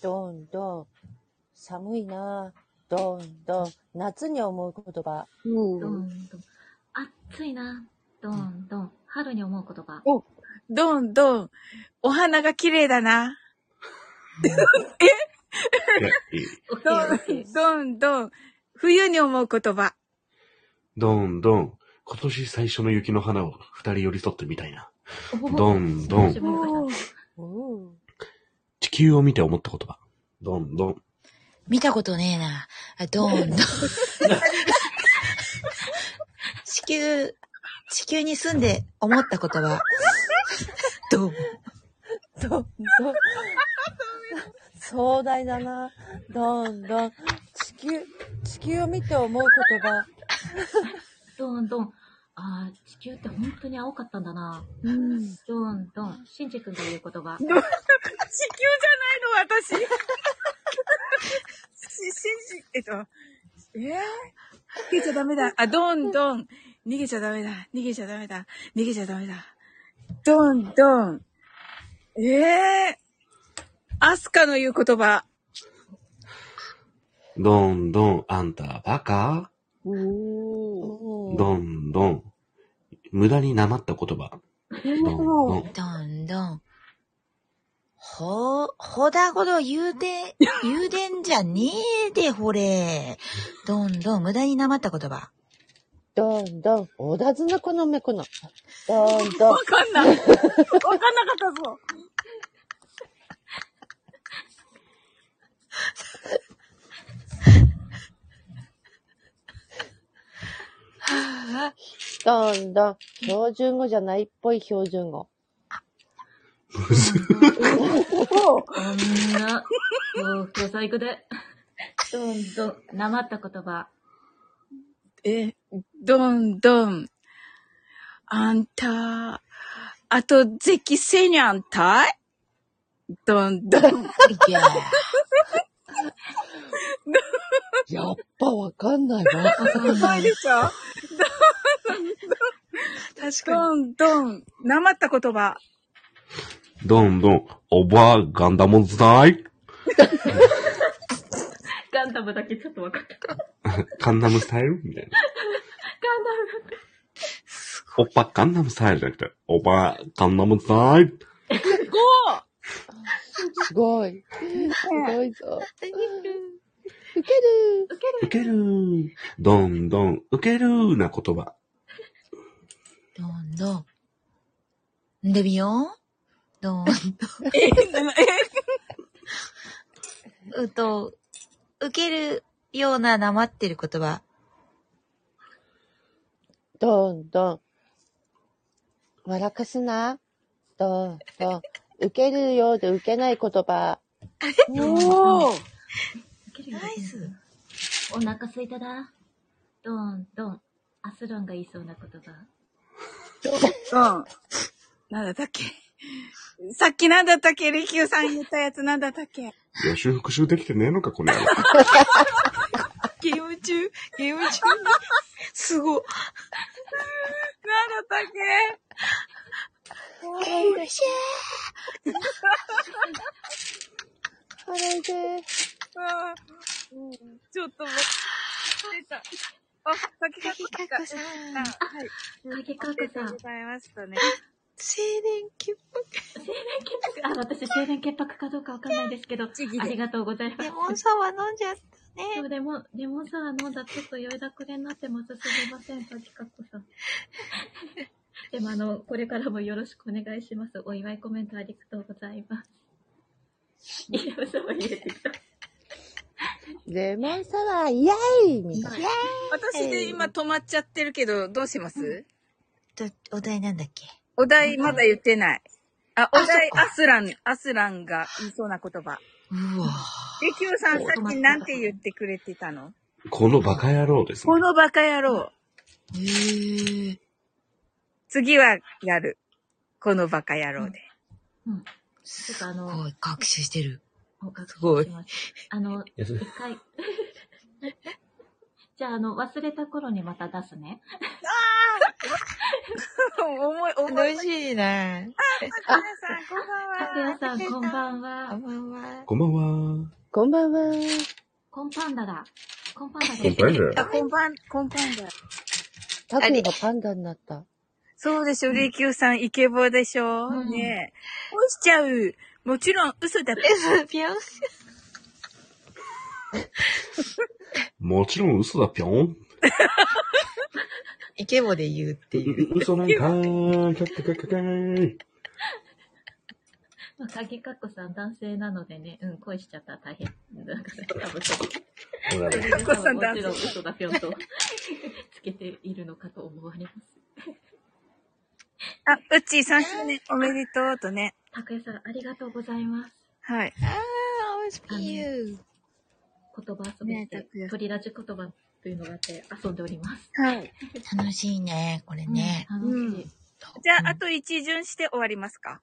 D: どんどん。寒いなぁ。どんどん。夏に思う言葉。
B: どんどん。暑いな。どんどん。春に思う言葉。
A: どんどん、お花が綺麗だな。
E: いや、いい。
A: どん、どんどん、冬に思う言葉。
E: どんどん、今年最初の雪の花を二人寄り添ってみたいな。どんどん、
D: うん。
E: 地球を見て思った言葉。どんどん。
C: 見たことねえな。あどん どん。地球、地球に住んで思った言 葉。どん。
D: どんどん。壮大だな。どんどん。地球、地球を見て思う言葉。
B: どんどん。あー地球って本当に青かったんだな。
D: うん。
B: どんどん。しんじ君が言う言葉。
A: どんどん地球じゃないの、私。し、しんじ、えっと、えー、逃げちゃダメだ。あ、どんどん、逃げちゃダメだ。逃げちゃダメだ。逃げちゃダメだ。どんどん。ええー、アスカの言う言葉。
E: どんどん、あんたバカ
D: お
A: お
D: ー
E: どんどん、無駄になまった言葉。どんどん。
C: どんどん。ほ、ほだほど言うて、言うてんじゃねえで、ほれ。どんどん無駄になまった言葉。
D: どんどん。おだずなこのめこの。どんどん
A: わ。かんない。わ かんなかったぞ。
D: どんどん。標準語じゃないっぽい標準語。
B: こんな、もう、今日最高で。どんどん。なまった言葉。
A: え、どんどん。あんた、あと、ぜきせにゃんたいどんどん。
C: いけ。
D: やっぱわかんないわ。
B: わかんない。
A: しょ
C: 確
A: どんどん。なまった言葉。
E: どんどん、おばあガンダムズだい
B: ガンダムだけちょっとわかった。
E: ガンダムスタイルみたいな。おっぱガンダムスタイルじゃなくて、おばあガンダムズだい
D: すごい。すごいぞ。ウケる。
E: ウケるー。どんどん、ウケるーな言葉。
C: どんどん。んでみよう。どん、
A: え、なえ、
C: うと、受けるようななまってる言葉。
D: どんどん。笑かすな。どんどん。受けるようで受けない言葉。
A: おー
C: ナイス。
B: お腹すいただ。どんどん。アスロンが言いそうな言葉。
A: うん。なんだったっけさっきなんだったっけリキューさん言ったやつなんだったっけ
E: 予習復習できてねえのか、この野郎。
C: ゲーム中、ゲーム中。すごい。
A: なんだったっけ
C: ゲーム中。
D: 笑いで。
A: うん。ちょっと待ってた。あ、さっきかっこさん。はい。
B: 影か
A: あ
B: っこ
A: り
B: さ
A: がとう
B: ん
A: ご。ざいましたね。
C: 青年潔白。
B: あ、私、青年潔白かどうかわかんないですけど、ありがとうございま
C: レ
B: す。
C: モンサワー飲んじゃったね
B: 今。日でも、レモンサワー飲んだ、ちょっと酔いだくれになってます。すみません、さきかっこ さん。でも、あの、これからもよろしくお願いします。お祝いコメントありがとうございます。いや、嘘を入れてきた。
D: レモンサワー、イエーイみたいな。
A: 私で今止まっちゃってるけど、どうします
C: と、お題なんだっけ
A: お題まだ言ってない。あ、お題
C: あそっ
A: アスラン、アスランが言いそうな言葉。
C: うわ
A: リキューさんさっきなんて言ってくれてたの
E: このバカ野郎ですね
A: こ。のバカ野郎。
C: へえ。
A: 次はやる。このバカ野郎で。
B: うん。
C: す
B: っとあの
C: ごい、学習してる。
B: おか
C: すごい。
B: あの、
E: いやそれ
B: 一回、 じゃあ、あの、忘れた頃にまた出すね。
A: 重い、重い。
C: 楽しいね。
A: あ、皆さん、こんばんは。
B: たくやさん、こんばん
A: こ
B: は。
A: んばんは。
E: こんばんは。
D: こんばんは。
B: コンパンダだ。コンパンダ
E: コ
B: で
E: ン
B: す。
E: パンダ
A: あ、こんばん、こんばんは。
D: タクがパンダになった。
A: そうでしょ、霊柩さん、イケボでしょ、
B: うん
A: ねえ。落ちちゃう。もちろん、嘘だ。
C: ぴょん。
E: もちろん嘘だぴょん。
C: イケボで言うっていう。
E: 嘘なんかー、キャッキャッキャッキャッキャーイ
B: まあ、鍵かっこさん、男性なのでね、うん、恋しちゃったら 大変。なんか、多分そう。
E: ほらね
A: っこさん男
B: も
A: 性
B: ちろん嘘だぴょんと つけているのかと思われます。
A: あ、うっちー3周年おめでとうとね。
B: たくやさん、ありがとうございます。
A: はい。
C: ああ、おいしい。
B: 言葉遊びし
A: ねえ
B: て
A: 拓也、さん
B: 鳥ラジ言葉というのがあって遊んでおります。
A: はい。
C: 楽しいね、これね。
B: うん楽しい。
A: じゃあ、あと一巡して終わりますか。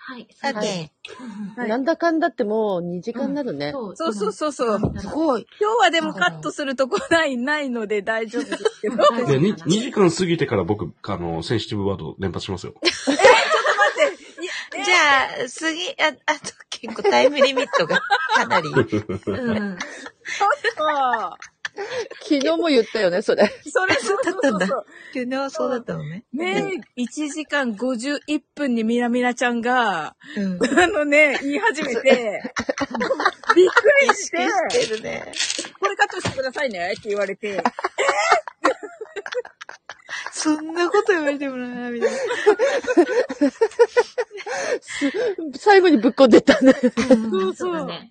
B: はい。
C: さ
B: そうです
C: て、
B: うん
A: はい
D: なんだかんだってもう2時間になるね。
B: そう
A: そうそうそうそう。
B: 今
C: すごい。
A: 今日はでもカットするとこない、ないので大丈夫ですけど。ちょっと 待
B: う
A: っ
B: ん
A: て、
E: で、2, 時間過ぎてから僕、あの、センシティブワード連発しますよ。
A: いやえ
C: じゃあ、次、あ、あと結構タイムリミットがかなり。
B: うん。
A: ちょっ
D: 昨日も言ったよね、それ。
A: と、それそう
C: だったん
A: そう
C: だ
A: そう。。
C: 昨日そうだったのね。
A: ねえ、1時間51分にミラミラちゃんが、
C: うん。
A: あのね、言い始めて、 びっくり
C: 意識
A: し、
C: しててるね。
A: これカットしてくださいねって言われて、
C: そんなこと言われてもな、みたいな。
D: 最後にぶっこんでったね。
A: そうそう
B: だね。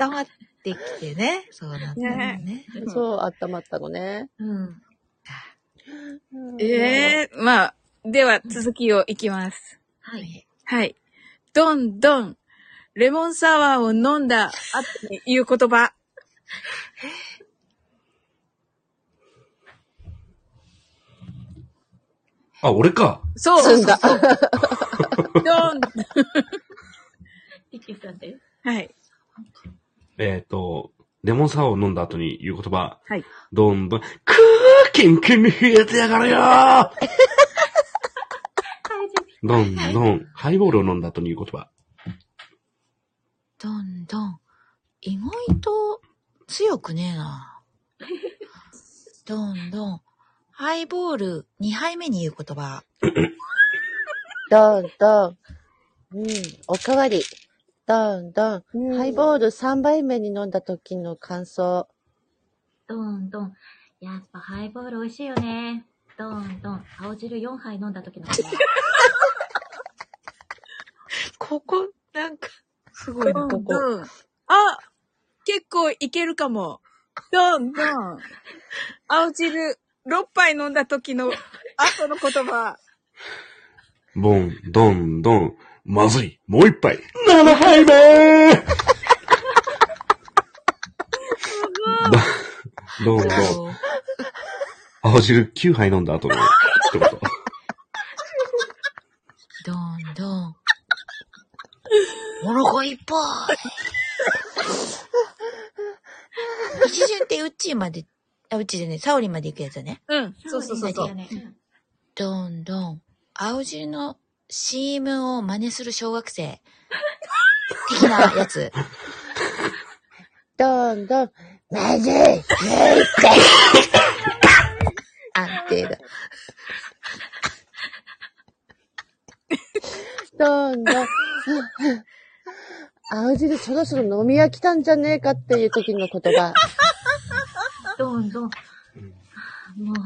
C: 温まってきてね。そうだったのね。
D: そう、温まったのね。
B: うん。
A: ええまあ、では続きをいきます。
B: はい。
A: はい。どんどん、レモンサワーを飲んだ後に言う言葉。
E: あ、俺か。
A: そう
D: そうだ。
A: どん、
B: リッキーさんです。
A: はい。
E: えっ、と、レモンサワーを飲んだ後に言う言葉。
A: はい。
E: どんどん、クーキンキンに冷えてやがるよー
B: はい、
E: どんどん、ハイボールを飲んだ後に言う言葉。
C: どんどん、意外と強くねえな。どんどん、ハイボール2杯目に言う言葉。
D: どんどん。うん、おかわり。どんどん。ハイボール3杯目に飲んだ時の感想。
B: どんどん。やっぱハイボール美味しいよね。どんどん。青汁4杯飲んだ 時の。
C: ここ、なんか、すごい
A: ど
C: な、こ
A: ん
C: こ。
A: どん。あ結構いけるかも。どんどん。青汁6杯飲んだ時の後の言葉。
E: ボン、どんどん、まずい、もう一杯、7杯目 どんどん、青汁9杯飲んだ後の一言。
C: どんどん。モロコ一杯。一巡ってうちまで、あ、うちでね、サオリまで行くやつだね。
A: うん。そうそうそうそう。
B: だよね
C: どんどん、青汁の CM を真似する小学生。的なやつ。
D: どんどん。まずい
C: 安定だ。
D: どんどん。青汁そろそろ飲み飽きたんじゃねえかっていう時の言葉。
B: どんどん。もう、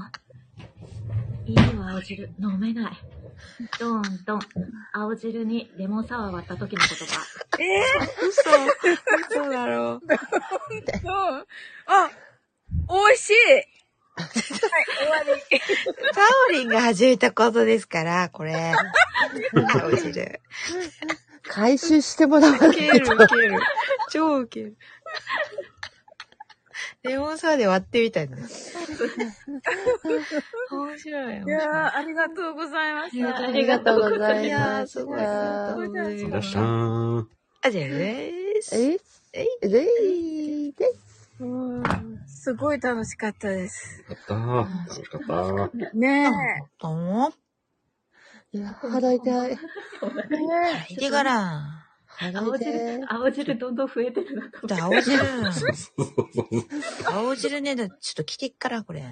B: いいわ、青汁。飲めない。どんどん。青汁にレモンサワー割った時の言葉。
A: ええ
C: 嘘。嘘だろ
A: う
C: う。
A: ん。あ、美味しい。はい、終わり。
C: サオリンが始めたことですから、これ。青汁。
D: 回収してもらわない
C: ウケるウケる。超ウケる。レモンサワーで割ってみたいな。面白い。面
A: い
C: 白
A: やーありがとうございまし
D: あ
A: た。
D: りがとうござ
C: い。い
D: い
C: や
D: ま
C: ー、
D: す
C: すごい。ありがとう
E: い
C: ござ
E: ら
C: い
E: っ
C: ま
E: し
C: す
E: ゃー
C: あ、じゃあです。
D: ええいでいです。
A: すごい楽しかったです。
E: よかったー。楽しかったー。
A: ねえ。
C: どうも。
D: いや、払いたい。
A: ね
C: いでがら。
D: 払
B: 青
D: いたい
B: 汁、。青汁どんどん増えてるなと思って
C: だ、青 汁。
E: そうそうそうそう
C: 青汁ね、ちょっと来てっから、これ。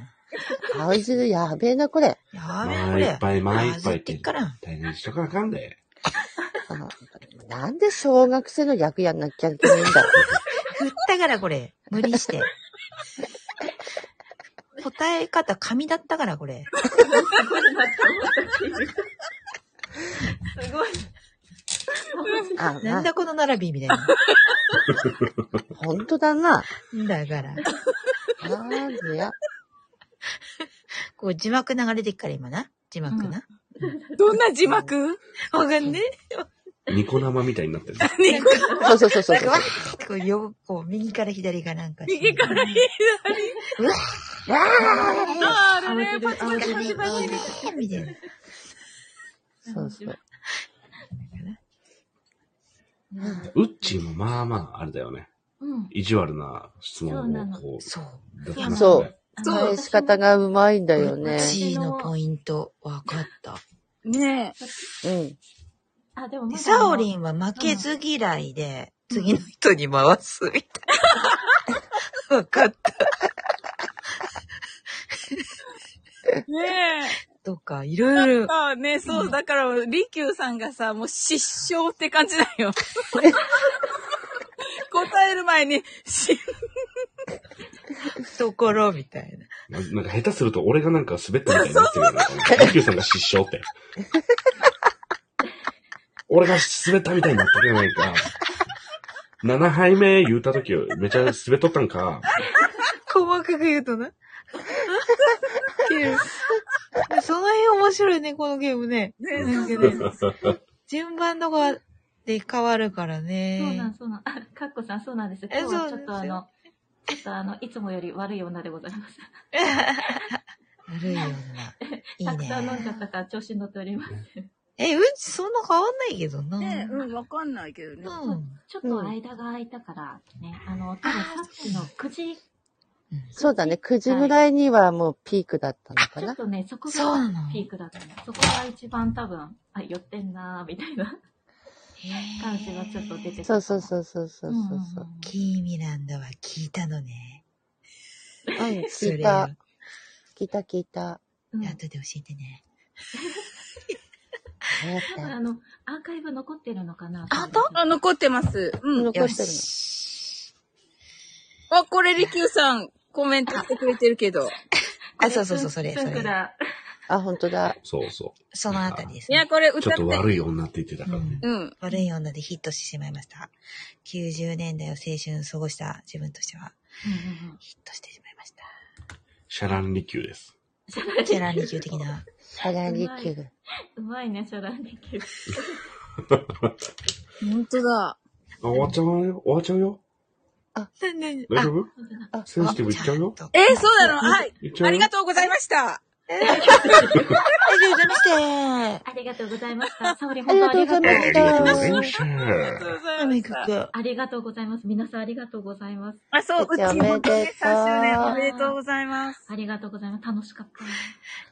D: 青汁やべえな、これ。
C: やべえ、こ
E: まあ、いっ
C: れ。
E: ぱい、まあ、い
C: あ
E: っ
C: ず
E: ぱい
C: っ
E: って
C: いってか。ら。
E: 大変にしとかなあかんで。
D: あなんで小学生の役やんなきゃいけないんだ。
C: 振ったから、これ。無 理して。答え方、紙だったから、これ。
B: すごいなって思ったすごい。
D: あ、
C: なん
D: まあ
C: だこの並びみたいな。
D: ほんとだな。
C: だから。
D: なんでや。
C: こう、字幕流れてっから、今な。字幕な。
A: えどんな字幕わかんね
E: ニコ生みたいにな ってる。
A: え。ね
D: そうそうそうそうそう。
C: こう、よ、こう、右から左かなんか。
A: 右から左。
D: わ
A: ああ
C: 青
A: れね、
C: 汁、
A: パチパ
C: 青
A: チパチ
C: 汁、
A: パ
C: 青
A: チ。
C: 汁、みたいな。
D: ーそうそう。
E: ウッチーもまあまあ、あれだよね。
B: うん。
E: 意地悪な質
B: そう
E: 問
B: な
E: を
B: の
E: こ
C: そう。
E: う、出し
B: い
E: ま
B: や
E: す
D: そ
E: よ
D: う
E: ね。。
A: そう
D: 返し方がうまいんだよ
C: う
D: ね。
C: ちのポイント、わかった。
A: ね
D: うん。
B: あ、でも
C: で
B: まだあの
C: サオリンは負けず嫌いで、次の人に回すみたい な。わかった。
A: え。ね
C: とか、い
A: え。
C: ろ
A: ないん
C: ろ。
A: かね、そう、だから、利休さんがさ、もう失笑って感じだ よ。答える前に、し
C: ところみたいな。
E: ななんか下手すると俺がなんか滑ったみたいになってるよね。リキューさんが失笑って。 俺が滑ったみたいになったじゃないか。7杯目言うたときめちゃ滑っとったんか。
C: 細かく言う とな。っていうその辺面白いね、このゲームね。
A: ね
C: なんかね順番とかで変わるからね。
B: そうなん、そうなん。 あ、かっこさん、そうなんです。
C: え
B: 今日はちょ
C: そう
B: っ
C: ですよ
B: とあの、ちょっとあの、いつもより悪い女でございます。
C: 悪い女。いい
B: たくさん飲んじゃっ
C: ね。
B: たから調子に乗っております。
C: え、うんちそんな変わんないけどな。
A: ねえ、うん、わかんないけどね。
C: うん。
B: ちょっと間が空いたから、ね、あの、多分さっきの9時、
D: そうだね。9時ぐらいにはもうピークだったのか
B: ちょっ
D: な。
B: とね、そこ
C: そうな
B: が
C: の
B: ピークだったね。そこが一番多分、あ、寄ってんなーみたいな
C: へえ
B: 感じがちょっと出て
D: そうそうそうそうそう
B: うんうんうん
D: そう。
C: キーミランダは聞いたのね。
D: うん、
C: そ
D: 聞い
C: れ
D: た
C: を。
D: 聞いた聞いた。
B: うん
C: 後で教えてね。
B: 多
D: 流行っ
B: 分
D: た
B: あ。の、アーカイブ残ってるのかな
C: あと
A: あ、残ってます。うん。
D: 残
C: よ
D: ってるの。
C: し。
A: あ、これ、利休さん、コメントしてくれてるけど。
C: あ、そうそうそう、それ、
B: そ
C: そ
B: れ。
C: れ。
B: ら
D: あ、本当だ。
E: そうそ
C: そのあたりです
A: い
C: ね
A: や、。これ、
E: う。ち
A: 歌っ
E: ょってと。悪い女って言ってたからね。
A: うん。
C: 悪い女でヒットしてしまいました。90年代を青春過ごした自分としては、
B: うんうんうん。
C: ヒットしてしまいま した。
E: シャランリキューです。
C: ジェランリ級的な。
D: シャラリキュー。
B: うまいね、シャランリキュー。
A: ほんとだ。
E: あ、終わっちゃうよ。終わっちゃうよ。大丈夫
D: あ、
E: センシティブいっちゃうよ。
A: えーそうなのはい。
E: いっちゃ
A: あ
E: う
A: り
E: よ
A: が。とうございました。
C: ありがとうございまして。
B: ありがとうございました。サオリン、
D: あ
B: 本
D: り
B: 当あ
D: がとう
B: り
D: ござ
B: が
D: い
B: と
E: え
D: ま
E: ー
B: う
D: し
E: あ。りがとうご
A: うご
D: た。
E: ざいました。
A: ざ
C: とにかく。
B: ありがとうございます。皆さんありがとうございます。
A: あ、そう、う
D: う
A: ち
D: ちおめでとう
A: 本当に3周年おめでとうございます。
B: ありがとうございます。楽しかっ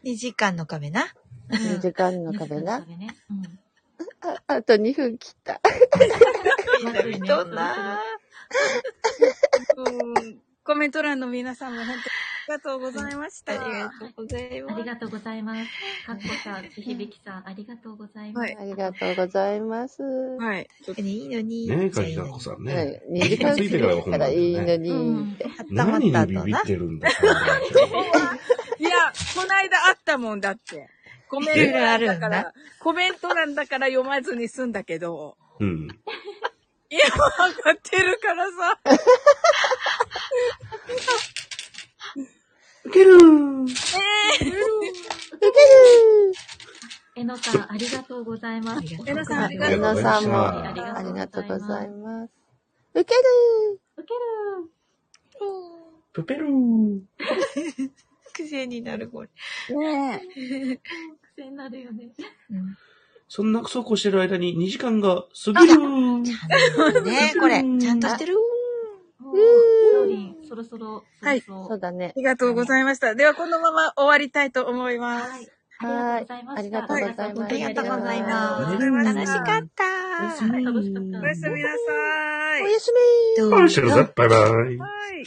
B: た。
C: 2時間の壁な。
D: 2時間の壁
B: 二時
D: な。
B: 間のね。うん。
D: ああと2分切った。
B: まずいね。
C: どんな
A: うんコメント欄の皆さんも本当にありがとうございました。
C: ありがとうござい
B: あ
C: ま
B: り
C: す。
B: がとうございます。かっこさん、ちひびきさん、ありがとうございます。
A: はい。
D: ありがとうございます。は
A: はい。
C: ねいいのに。
E: ねえ、
C: じ
E: か
C: ゃあ
E: き
C: いい
E: な
C: の
E: こ
C: に。
E: さん
D: い
E: ね。。
D: 2時間
E: つい
D: 切
E: てから
D: れた
E: が
D: か
E: 本番
D: ら
E: だ
D: いい
E: よ
D: の
E: ね。
D: にって。
C: 温ま
E: 何
C: った
E: に
C: 後
E: ビビ
C: な
E: っ。てるんだ、そんな話
A: いや、こないだあったもんだって。コメント欄だから、コメント欄だから読まずに済んだけど、
E: うん。
A: いや、わかってるからさ。
E: いけるー
B: えのさん、ありがとうございます。
C: ありがとうございます
A: えのさん、ありがとうございま
D: 皆さんも
E: えのあり
D: ありがとうござい
B: す。
D: ます。受ける
B: 受ける
E: プペルー。
C: 癖になる、 これ。
A: す。ねえ。
B: 癖になるよね。
C: うん
E: そんなクソこうしてる間に2時間が過ぎるー。
C: ねこれ。ちゃんとしてる。
B: もう、ソーリン、そろそろ、
A: はい
B: そろそ
D: そう
B: ろ
D: だね
A: あ。りがとうございました。では、このまま終わりたいと思います。
B: はい。
D: はーい
B: ありがとうございました。
C: ありがとうござい
A: あり
C: ます。
A: がとうござい
C: 楽
A: まし
C: し
A: た
C: かった。
B: はい楽しかった
A: おやすみなさ
D: お
A: い。
D: やすみ
C: ど
E: お
C: ん
E: いしょ
C: どん
E: バイバイ。
A: はい。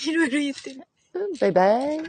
C: いろいろ言ってる。
D: うん、バイバイ。